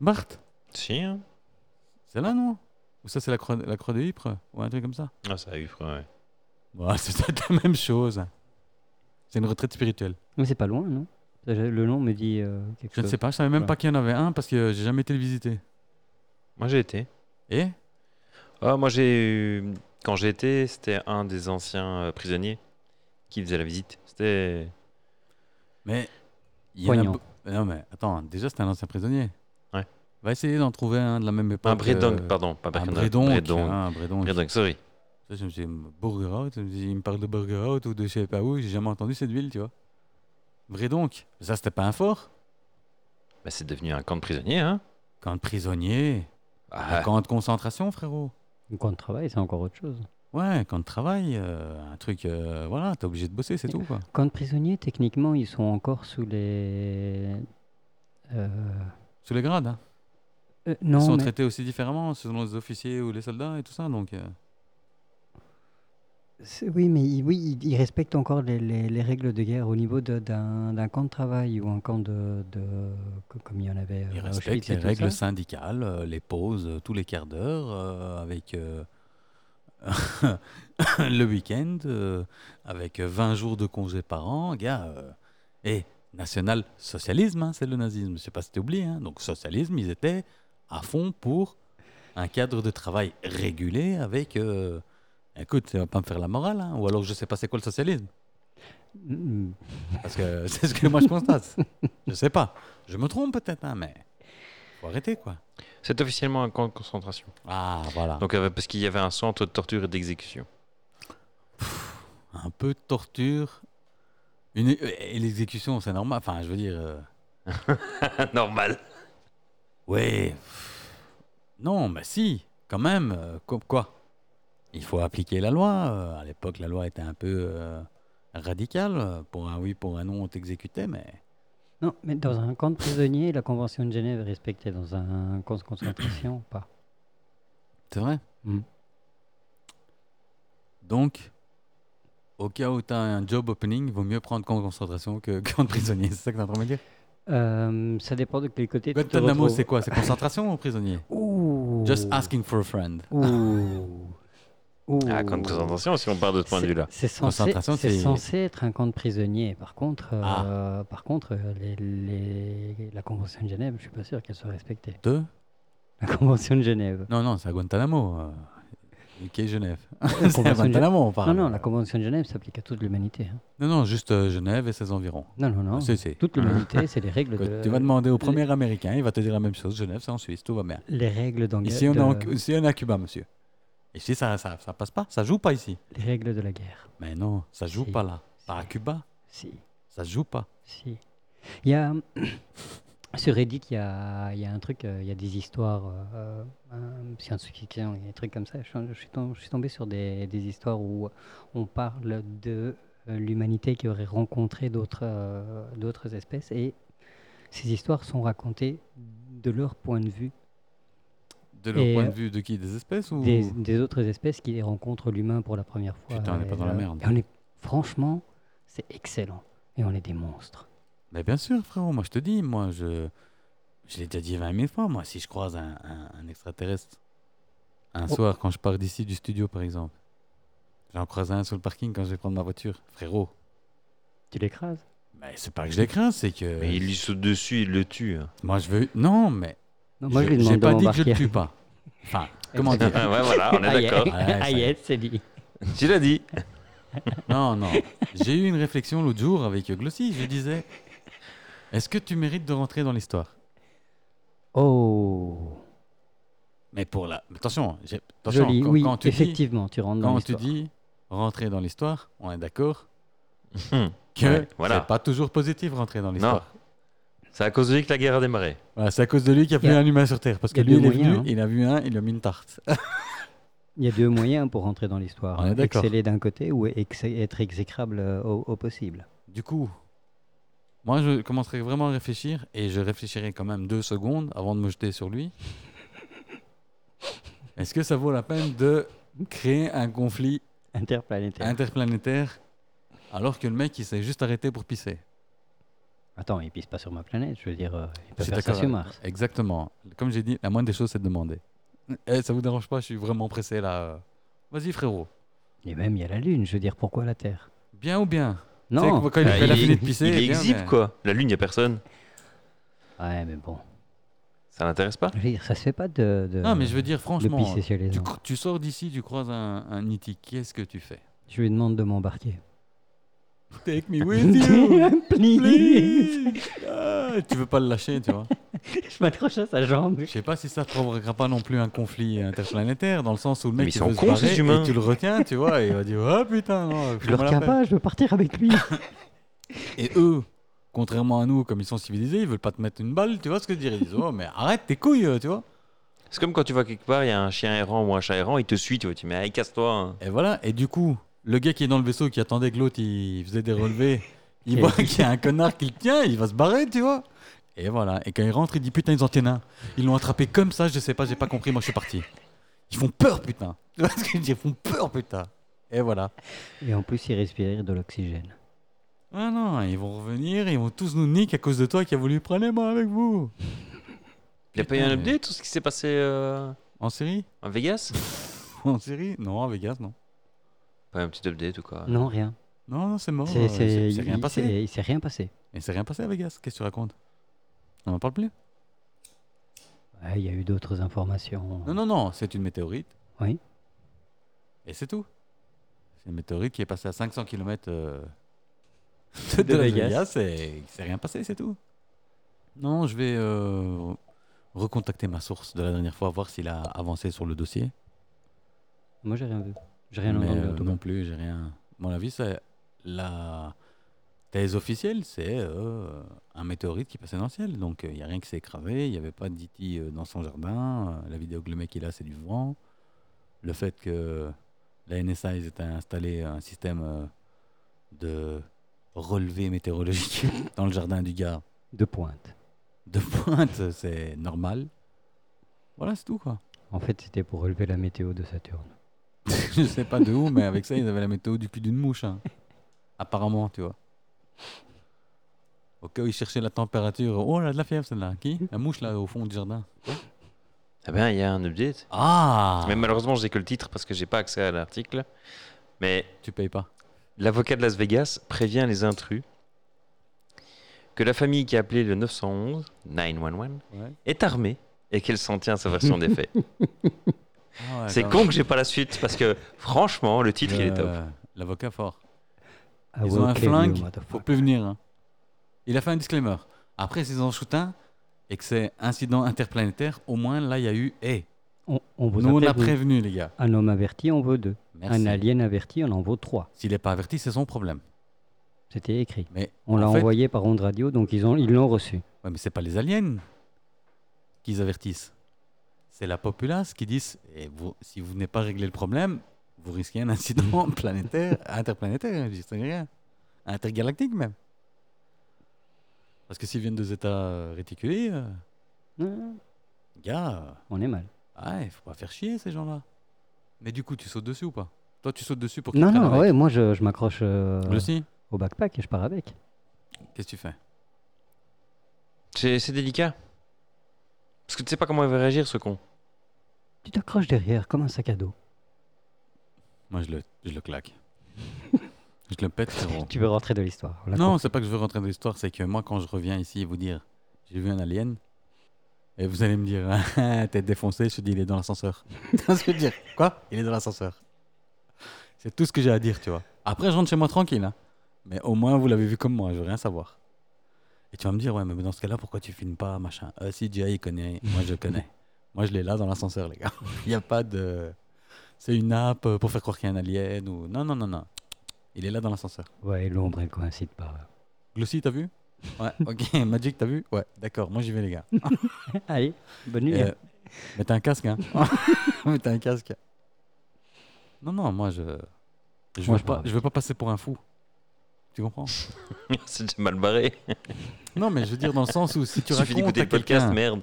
Barthes Si, hein. C'est là, non Ou ça, c'est la croix, la croix de Ypres Ou un truc comme ça Ah, ça a eu, ouais. Bah, C'est peut-être la même chose. C'est une retraite spirituelle. Mais c'est pas loin, non Ça, je- Le nom me dit euh, quelque Je ne chose. sais pas, je savais même Ouais. pas qu'il y en avait un parce que j'ai jamais été le visiter. Moi, j'ai été. Et Ah, moi, j'ai eu- quand j'ai été, c'était un des anciens euh, prisonniers qui faisait la visite. C'était Mais il y en a Poignant. be- Mais Non mais attends, déjà c'était un ancien prisonnier. Ouais. Va essayer d'en trouver un de la même époque. un Bredong, euh, pardon, pas Un Birkenau, Bredonk. Bredong. hein, un Bredonk. Bredong, sorry. Ça, je me suis dit, Burger Out, je me suis dit, il me parle de Burger Out ou de je sais pas où, j'ai jamais entendu cette ville, tu vois. Bredonk, ça c'était pas un fort Bah, c'est devenu un camp de prisonniers, hein Camp de prisonniers, Ah, un camp de concentration, frérot. Donc, quand on travaille, c'est encore autre chose. Ouais, camp de travail, euh, un truc, euh, voilà, t'es obligé de bosser, c'est tout, quoi. Quand prisonniers, techniquement, ils sont encore sous les. Euh, Sous les grades, hein. euh, Ils non, sont mais traités aussi différemment selon les officiers ou les soldats et tout ça, donc... euh, c'est- oui, mais ils- oui, ils- ils respectent encore les, les- les règles de guerre au niveau de- d'un d'un camp de travail ou un camp de, de- co- comme il y en avait. euh, Ils à respectent Auschwitz et les tout règles ça. syndicales, euh, les pauses euh, tous les quarts d'heure, euh, avec euh, le week-end, euh, avec 20 jours de congé par an. Gars, euh, et national-socialisme, hein, c'est le nazisme, je sais pas si t'as oublié. hein. Donc, socialisme, ils étaient à fond pour un cadre de travail régulé avec. euh, Écoute, ça va pas me faire la morale, hein, ou alors je sais pas c'est quoi le socialisme, Mm, parce que c'est ce que moi je constate. Je sais pas, je me trompe peut-être, hein, mais faut arrêter quoi. c'est officiellement un camp de concentration. Ah, voilà. Donc, euh, parce qu'il y avait un centre de torture et d'exécution. un peu de torture. Une... Et l'exécution, c'est normal. Enfin, je veux dire. euh, Normal. Ouais. pff, Non, mais si, quand même. euh, co- quoi Il faut appliquer la loi. euh, À l'époque, la loi était un peu euh, radicale. Pour un oui, pour un non, on t'exécutait, mais. Non, mais dans un camp de prisonniers, la Convention de Genève est respectée. Dans un camp de concentration, pas. C'est vrai Mm. Donc, au cas où tu as un job opening, vaut mieux prendre camp de concentration que camp de prisonnier. C'est ça que tu en train de me dire Euh, ça dépend de quel côté tu te Guantanamo, retrouves. c'est quoi C'est concentration ou prisonnier Ouh. Just asking for a friend. Ouh. Ouh. Ah, camp de concentration, si on part de ce point de C'est- vue-là. C'est censé, Concentration, c'est c'est- Ah. censé être un camp de prisonniers. Par contre, euh, par contre euh, les- les- la Convention de Genève, je suis pas sûr qu'elle soit respectée. Deux La Convention de Genève. Non, non, c'est à Guantanamo. euh, UK Genève. convention c'est à de Guantanamo, on parle. non, non, la Convention de Genève s'applique à toute l'humanité. hein. Non, non, juste euh, Genève et ses environs. Non, non, non. C'est- c'est- Toute l'humanité, c'est les règles Quand de... tu vas demander au premier Américain, il va te dire la même chose. Genève, c'est en Suisse, tout va bien. Les règles d'engagement. Ici, on est, en- ici, on est à Cuba, monsieur. Ici, ça, ça, ça passe pas. Ça joue pas ici. Les règles de la guerre. Mais non, ça joue Si. pas là. Pas à Si. Cuba. Si. Ça joue pas. Si. Il y a sur Reddit, il y a, il y a un truc, euh, il y a des histoires euh, euh, science-fiction, il y a des trucs comme ça. Je, suis- je suis tom- je suis tombé sur des, des histoires où on parle de euh, l'humanité qui aurait rencontré d'autres euh, d'autres espèces et ces histoires sont racontées de leur point de vue De leur Et, point euh, de vue de qui Des espèces ou des, des autres espèces qui rencontrent l'humain pour la première fois. Putain, on est pas Et, dans la euh, merde. et on est, franchement, c'est excellent. Et on est des monstres. Mais bien sûr, frérot, moi je te dis, moi je. Je l'ai déjà dit 20 000 fois, moi, si je croise un, un- un extraterrestre un Oh. soir quand je pars d'ici du studio par exemple, j'en croise un sur le parking quand je vais prendre ma voiture, frérot. Tu l'écrases Mais c'est pas que je les crains, c'est que. Mais il lui saute dessus, il le tue. hein. Moi je veux. Non, mais. Non, Moi, je, je- lui demande j'ai de pas dit que je le m'embarquer. tue pas. Enfin, comment dire Ah, ouais, voilà, on est d'accord. Ah, ouais, ça y est. Ayette, c'est dit. Tu l'as dit. Non, non. J'ai eu une réflexion l'autre jour avec Glossy. Je lui disais Est-ce que tu mérites de rentrer dans l'histoire Oh, Mais pour la. Attention, j'ai- attention joli. quand, oui, quand tu dis, effectivement, tu rentres dans quand tu l'histoire. dis rentrer dans l'histoire, on est d'accord Hum, que Ouais, voilà. c'est pas toujours positif rentrer dans Non. l'histoire. C'est à cause de lui que la guerre a démarré. Voilà, c'est à cause de lui qu'il y a plus Y a- un humain sur Terre. Parce y que a lui, deux il est moyens, venu, hein. il a vu un, il lui a mis une tarte. Il y a deux moyens pour rentrer dans l'histoire. On est d'accord. Exceller d'un côté ou ex- être exécrable euh, au, au possible. Du coup, moi, je commencerai vraiment à réfléchir et je réfléchirai quand même deux secondes avant de me jeter sur lui. Est-ce que ça vaut la peine de créer un conflit Interplanétaire. interplanétaire alors que le mec il s'est juste arrêté pour pisser Attends, il pisse pas sur ma planète, je veux dire, euh, il peut C'est faire ça d'accord sur avec- Mars. Exactement. Comme j'ai dit, la moindre des choses c'est de demander. Eh, ça vous dérange pas, je suis vraiment pressé là. Vas-y frérot. Et même, il y a la Lune, je veux dire, pourquoi la Terre Bien ou bien Tu sais, Non Ah, quand il Euh, fait la il- fini de pisser, il bien, exhibe mais- quoi. La lune, il n'y a personne. Ouais, mais bon. Ça n'intéresse pas Je veux dire, ça se fait pas de. Euh, de- Non, mais je veux dire, de franchement, pisser chez les tu, uns. cro- tu sors d'ici, tu croises un, un E.T., qu'est-ce que tu fais Je lui demande de m'embarquer. Take me Please. Ah, Tu veux pas le lâcher, tu vois Je m'accroche à sa jambe. Je sais pas si ça provoquera pas non plus un conflit interplanétaire, dans le sens où le Mais mec il ils sont veut se cons, ces barrer humains. et tu le retiens, tu vois, et il va dire ah putain, non, Je le retiens pas, je veux partir avec lui. Et eux, contrairement à nous, comme ils sont civilisés, ils veulent pas te mettre une balle, tu vois ce que je dirais Ils disent oh mais arrête tes couilles, euh, tu vois. C'est comme quand tu vas quelque part, il y a un chien errant ou un chat errant, il te suit, tu vois, tu dis, mais allez, casse-toi. hein. Et voilà. Et du coup, le gars qui est dans le vaisseau, qui attendait que l'autre il faisait des relevés, il voit qu'il y a un connard qui le tient, il va se barrer, tu vois. Et voilà. Et quand il rentre, il dit putain ils en tiennent un. Ils l'ont attrapé comme ça, je sais pas, j'ai pas compris, moi je suis parti. Ils font peur putain. Tu vois ce que je dis Ils font peur putain. Et voilà. Et en plus, il respirait de l'oxygène. Ah non, ils vont revenir, ils vont tous nous niquer à cause de toi qui a voulu prenez-moi avec vous. Il n'y a pas eu Putain, un mais- update sur ce qui s'est passé euh, En série en Vegas En série Non, à Vegas, non. Pas un petit update ou quoi Non, rien. Non, non, c'est mort. C'est- euh, c'est- Ah. c'est c'est il- rien il- passé. c'est- Il s'est rien passé. Mais c'est rien passé à Vegas, qu'est-ce que tu racontes On en parle plus Ouais, Il y a eu d'autres informations. Non, non, non, c'est une météorite. Oui. Et c'est tout. C'est une météorite qui est passée à 500 km de, De euh, de Las Vegas. Vegas et il s'est rien passé, c'est tout. Non, je vais euh, recontacter ma source de la dernière fois, voir s'il a avancé sur le dossier. Moi, j'ai rien vu. J'ai rien Mais, entendu. euh, en tout cas. non plus, j'ai rien. Mon avis, c'est la thèse officielle, c'est euh, un météorite qui passait dans le ciel. Donc il n'y a rien qui s'est écravé, il n'y avait pas d'IT dans son jardin. euh, la vidéo que le mec il a, c'est du vent. Le fait que la NSA ils étaient installé un système euh, de relevé météorologique dans le jardin du gars De pointe. de pointe, c'est normal. Voilà, c'est tout quoi. En fait, c'était pour relever la météo de Saturne. Je sais pas de où, mais avec ça, ils avaient la météo du cul d'une mouche. hein. Apparemment, tu vois. Au cas où ils cherchaient la température. Oh, elle a de la fièvre, celle-là. Qui La mouche, là, au fond du jardin. Ah ben, il y a un update. Ah Mais malheureusement, j'ai que le titre parce que j'ai pas accès à l'article. Mais Tu payes pas. L'avocat de Las Vegas prévient les intrus que la famille qui a appelé le 911, 911, Ouais. est armée et qu'elle s'en tient à sa version des faits. Ah ouais, C'est quand con même. que j'ai pas la suite parce que franchement, le titre il est top. Le- L'avocat fort. I Ils will ont un kill you, flingue, Faut Ah motherfucker. plus venir. hein. Il a fait un disclaimer. Après, s'ils en shootent un et que c'est incident interplanétaire, au moins, là, il y a eu. Eh, On, on vous nous, on a a prévenu. prévenu, les gars. Un homme averti en vaut deux. Merci. Un alien averti en en vaut trois. S'il n'est pas averti, c'est son problème. C'était écrit. Mais On en l'a fait, envoyé par onde radio, donc ils ont- ils l'ont reçu. Ouais, mais c'est pas les aliens qu'ils avertissent. C'est la populace qui dit eh, vous, si vous n'avez pas réglé le problème, vous risquez un incident planétaire, interplanétaire, je sais rien. Intergalactique même. Parce que s'ils viennent des États euh, réticulés, euh, Ah, gars, On est mal. euh, ouais, faut pas faire chier ces gens-là. Mais du coup, tu sautes dessus ou pas Toi, tu sautes dessus pour qu'ils Non, prennent non, avec. ouais, moi je, je m'accroche euh, Le si au backpack et je pars avec. Qu'est-ce que tu fais C'est c'est délicat. Parce que tu sais pas comment il va réagir ce con. Tu t'accroches derrière comme un sac à dos. Moi, je le, je le claque. je le pète, frérot. Tu veux rentrer de l'histoire. on l'a Non, c'est pas que je veux rentrer dans l'histoire, c'est que moi, quand je reviens ici et vous dire j'ai vu un alien, et vous allez me dire Ah, t'es défoncé, je te dis il est dans l'ascenseur. Tu vois ce que je veux dire Quoi Il est dans l'ascenseur. C'est tout ce que j'ai à dire, tu vois. Après, je rentre chez moi tranquille, hein. mais au moins vous l'avez vu comme moi, je veux rien savoir. Et tu vas me dire ouais, mais dans ce cas-là, pourquoi tu filmes pas, machin euh, Si Jay il connaît, moi je connais. moi je l'ai là dans l'ascenseur, les gars. Il n'y a pas de. C'est une app euh, pour faire croire qu'il y a un alien ou. Non, non, non, non. Il est là dans l'ascenseur. Ouais, l'ombre, elle coïncide pas. Glossy, t'as vu Ouais, ok. Magic, t'as vu Ouais, d'accord, moi j'y vais, les gars. Allez, bonne nuit. hein. Euh, mettez un casque, hein. mettez un casque. Non, non, moi je. Je Moi, veux, je pas, pars je veux pas passer pour un fou. Tu comprends c'est déjà mal barré. Non, mais je veux dire, dans le sens où si tu Tu suffit racontes d'écouter à le podcast, quelqu'un. merde.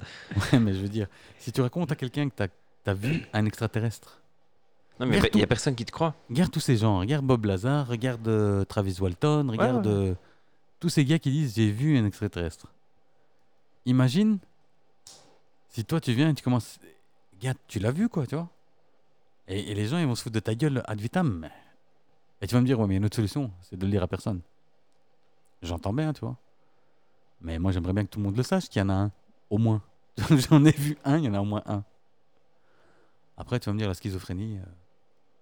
Ouais, mais je veux dire, si tu racontes à quelqu'un que t'as as vu un extraterrestre, Non mais Merde, il y a tout. personne qui te croit. regarde tous ces gens, regarde Bob Lazar, regarde euh, Travis Walton, regarde ouais. euh, tous ces gars qui disent j'ai vu un extraterrestre. Imagine si toi tu viens et tu commences, gars tu l'as vu quoi, tu vois et, et les gens ils vont se foutre de ta gueule ad vitam. Et tu vas me dire ouais mais il y a une autre solution, c'est de le dire à personne. J'entends bien, tu vois. Mais moi j'aimerais bien que tout le monde le sache qu'il y en a un, au moins. J'en ai vu un, il y en a au moins un. Après, tu vas me dire, la schizophrénie, euh,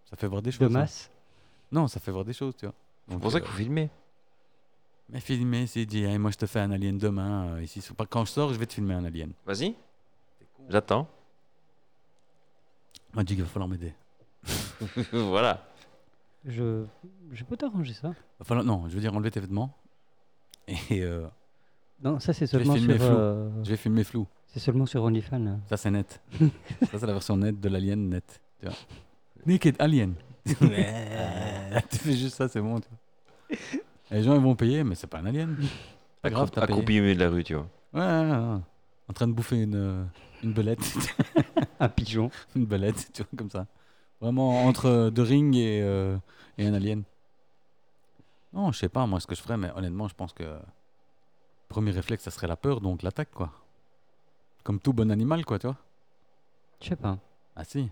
ça fait voir des de choses. hein. masse. Non, ça fait voir des choses, tu vois. C'est Donc, pour ça euh, que vous filmez. Mais filmer, c'est dit, Hey, moi je te fais un alien demain. euh, ici, sous- quand je sors, je vais te filmer un alien. Vas-y. J'attends. Magic, il va falloir m'aider. voilà. Je, je peux t'arranger ça. Va falloir- Non, je veux dire, enlever tes vêtements. Et euh, Non, ça c'est Je vais seulement filmer sur, flou. euh, je vais filmer flou. c'est seulement sur OnlyFans. hein. Ça, c'est net. ça, c'est la version nette de l'alien net. Tu vois. Naked Alien. tu fais juste ça, c'est bon. Tu vois. Et les gens, ils vont payer, mais c'est pas un alien. Pas grave, Accroup- t'as payé. accroupi au milieu de la rue, tu vois. Ouais, ouais, ouais, ouais. En train de bouffer une, euh, une belette. Un pigeon. une belette, tu vois, comme ça. Vraiment entre euh, The Ring et, euh, et un alien. Non, je sais pas, moi, ce que je ferais, mais honnêtement, je pense que. Premier réflexe, ça serait la peur, donc l'attaque, quoi. Comme tout bon animal, quoi, tu vois. Je sais pas. Ah si.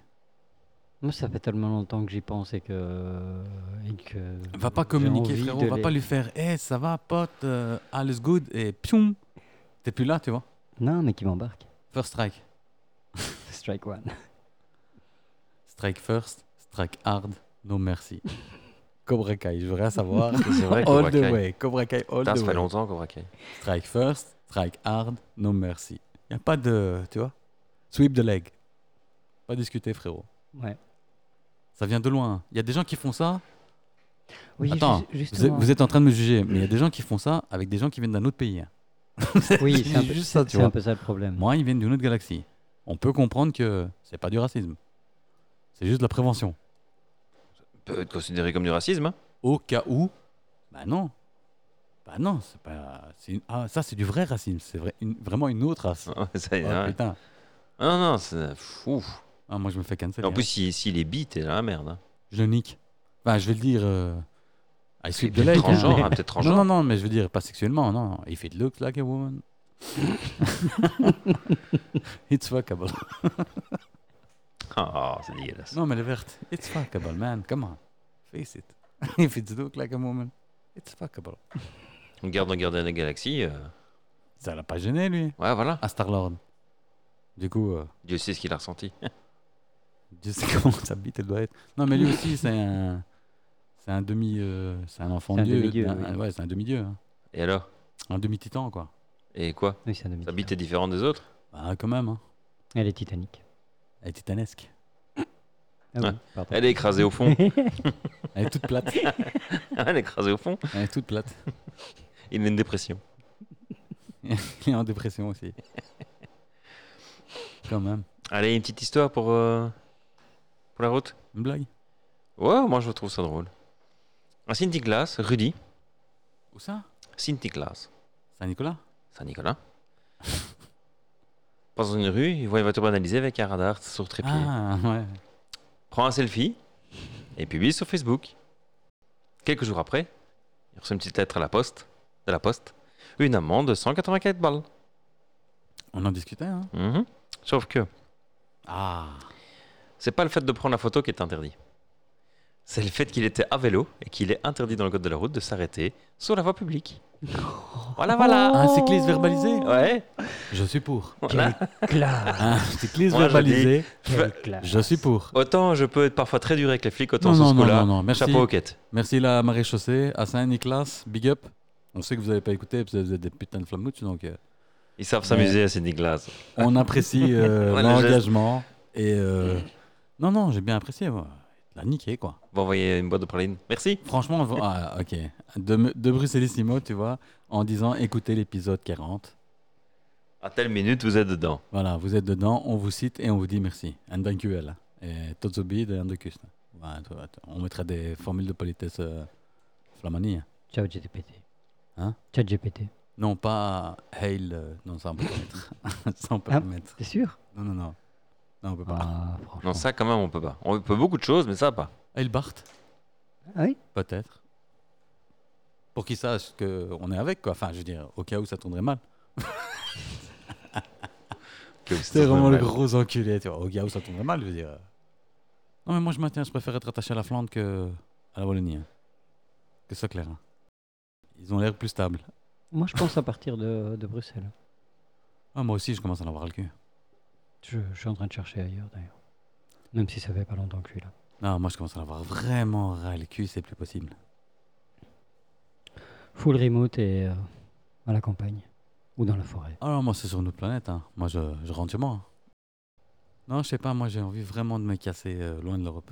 Moi, ça fait tellement longtemps que j'y pense et que. et que Va pas j'ai communiquer, envie frérot. de Va les- pas lui faire Eh, ça va, pote, euh, all is good, et pioum T'es plus là, tu vois. Non, mais qui m'embarque. First strike. Strike one. Strike first, strike hard, no merci. Cobra Kai, je veux rien savoir. C'est vrai, Cobra all the Kai. way, Cobra Kai, all Putain, the ça fait way. longtemps, Cobra Kai. Strike first, strike hard, no merci. Y a pas de, tu vois. Sweep the leg. Pas discuter, frérot. Ouais. Ça vient de loin. Y a des gens qui font ça. Oui, Attends, ju- vous êtes, justement. vous êtes en train de me juger, mais y a des gens qui font ça avec des gens qui viennent d'un autre pays. hein. Oui, c'est un, peu, juste ça, tu c'est vois. un peu ça le problème. Moi, ils viennent d'une autre galaxie. On peut comprendre que c'est pas du racisme. C'est juste de la prévention. Peut être considéré comme du racisme. hein. Au cas où, bah non. Bah non, c'est pas. c'est une- ah, ça, c'est du vrai racisme. C'est vrai, une- vraiment une autre race. Ah, ça y est, Ah, ouais. putain. Ah, Non, non, c'est fou. Ah, moi, je me fais cancel. En hein. plus, s'il si, est bi, t'es dans la merde. Hein. Je le nique. Enfin, je vais le dire. euh, I C'est sweep the peut-être leg. transgenre, hein. hein, peut-être transgenre. Non, non, non, mais je veux dire, pas sexuellement, non. If it looks like a woman, it's fuckable. Ah, c'est dégueulasse. Non, mais elle est verte. It's fuckable, man. Come on. Face it. If it looks like a woman, it's fuckable. On garde dans Gardien de la Galaxie. euh, Ça l'a pas gêné, lui, Ouais, voilà. à Star-Lord. Du coup, euh, Dieu sait ce qu'il a ressenti. Dieu sait comment sa bite, elle doit être. Non, mais lui aussi, c'est un. C'est un demi. euh, c'est un enfant C'est un dieu. demi-dieu, d'un- oui. un- Ouais, c'est un demi-dieu. hein. Et alors Un demi-titan, quoi. Et quoi Oui, c'est un demi Sa bite est différente des autres Bah, quand même, hein. Elle est titanique. Elle est titanesque. Ah oui, Ah, pardon. Elle est écrasée au fond. Elle est toute plate. Elle est écrasée au fond. Elle est toute plate. Il a une dépression. Elle est en dépression aussi. Quand même. Allez, une petite histoire pour, euh, pour la route Une blague Ouais, moi je trouve ça drôle. Un Cinti Glass, Rudy, Où ça Cinti Glass, Saint-Nicolas Saint-Nicolas. Passe dans une rue, il voit une voiture banalisée avec un radar sur trépied. Ah, ouais. Prend un selfie et publie sur Facebook. Quelques jours après, il reçoit une petite lettre à la poste, de la poste, une amende de 184 balles. On en discutait, hein Mhm. Sauf que Ah C'est pas le fait de prendre la photo qui est interdit. C'est le fait qu'il était à vélo et qu'il est interdit dans le code de la route de s'arrêter sur la voie publique. Voilà, voilà. Un cycliste verbalisé Ouais. Je suis pour. voilà. Classe. Un cycliste Moi, je verbalisé Quelle classe. Je suis pour. Autant je peux être parfois très dur avec les flics, autant Non, sur non, ce non, coup-là, non, non, merci. chapeau au quête. Merci la marée chaussée, à Saint-Nicolas, big up. On sait que vous n'avez pas écouté parce que vous êtes des putains de flammouches, donc euh, Ils savent s'amuser à Sydney Glass. on apprécie euh, Voilà, je- l'engagement. Et euh, non, non, j'ai bien apprécié. moi. La niqué, quoi. Vous envoyer une boîte de praline. Merci. Franchement, vo- ah, ok. De, me- de Bruxellissimo, tu vois, en disant écoutez l'épisode 40. À telle minute, vous êtes dedans. Voilà, vous êtes dedans, on vous cite et on vous dit merci. En dank u wel. Et tot zo bied en de kust. Voilà, tu vois, On mettra des formules de politesse euh, flamanie. hein. Ciao GPT. Hein Ciao GPT. Non, pas Hail. euh, non, ça on peut pas mettre. ça on peut Ah. pas mettre. T'es sûr Non, non, non. Non, on peut pas. Ah, franchement. Non, ça, quand même, on peut pas. On peut beaucoup de choses, mais ça, pas. Hail Bart, Ah oui peut-être. Pour qu'ils sachent qu'on est avec, quoi. Enfin, je veux dire, au cas où ça tournerait mal. Que vous C'est vraiment le mal. gros enculé, tu vois. Au gars où ça tomberait mal, je veux dire. Non, mais moi je maintiens, je préfère être attaché à la Flandre que à la Wallonie. hein. Que ce soit clair. hein. Ils ont l'air plus stables. Moi, je pense à partir de, de Bruxelles. Ah, moi aussi, je commence à en avoir le cul. Je, je suis en train de chercher ailleurs d'ailleurs. Même si ça fait pas longtemps que je suis là. Non, moi, je commence à en avoir vraiment ras le cul, c'est plus possible. Full remote et euh, à la campagne ou dans la forêt. Alors, Ah, moi, c'est sur notre planète. hein. Moi, je, je rentre chez moi. hein. Non, je sais pas, moi, j'ai envie vraiment de me casser euh, loin de l'Europe.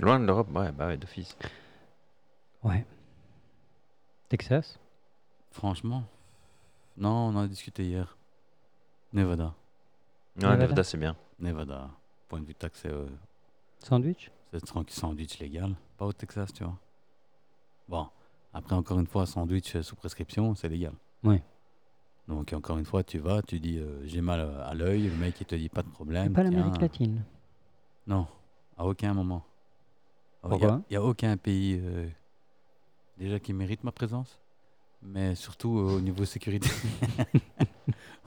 Loin de l'Europe, ouais, bah ouais, d'office. Ouais. Texas Franchement. Non, on en a discuté hier. Nevada. Non, Nevada. Nevada, c'est bien. Nevada. Point de vue taxe, c'est euh, Sandwich c'est tranquille, sandwich légal. Pas au Texas, tu vois. Bon, après, encore une fois, sandwich euh, sous prescription, c'est légal. Oui. Donc, encore une fois, tu vas, tu dis euh, j'ai mal euh, à l'œil, le mec, il te dit pas de C'est problème. pas Ah, tiens. l'Amérique latine. Non, à aucun moment. Il Pourquoi n'y a, aucun pays euh, déjà qui mérite ma présence, mais surtout euh, au niveau sécurité,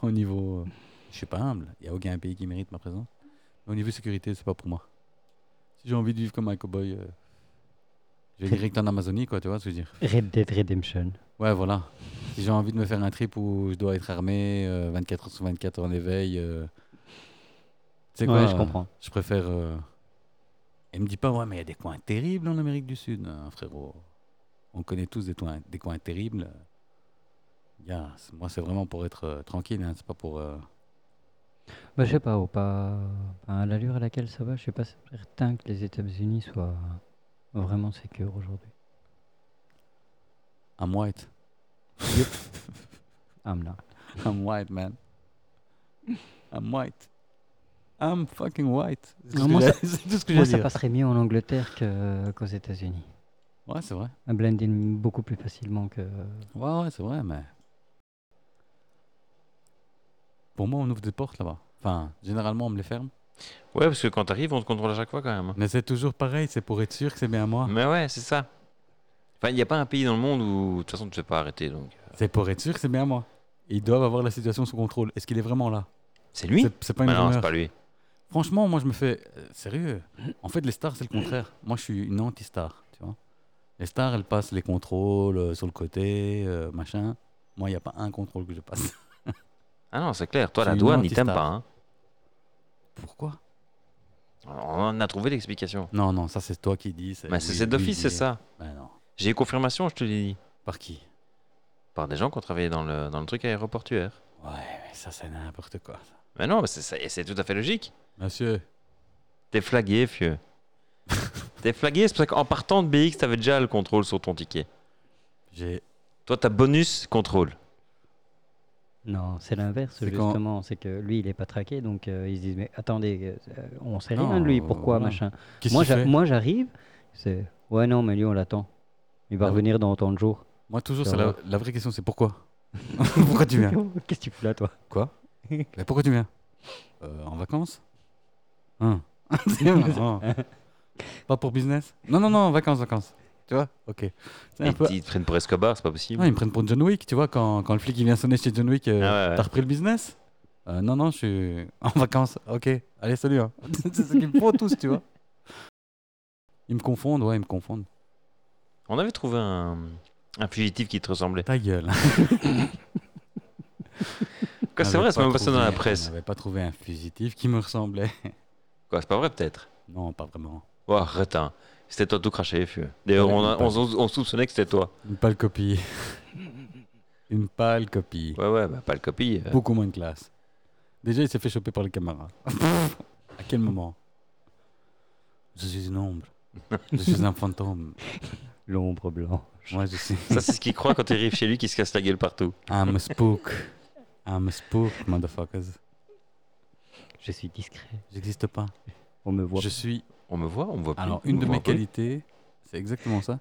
au niveau, euh, je suis pas humble, il n'y a aucun pays qui mérite ma présence. Mais au niveau sécurité, c'est pas pour moi. Si j'ai envie de vivre comme un cowboy, euh, je vais direct en Amazonie, quoi, tu vois ce que je veux dire. Red Dead Redemption. Ouais, voilà. Si j'ai envie de me faire un trip où je dois être armé euh, 24 heures sur 24 en éveil, euh, tu sais quoi, Ouais, je euh, comprends. je préfère. euh, Elle me dit pas, ouais, mais il y a des coins terribles en Amérique du Sud, Non, frérot. On connaît tous des, toins- des coins terribles. Gars, c'est- moi, c'est vraiment pour être euh, tranquille, hein, c'est pas pour. euh, Bah, je sais pas, ou pas. enfin, à l'allure à laquelle ça va, je suis pas certain que les États-Unis soient vraiment sécures aujourd'hui. I'm white. Ah, I'm not. I'm white, man. I'm white. I'm fucking white. C'est tout Non, ce moi, que ça- j'ai- c'est tout ce que j'ai Moi, à ça dire. passerait mieux en Angleterre que- qu'aux États-Unis. Ouais, c'est vrai. Un blending beaucoup plus facilement que. Ouais, ouais, c'est vrai, mais. Pour moi, on ouvre des portes là-bas. Enfin, généralement, on me les ferme. Ouais, parce que quand t'arrives, on te contrôle à chaque fois quand même. hein. Mais c'est toujours pareil, c'est pour être sûr que c'est bien à moi. Mais ouais, c'est ça. Enfin, il n'y a pas un pays dans le monde où, de toute façon, tu ne fais pas arrêter. Donc... C'est pour être sûr que c'est bien moi. Ils doivent avoir la situation sous contrôle. Est-ce qu'il est vraiment là C'est lui C'est- C'est pas une Bah Non, rumeur. c'est pas lui. Franchement, moi je me fais euh, sérieux. En fait, les stars c'est le contraire. Moi, je suis une anti-star, tu vois. Les stars, elles passent les contrôles euh, sur le côté, euh, machin. Moi, il n'y a pas un contrôle que je passe. Ah non, c'est clair. Toi, C'est la une douane, il t'aime anti-star. pas. hein. Pourquoi On en a trouvé l'explication. Non, non, ça c'est toi qui dis. Mais lui- c'est c'est lui d'office, c'est dit. ça. Ben non. J'ai eu confirmation, je te l'ai dit. Par qui Par des gens qui ont travaillé dans le, dans le truc aéroportuaire. Ouais, mais ça c'est n'importe quoi. ça. Mais non, mais c'est- c'est c'est tout à fait logique. Monsieur, T'es flagué, fieu. T'es flagué, c'est pour ça qu'en partant de BX, t'avais déjà le contrôle sur ton ticket. j'ai. Toi, t'as bonus contrôle. Non, c'est l'inverse, C'est quand- justement. C'est que lui, il est pas traqué, donc euh, ils se disent Mais attendez, euh, on sait rien Non, de lui, pourquoi, voilà. machin. Qu'est-ce Moi, qu'il j'a- fait moi, j'arrive, c'est Ouais, non, mais lui, on l'attend. Il va Ah oui. revenir dans autant de jours. Moi, toujours, Ça c'est la, va. la vraie question, c'est pourquoi Pourquoi tu viens Qu'est-ce que tu fous là, toi Quoi Mais pourquoi tu viens Euh, En vacances Hein C'est- hein. Pas pour business Non, non, non, vacances, vacances. Tu vois Ok. C'est un Ils, peu- ils te prennent pour Escobar, c'est pas possible. Ouais, ils me prennent pour John Wick, tu vois, quand, quand le flic il vient sonner chez John Wick, euh, Ah ouais, ouais. t'as repris le business Euh, Non, non, je suis en vacances. Ok, allez, salut. hein. C'est ce qu'ils me font tous, tu vois. Ils me confondent, ouais, ils me confondent. On avait trouvé un, un fugitif qui te ressemblait. Ta gueule. Quoi, C'est On vrai, avait c'est même pas passé dans la trouvé- presse. On n'avait pas trouvé un fugitif qui me ressemblait. Quoi, c'est pas vrai peut-être Non, pas vraiment. Oh, arrête, hein. C'était toi tout craché, fieu. D'ailleurs, Ouais, on, mais a- pas- on, s- on soupçonnait que c'était toi. Une pâle copie. Une pâle copie. Ouais, ouais, bah, pas le copie. euh. Beaucoup moins de classe. Déjà, il s'est fait choper par les camarades. à quel moment Je suis une ombre. Je suis un fantôme. L'ombre blanc. Moi, je suis Ça, c'est ce qu'il croit quand il arrive chez lui, qu'il se casse la gueule partout. I'm a spook. I'm a spook, motherfuckers. Je suis discret. J'existe pas. On me voit. Je suis. On me voit, on me voit plus. Alors, on une me de voit mes plus. qualités, c'est exactement ça.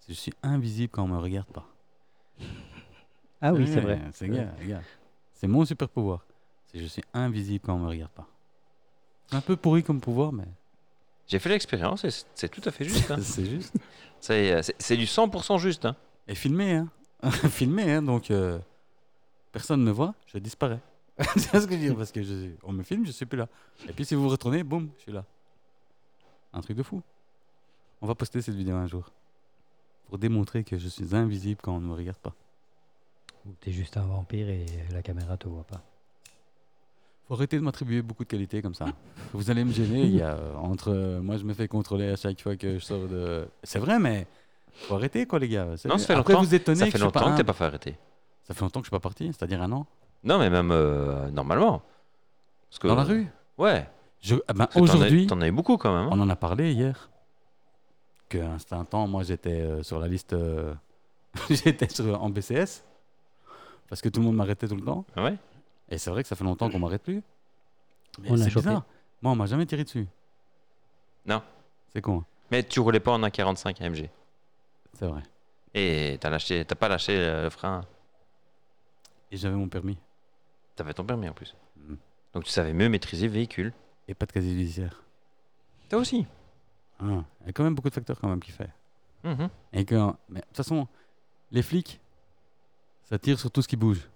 c'est que Je suis invisible quand on me regarde pas. Ah oui, Ouais, c'est vrai. C'est gars, gars. C'est mon super pouvoir. C'est que je suis invisible quand on me regarde pas. C'est un peu pourri comme pouvoir, mais J'ai fait l'expérience et c'est- c'est tout à fait juste. hein. c'est juste. C'est euh, c'est- c'est du 100% juste. hein. Et filmé, hein. filmé, hein. Donc, euh, personne ne me voit, je disparais. c'est ce que je veux dire, parce que je, on me filme, je suis plus là. Et puis, si vous vous retournez, boum, je suis là. Un truc de fou. On va poster cette vidéo un jour. Pour démontrer que je suis invisible quand on ne me regarde pas. Ou t'es juste un vampire et la caméra te voit pas. Faut arrêter de m'attribuer beaucoup de qualités comme ça. Vous allez me gêner. Il y a, euh, entre euh, moi, je me fais contrôler à chaque fois que je sors de. C'est vrai, mais faut arrêter quoi, les gars. C'est- Non, ça fait Après, longtemps- Vous étonnez Ça que fait je suis pas longtemps que t'es un- pas fait arrêter. Ça fait longtemps que je suis pas parti, c'est-à-dire un an. Non, mais même euh, normalement. Parce que- Dans la rue. Ouais. Je- ah ben, Parce que t'en as- aujourd'hui, T'en as eu beaucoup quand même. hein. on en a parlé hier. Que un certain temps, moi, j'étais euh, sur la liste. euh, j'étais sur- en BCS parce que tout le monde m'arrêtait tout le temps. Ah Ouais. Et c'est vrai que ça fait longtemps qu'on m'arrête plus. Mais On l'a c'est chopé. bizarre. Moi, on m'a jamais tiré dessus. Non. C'est con, hein. Mais tu roulais pas en 1,45 AMG. c'est vrai. Et t'as lâché- t'as pas lâché euh, le frein. Et j'avais mon permis. T'avais ton permis en plus. Mm. Donc tu savais mieux maîtriser le véhicule. Et pas de casier judiciaire. Toi aussi. Hein. Il y a quand même beaucoup de facteurs quand même qui fait. Mhm. Et que, mais de toute façon, les flics, ça tire sur tout ce qui bouge.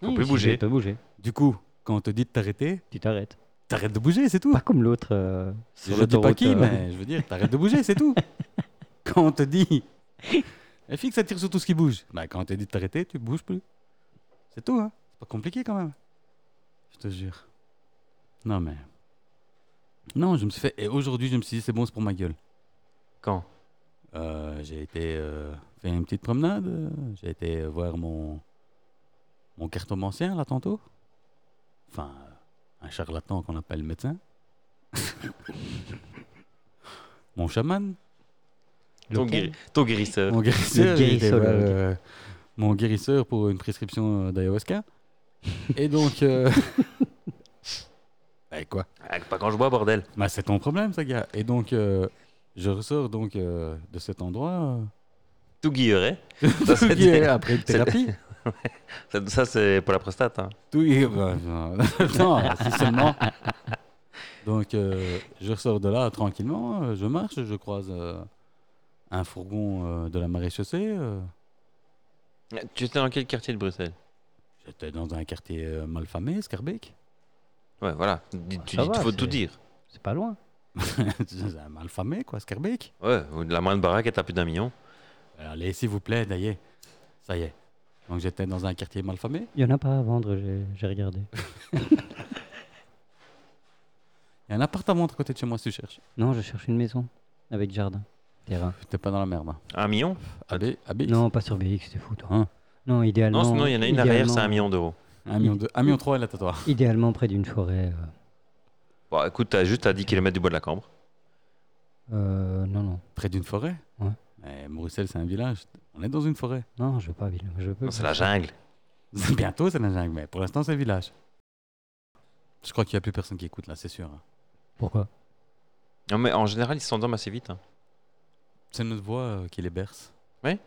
Faut plus bouger. Tu peux bouger. Du coup, quand on te dit de t'arrêter, Tu t'arrêtes. t'arrêtes de bouger, c'est tout. Pas comme l'autre euh, sur je dis pas l'autoroute, qui, euh, mais je veux dire, t'arrêtes de bouger, c'est tout. quand on te dit, les flics, ça tire sur tout ce qui bouge. Bah, quand on te dit de t'arrêter, tu bouges plus. C'est tout, hein. C'est pas compliqué quand même. Je te jure. Non, mais. Non, je me suis fait. Et aujourd'hui, je me suis dit, c'est bon, c'est pour ma gueule. Quand Euh, j'ai été euh, faire une petite promenade. euh, J'ai été euh, voir mon, mon cartomancien, là, tantôt. Enfin, euh, un charlatan qu'on appelle médecin. mon chaman. ton, lequel guéri- ton guérisseur. Mon guérisseur. j'ai été voir, guérissologue. euh, mon guérisseur pour une prescription euh, d'ayahuasca. Et donc. Euh... Eh, quoi Ah, pas quand je bois, bordel. Bah, c'est ton problème, ça, gars. Et donc, euh, je ressors donc euh, de cet endroit. Tout guilleret. euh, Ça, c'est- qui est après une thérapie. ça, ça, c'est pour la prostate. hein. Tout est- bah, non, non, si seulement. Donc, euh, je ressors de là tranquillement, euh, je marche, je croise euh, un fourgon euh, de la maréchaussée. euh, Tu étais dans quel quartier de Bruxelles J'étais dans un quartier euh, malfamé, Scarbeck. Ouais, voilà. Dis- tu ça dis, va, faut c'est- tout dire. C'est pas loin. C'est un malfamé, quoi, Scarbeck. Euh, Ouais, ou de la moindre baraque est à plus d'un million. Allez, s'il vous plaît, d'ailleurs. Ça y est. Donc, j'étais dans un quartier malfamé. Il y en a pas à vendre, j'ai- j'ai regardé. Il y a un appartement de côté de chez moi si tu cherches. Non, je cherche une maison avec jardin, terrain. T'es pas dans la merde. hein. Un million Abé, Abé, Non, pas sur BX, c'est fou, toi. Hein non, idéalement. Non, sinon, il y en a une arrière, c'est un idéalement- million d'euros. Un million, deux, un million trois, elle est à toi. Idéalement près d'une forêt. euh, Bon, écoute, t'as juste à 10 km du bois de la Cambre. euh, non, non. Près d'une forêt Ouais. Mais Bruxelles, c'est un village. On est dans une forêt. Non, je veux pas, Ville. Je veux Non, C'est la jungle. Bientôt, c'est la jungle, mais pour l'instant, c'est le village. Je crois qu'il n'y a plus personne qui écoute là, c'est sûr. hein. Pourquoi Non, mais en général, ils s'endorment assez vite. hein. C'est notre voix euh, qui les berce. Mais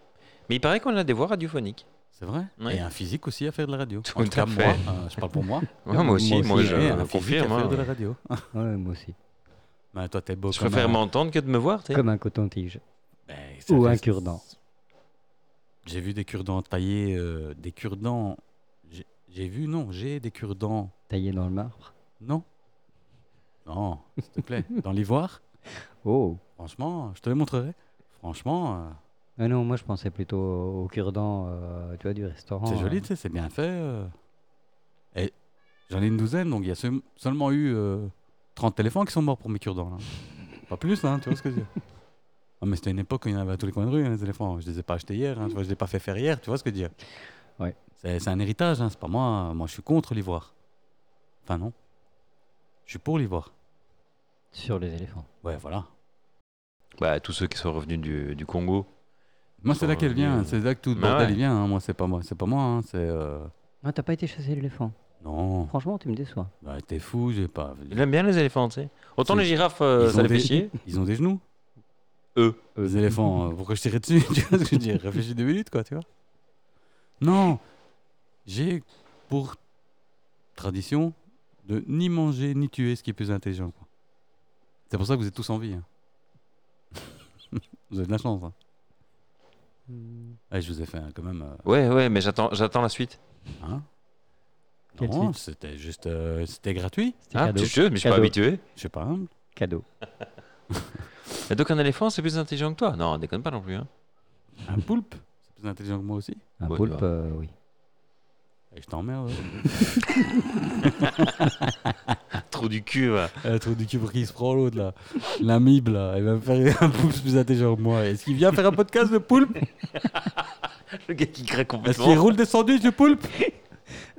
il paraît qu'on a des voix radiophoniques. C'est vrai Oui. Et un physique aussi à faire de la radio. Tout en tout cas, à moi, fait. euh, je parle pour moi. Ouais, moi aussi, moi, J'ai je un le physique confirme. à hein. faire de la radio. Ouais, moi aussi. Ben, toi, t'es beau Je comme préfère un- m'entendre que de me voir. tu sais. Comme un coton-tige. Ben, ça Ou fait- un cure-dent. J'ai vu des cure-dents taillés, euh, des cure-dents... J'ai- J'ai vu, non, j'ai des cure-dents... Taillé dans le marbre. Non Non, s'il te plaît. Dans l'ivoire, Oh franchement, je te les montrerai. Franchement... euh, Ah non, moi je pensais plutôt au au cure-dent, euh, tu vois, du restaurant. C'est joli, euh. tu sais, c'est bien fait. euh. Et j'en ai une douzaine, donc il y a seul- seulement eu euh, 30 éléphants qui sont morts pour mes cure-dents. là. Pas plus, hein, tu vois ce que je veux dire. Non, mais c'était une époque où il y en avait à tous les coins de rue, hein, les éléphants. Je les ai pas achetés hier, hein, tu vois, je les ai pas fait faire hier, tu vois ce que je veux dire. Ouais. C'est c'est un héritage, hein, c'est pas moi. Moi, je suis contre l'ivoire. Enfin, non. Je suis pour l'ivoire. Sur les éléphants. Ouais, voilà. Bah, tous ceux qui sont revenus du, du Congo. Moi, c'est là Sur, qu'elle euh, vient, les- c'est là que tout le Bah bordel ouais. il vient. hein, Moi, c'est pas moi, c'est pas moi, hein, c'est. euh, Non, Ah, t'as pas été chasser l'éléphant. Non, Franchement, tu me déçois. bah, t'es fou, j'ai pas. Ils aiment bien les éléphants, tu sais. Autant C'est- les girafes, euh, Ils ça ont les fait des- chier. Ils ont des genoux. Euh, Les éléphants, euh, pourquoi je tirais dessus Tu vois ce que je veux dire Réfléchis deux minutes, quoi, tu vois. Non J'ai pour tradition de ni manger ni tuer ce qui est plus intelligent. quoi. C'est pour ça que vous êtes tous en vie. hein. vous avez de la chance. hein. hmm, Ouais, je vous ai fait hein, quand même. euh, Ouais, ouais, mais j'attends j'attends la suite. hein. Quelle non, c'était juste. euh, c'était gratuit. C'était Ah, cadeau. tu te mais je suis pas Cadeau. habitué. Je sais pas. hein. Cadeau. Et donc, un éléphant, c'est plus intelligent que toi Non, déconne pas non plus. hein. Un poulpe C'est plus intelligent que moi aussi Un Ouais, poulpe, bah. euh, oui. Et je t'emmerde. Trou du cul. va. Le trou Euh, du cul pour qui se prend l'autre là. L'amibe là, elle va me faire un poulpe plus intelligent que moi. Est-ce qu'il vient faire un podcast de poulpe Le gars qui craque Est-ce qu'il complètement. roule des sandwichs de poulpe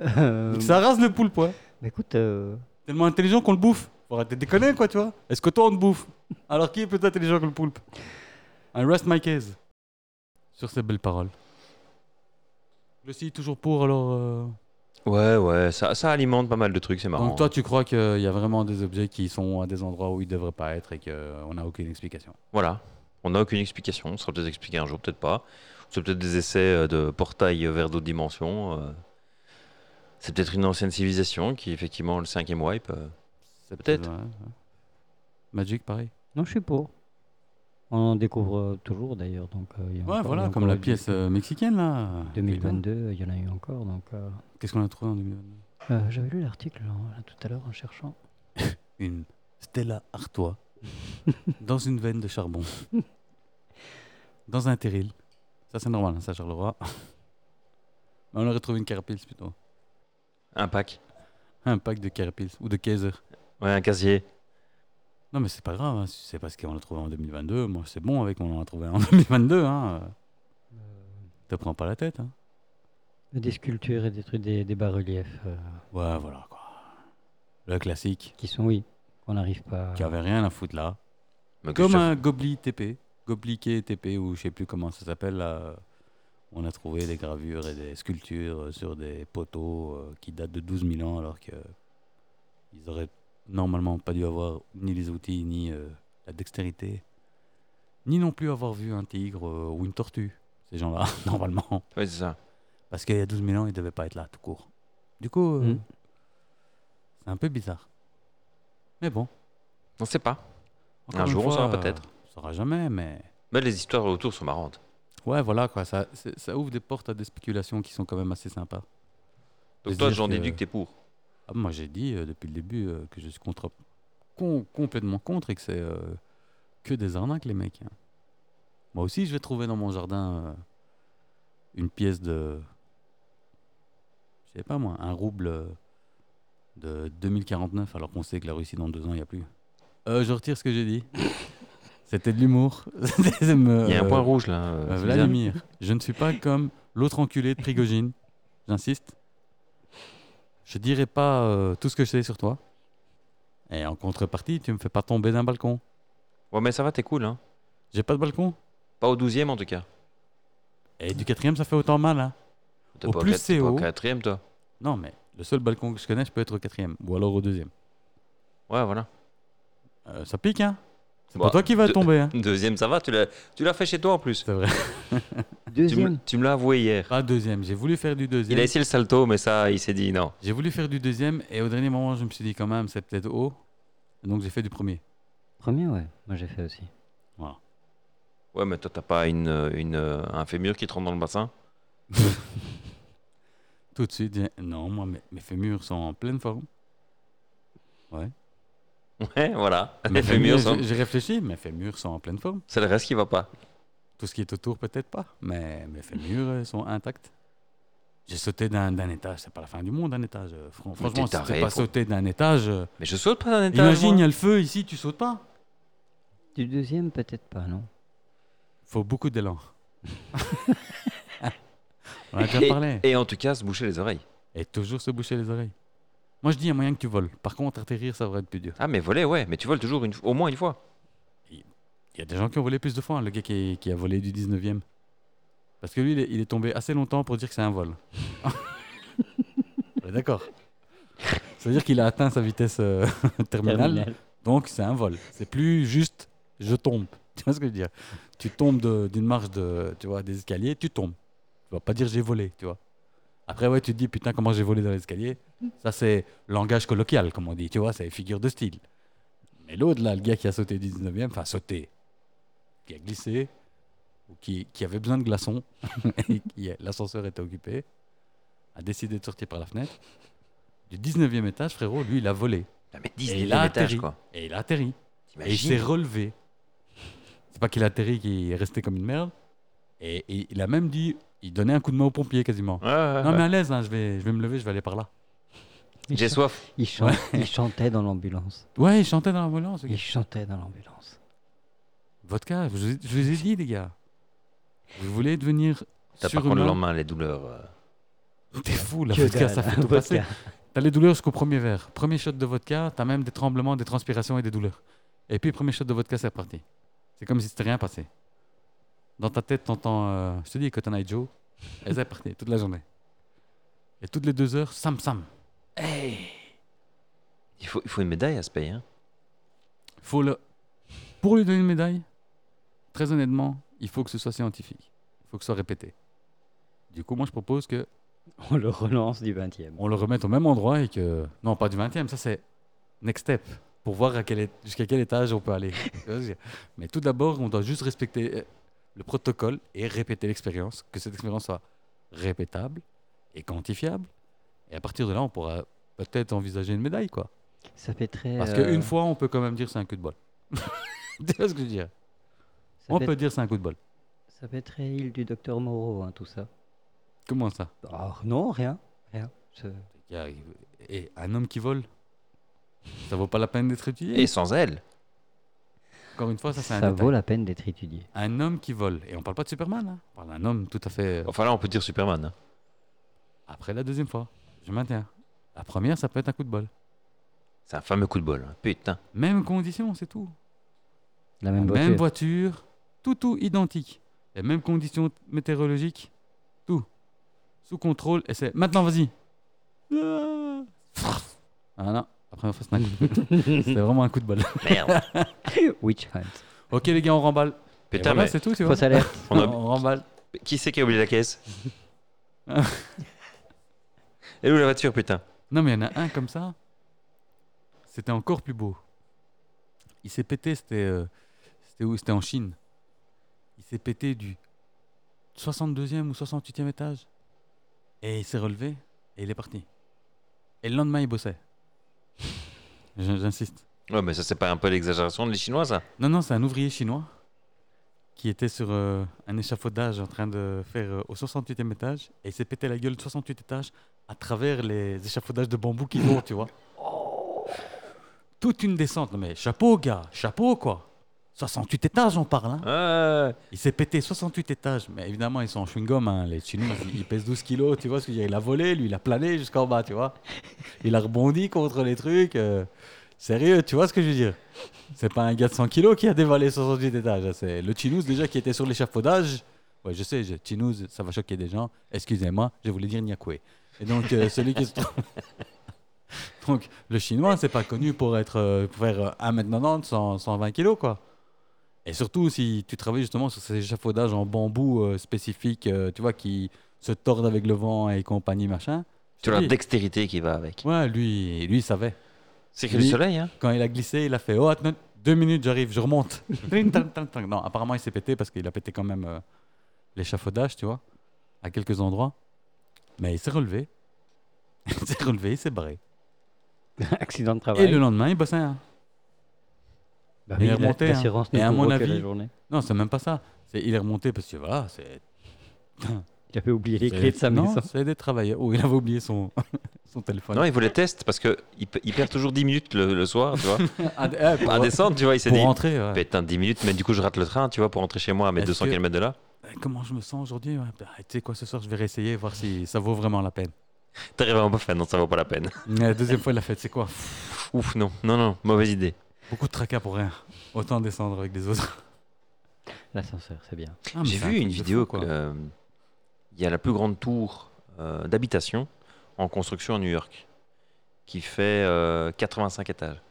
Euh, Ça rase le poulpe, ouais. bah écoute, euh, Tellement intelligent qu'on le bouffe. Faut arrêter de déconner quoi, tu vois. Est-ce que toi on te bouffe Alors qui est plus intelligent que le poulpe I rest my case. Sur ces belles paroles. Je suis toujours pour alors. euh, Ouais, ouais, ça, ça alimente pas mal de trucs, c'est marrant. Donc toi tu crois qu'il y a vraiment des objets qui sont à des endroits où ils devraient pas être et qu'on n'a aucune explication. Voilà. On n'a aucune explication. On sera peut-être expliqué un jour, peut-être pas. C'est peut-être des essais euh, de portail vers d'autres dimensions. euh. C'est peut-être une ancienne civilisation qui, effectivement, le cinquième wipe. euh. C'est Peut-être. vrai, ouais. Magic pareil. non, je suis pour. On en découvre euh, toujours d'ailleurs. Donc, euh, il y a Ouais, encore- il y voilà, a comme encore la eu des- pièce euh, mexicaine, là. 2022, euh, il y en a eu encore. Donc, euh, Qu'est-ce qu'on a trouvé en 2022 euh, j'avais lu l'article hein, là, là, tout à l'heure en cherchant. Une Stella Artois dans une veine de charbon. dans un terril. Ça, c'est normal, hein, ça, Charleroi. Mais On aurait trouvé une carapils, plutôt. Un pack. Un pack de carapils ou de Kaiser. Ouais, un casier. Non, mais c'est pas grave, hein, si c'est parce qu'on l'a trouvé en 2022. Moi, c'est bon avec on en a trouvé en 2022. Hein. euh, Te prends pas la tête. Hein. Des sculptures et des trucs, des, des bas-reliefs euh, Ouais, voilà, quoi. Le classique, qui sont, oui, qu'on n'arrive pas. qui avait rien à foutre là. Mais que Comme je te- un gobli TP, gobliquet TP ou je sais plus comment ça s'appelle là. On a trouvé des gravures et des sculptures euh, sur des poteaux euh, qui datent de 12 000 ans alors que ils auraient normalement pas dû avoir ni les outils ni euh, la dextérité, ni non plus avoir vu un tigre euh, ou une tortue. Ces gens-là normalement, Ouais, c'est ça. parce qu'il y a 12 000 ans ils devaient pas être là tout court. Du coup, euh, Mm. c'est un peu bizarre. Mais bon. On sait pas. encore Un une jour, on fois, saura euh, peut-être. On saura jamais, mais. Mais les histoires autour sont marrantes. Ouais, voilà, quoi. Ça, c'est- ça ouvre des portes à des spéculations qui sont quand même assez sympas. Donc De toi, dire j'en que- déduis que t'es pour. Ah, moi, j'ai dit euh, depuis le début euh, que je suis contre, com- complètement contre et que c'est euh, que des arnaques, les mecs. hein. Moi aussi, je vais trouver dans mon jardin euh, une pièce de. Je sais pas moi, un rouble euh, de 2049, alors qu'on sait que la Russie, dans deux ans, il n'y a plus. Euh, je retire ce que j'ai dit. C'était de l'humour. Il Il y a un point rouge là. euh, Euh, c'est bizarre. Vladimir, je ne suis pas comme l'autre enculé de Prigogine. J'insiste. Je dirai pas euh, tout ce que je sais sur toi. Et en contrepartie, tu me fais pas tomber d'un balcon. Ouais, mais ça va, t'es cool. Hein. J'ai pas de balcon. Pas au 12 en tout cas. Et du quatrième, ça fait autant mal. Hein. T'es Au pas plus, quat- c'est t'es pas au haut. quatrième, toi. Non, mais le seul balcon que je connais, je peux être au quatrième. Ou alors au deuxième. Ouais, voilà. Euh, ça pique, hein C'est Bah, pas toi qui vas de- tomber, hein Deuxième, ça va. Tu l'as tu l'as fait chez toi en plus. C'est vrai. Tu me- Deuxième. tu me l'as avoué hier. Pas deuxième. J'ai voulu faire du Il a deuxième. essayé le salto, mais ça, il s'est dit non. J'ai voulu faire du deuxième. Et au dernier moment, je me suis dit quand même, c'est peut-être haut. Donc j'ai fait du premier. Premier, ouais. Moi, j'ai fait aussi. Ouais, mais toi, t'as pas une, euh, une, euh, un fémur qui te rentre dans le bassin Tout de suite, j'ai- non, moi, mes, mes fémurs sont en pleine forme. Ouais, voilà. Mes Les fémurs, fémurs, sont- j'ai- j'ai réfléchi, mes fémurs sont en pleine forme. c'est le reste qui va pas. Tout ce qui est autour, peut-être pas, mais mes fémurs euh, sont intacts. J'ai sauté d'un d'un étage, c'est pas la fin du monde, un étage. euh, fran- Mais Franchement, t'es si t'es taré, pas faut- sauté d'un étage, euh, Mais je saute pas d'un étage. imagine, il y moi. a le feu ici, tu sautes pas. Du deuxième, peut-être pas, non Faut beaucoup d'élan. On en a déjà parlé. Et en tout cas, se boucher les oreilles. Et toujours se boucher les oreilles. Moi, je dis, il y a moyen que tu voles. Par contre, atterrir, ça devrait être plus dur. Ah, mais voler, ouais. Mais tu voles toujours une, au moins une fois. Il y a des gens qui ont volé plus de fois, hein, le gars qui, qui a volé du 19e. Parce que lui, il est, il est tombé assez longtemps pour dire que c'est un vol. On est D'accord. Ça veut dire qu'il a atteint sa vitesse euh, terminale, donc c'est un vol. C'est plus juste je tombe. Tu vois ce que je veux dire Tu tombes de- d'une marche de, tu vois, des escaliers, tu tombes. Tu vas pas dire j'ai volé, tu vois. Après, ouais, tu te dis putain, comment j'ai volé dans l'escalier Ça, c'est langage colloquial, comme on dit, tu vois, c'est figure de style. Mais l'autre, là, le gars qui a sauté du 19e, enfin sauté, qui a glissé, ou qui, qui avait besoin de glaçons, et qui- l'ascenseur était occupé, a décidé de sortir par la fenêtre. Du 19e étage, frérot, lui, il a volé. Ah, mais 10 Et là, étages, atterri. quoi. Et il a atterri. Et il s'est T'imagines relevé. C'est pas qu'il a atterri, qu'il est resté comme une merde. Et, et il a même dit il donnait un coup de main au pompier quasiment. Ouais, ouais, Non ouais. mais à l'aise, hein, je, vais, je vais me lever, je vais aller par là. Il J'ai chan- soif. il chan- il chantait dans l'ambulance. Ouais, il chantait dans l'ambulance. le gars. Il chantait dans l'ambulance. Vodka, je, vous ai- je vous ai dit les gars. Vous voulez devenir T'as par contre le surhumain lendemain les douleurs. euh, T'es fou la Que vodka, dalle, ça fait tout vodka. passer. T'as les douleurs jusqu'au premier verre. Premier shot de vodka, t'as même des tremblements, des transpirations et des douleurs. Et puis, premier shot de vodka, c'est reparti. C'est comme si c'était rien passé. Dans ta tête, t'entends, euh, je te dis, Cotton Eye Joe, et c'est parti, toute la journée. Et toutes les deux heures, Sam Sam. Il, faut, il faut une médaille à ce pays. hein. Faut le... Pour lui donner une médaille, très honnêtement, il faut que ce soit scientifique. Il faut que ce soit répété. Du coup, moi, je propose que On le relance du 20e. on le remette au même endroit et que. Non, pas du 20e, ça c'est next step pour voir à quel é- jusqu'à quel étage on peut aller. Mais tout d'abord, on doit juste respecter euh, le protocole et répéter l'expérience, que cette expérience soit répétable et quantifiable. Et à partir de là, on pourra peut-être envisager une médaille, quoi. Ça fait très. Parce euh, qu'une fois, on peut quand même dire c'est un coup de bol. tu vois ce que je veux dire ça On fait- peut dire c'est un coup de bol. Ça fait très île du docteur Moreau, hein, tout ça. Comment ça Ah, non, rien. Rien. Je- Il y a- Et un homme qui vole, ça vaut pas la peine d'être étudié. Et sans elle. Encore une fois, ça c'est un ça détail. vaut la peine d'être étudié. Un homme qui vole. Et on parle pas de Superman. hein. On parle d'un homme tout à fait. Enfin là, on peut dire Superman. hein. Après la deuxième fois, je maintiens. La première, ça peut être un coup de bol. C'est un fameux coup de bol. hein. Putain. Même condition, c'est tout. La même Même voiture. voiture, tout, tout identique. Les mêmes conditions météorologiques, tout. Sous contrôle, et c'est maintenant, vas-y. Ah Ah non, la première fois, c'est un coup de bol. C'était vraiment un coup de bol. Merde. Witch Hunt. ok, les gars, on remballe. Et Putain, voilà, mais c'est tout, tu vois. Fausse alerte. on a- on remballe. qui c'est qui a oublié la caisse Et où la voiture, putain Non, mais il y en a un comme ça. C'était encore plus beau. Il s'est pété, c'était euh, c'était où C'était en Chine. Il s'est pété du 62e ou 68e étage. Et il s'est relevé et il est parti. Et le lendemain, il bossait. Je- J'insiste. Ouais, mais ça, c'est pas un peu l'exagération des Chinois, ça Non, non, c'est un ouvrier chinois qui était sur euh, un échafaudage en train de faire euh, au 68e étage et il s'est pété la gueule 68 étages à travers les échafaudages de bambou qu'ils ont, tu vois. Toute une descente. Non, mais chapeau, gars, chapeau, quoi. 68 étages, on parle. Hein. Ah, Il s'est pété 68 étages. Mais évidemment, ils sont en chewing-gum, hein, les Chinois, ils, ils pèsent 12 kilos, tu vois. Ce que je veux dire. il a volé, lui, il a plané jusqu'en bas, tu vois. Il a rebondi contre les trucs. euh, sérieux, tu vois ce que je veux dire C'est pas un gars de 100 kilos qui a dévalé 68 étages. hein, C'est le Chinois, déjà, qui était sur l'échafaudage. Ouais, je sais, je, Chinois, ça va choquer des gens. Excusez-moi, je voulais dire Nyakwe. Et donc, euh, celui qui se trouve. Donc, le Chinois, c'est pas connu pour être euh, pour faire euh, 1m90, 100 120 kilos, quoi. Et surtout, si tu travailles justement sur ces échafaudages en bambou euh, spécifiques, euh, tu vois, qui se tordent avec le vent et compagnie, machin. tu vois la Oui. dextérité qui va avec. Ouais, lui, lui, il savait. C'est que Oui. le soleil, hein Quand il a glissé, il a fait Oh, attends, deux minutes, j'arrive, je remonte. Tling, tang, tang, tang. non, apparemment, il s'est pété parce qu'il a pété quand même euh, l'échafaudage, tu vois, à quelques endroits. Mais il s'est relevé. il s'est relevé, il s'est barré. Accident de Et travail. le lendemain, il bossait. hein. Bah il oui, est la- remonté, hein. l'assurance ne Et à couvre mon que avis- la journée. Non, c'est même pas ça. C'est, il est remonté parce que voilà, c'est. Il avait oublié les clés de sa hein. non, maison. c'est des travailleurs. Oh, il avait oublié son, son téléphone. Non, il faut les tests parce que il, pe- il perd toujours 10 minutes le, le soir, tu vois. Ah, d- eh, pour- À descendre, tu vois, il s'est pour dit rentrer. ouais. Putain, 10 minutes, mais du coup, je rate le train, tu vois, pour rentrer chez moi à mes Est-ce 200 que- km de là. Euh, Comment je me sens aujourd'hui ouais, bah, Tu sais quoi, ce soir, je vais réessayer, voir si ça vaut vraiment la peine. T'arrives vraiment pas fait, non, ça vaut pas la peine. La deuxième fois, il a fait, c'est quoi Ouf, non, non, non, mauvaise idée. Beaucoup de tracas pour rien. Autant descendre avec des autres. L'ascenseur, c'est bien. Ah, mais J'ai c'est un vu truc une de vidéo, fou, quoi. que, euh, il y a la plus grande tour euh, d'habitation en construction à New York, qui fait euh, 85 étages.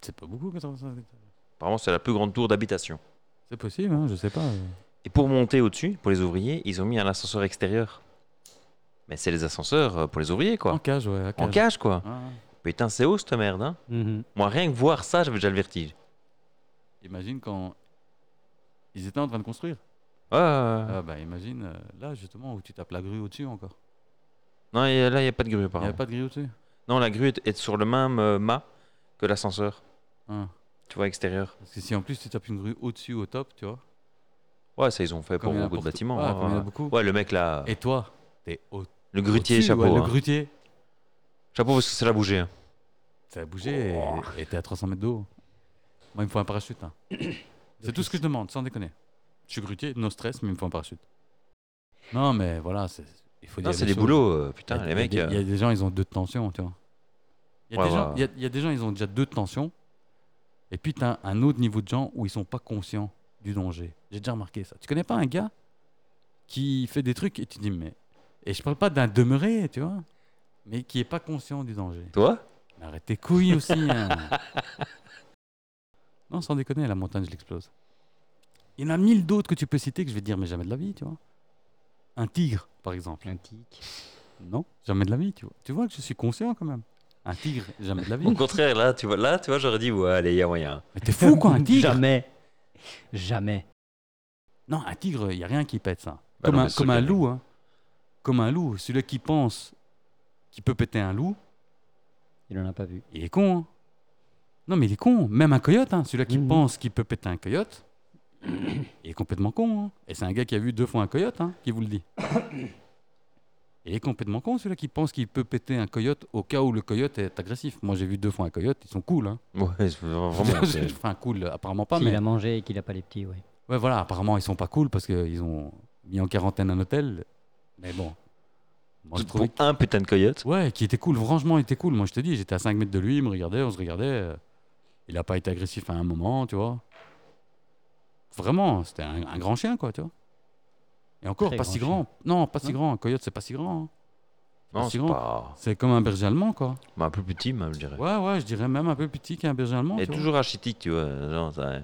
C'est pas beaucoup, 85 hectares. Apparemment, c'est la plus grande tour d'habitation. C'est possible, hein, je sais pas. Et pour monter au-dessus, pour les ouvriers, ils ont mis un ascenseur extérieur. Mais c'est les ascenseurs euh, pour les ouvriers, quoi. En cage, ouais. à En cage, quoi. Ouais, ouais. Putain, c'est haut cette merde, hein. Mhm. Moi, rien que voir ça, j'avais déjà le vertige. Imagine quand ils étaient en train de construire. Ouais, ouais, ouais. Ah, bah, imagine euh, là, justement, où tu tapes la grue au-dessus encore. Non, et là, il n'y a pas de grue, Il n'y a apparemment. pas de grue au-dessus Non, la grue est- est sur le même euh, mât que l'ascenseur, Hein. tu vois, extérieur. Parce que si en plus tu tapes une grue au-dessus, au top, tu vois, Ouais, ça, ils ont fait pour Comme il y en a beaucoup pour de tout- bâtiments. ouais, hein, comme il y en a ouais. beaucoup. Ouais, le mec là. Et toi, t'es au Le grutier, au-dessus, chapeau. ouais, hein. Le grutier, Chapeau parce que ça l'a bougé. hein. ça a bougé et- Oh. et t'es à 300 mètres de haut. Moi, il me faut un parachute. hein. C'est tout ce que je demande, sans déconner. Je suis grutier, no stress, mais il me faut un parachute. Non, mais voilà, c'est- il faut Non, dire. c'est les des choses. boulots, euh, Il y putain, a- les mecs. Il y, a euh, des- il y a des gens, ils ont deux tensions, tu vois. Il y, a Ouais, des gens- ouais. il y a- il y a des gens, ils ont déjà deux tensions. Et puis, t'as un autre niveau de gens où ils sont pas conscients du danger. J'ai déjà remarqué ça. Tu connais pas un gars qui fait des trucs et tu dis, mais. Et je parle pas d'un demeuré, tu vois, mais qui est pas conscient du danger. Toi Mais arrête tes couilles aussi. hein. non, sans déconner, la montagne, je l'explose. Il y en a mille d'autres que tu peux citer que je vais te dire, mais jamais de la vie, tu vois. Un tigre, par exemple. Un tic. Non, jamais de la vie, tu vois. Tu vois que je suis conscient quand même. Un tigre, jamais de la Au vie. contraire, là, tu vois, là, tu vois j'aurais dit, ouais, allez, il y a moyen. Mais t'es fou quoi, un tigre Jamais. Jamais. Non, un tigre, il y a rien qui pète ça. Bah comme non, un, mais ceux comme qui un arrivent. loup, hein. Comme un loup. Celui qui pense qu'il peut péter un loup, Il en a pas vu. il est con. hein. Non, mais il est con. Même un coyote, hein. celui qui Mhm. pense qu'il peut péter un coyote, il est complètement con. hein. Et c'est un gars qui a vu deux fois un coyote hein, qui vous le dit. Il est complètement con, celui-là qui pense qu'il peut péter un coyote au cas où le coyote est agressif. Moi, j'ai vu deux fois un coyote, ils sont cool. Hein. Ouais, c'est Ah, vraiment. c'est- hein. enfin, cool, apparemment pas, S'il mais. a mangé et qu'il a pas les petits, oui. Ouais, voilà, apparemment, ils sont pas cool parce qu'ils ont mis en quarantaine un hôtel. Mais bon. Moi, je Pour trouvais un putain de coyote. Ouais, qui était cool. Franchement, il était cool. Moi, je te dis, j'étais à 5 mètres de lui, il me regardait, on se regardait. euh, Il a pas été agressif à un moment, tu vois. Vraiment, c'était un, un grand chien, quoi, tu vois. Et encore, Très pas grand si chien. grand. Non, pas si Non. grand. Un coyote, c'est pas si grand. hein. Non, si c'est grand. pas. C'est comme un berger allemand, quoi. bah, un peu plus petit, même, je dirais. Ouais, ouais, je dirais même un peu plus petit qu'un berger allemand. Et tu vois. toujours architique, tu vois. genre, ça-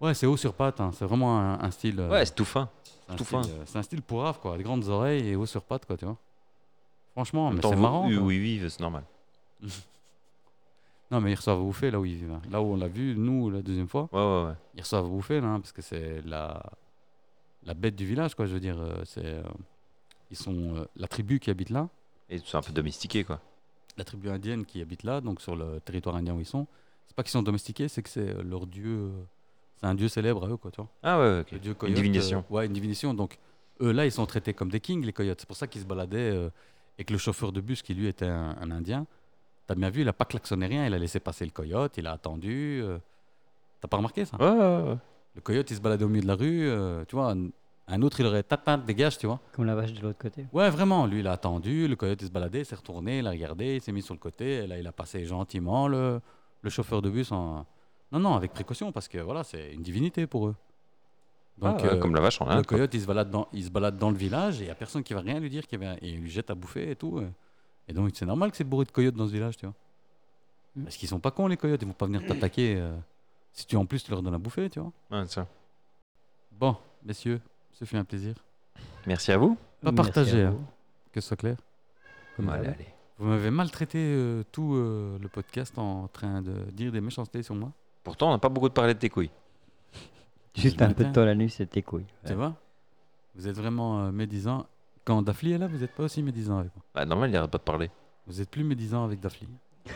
Ouais, c'est haut sur pattes. hein. C'est vraiment un, un style. euh, Ouais, c'est tout fin. c'est un tout style, fin. euh, c'est un style pourrave, quoi. Des grandes oreilles et haut sur pattes, quoi, tu vois. Franchement, mais T'en c'est veux- marrant. Oui, quoi. oui, oui, c'est normal. Non, mais ils reçoivent à bouffer là où ils vivent. hein. Là où on l'a vu, nous, la deuxième fois. Ouais, ouais, ouais. ils reçoivent à bouffer là, hein, parce que c'est la la bête du village quoi je veux dire euh, c'est euh, ils sont euh, la tribu qui habite là Et c'est un peu domestiqué, quoi. la tribu indienne qui habite là donc sur le territoire indien où ils sont c'est pas qu'ils sont domestiqués c'est que c'est euh, leur dieu euh, c'est un dieu célèbre à eux quoi tu vois Ah, ouais, ouais, ok. le dieu Une coyote, divination. euh, ouais une divination donc eux là ils sont traités comme des kings les coyotes c'est pour ça qu'ils se baladaient euh, et que le chauffeur de bus qui lui était un, un indien t'as bien vu il a pas klaxonné rien il a laissé passer le coyote il a attendu euh. t'as pas remarqué ça Ouais, ouais, ouais. le coyote, il se baladait au milieu de la rue, euh, tu vois. Un, un autre, il aurait tapé, dégage, tu vois. Comme la vache de l'autre côté. Ouais, vraiment, lui, il a attendu, le coyote, il se baladait, il s'est retourné, il a regardé, il s'est mis sur le côté, et là, il a passé gentiment le, le chauffeur de bus en. Non, non, avec précaution, parce que voilà, c'est une divinité pour eux. Donc, Ah, ouais, euh, comme la vache en le Inde. quoi. coyote, il se, balade dans, il se balade dans le village, et il n'y a personne qui va rien lui dire, qui va, et il lui jette à bouffer et tout. euh. Et donc, c'est normal que c'est bourré de coyotes dans ce village, tu vois. Mm. Parce qu'ils sont pas cons, les coyotes, ils vont pas venir t'attaquer euh, si tu, en plus, tu leur donnes à bouffer, tu vois. Ouais, c'est ça. Bon, messieurs, ce fut un plaisir. Merci à vous. Pas Merci à partagé, hein. vous. Que ce soit clair. Comme Allez, d'hab. allez. Vous m'avez maltraité euh, tout euh, le podcast en train de dire des méchancetés sur moi. Pourtant, on n'a pas beaucoup de parler de tes couilles. Juste Je un me peu de tais. temps la nuit, c'était couille. Tu vois Vous êtes vraiment euh, médisant. Quand Dafli est là, vous n'êtes pas aussi médisant avec moi. Bah, normal, il n'arrête pas de parler. Vous êtes plus médisant avec Dafli. du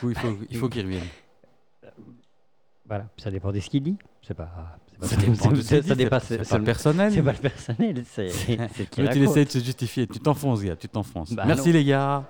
coup, il faut, il faut qu'il revienne. Voilà, ça dépend de ce qu'il dit. C'est pas. c'est pas- Ça dépend de ce qu'il ça dit, c'est- dépasse- c'est ça- pas personnel. C'est pas le personnel, c'est c'est ce qu'il Mais tu raconte. essaies de se justifier. Tu t'enfonces, gars. Tu t'enfonces. Bah Merci, non. les gars.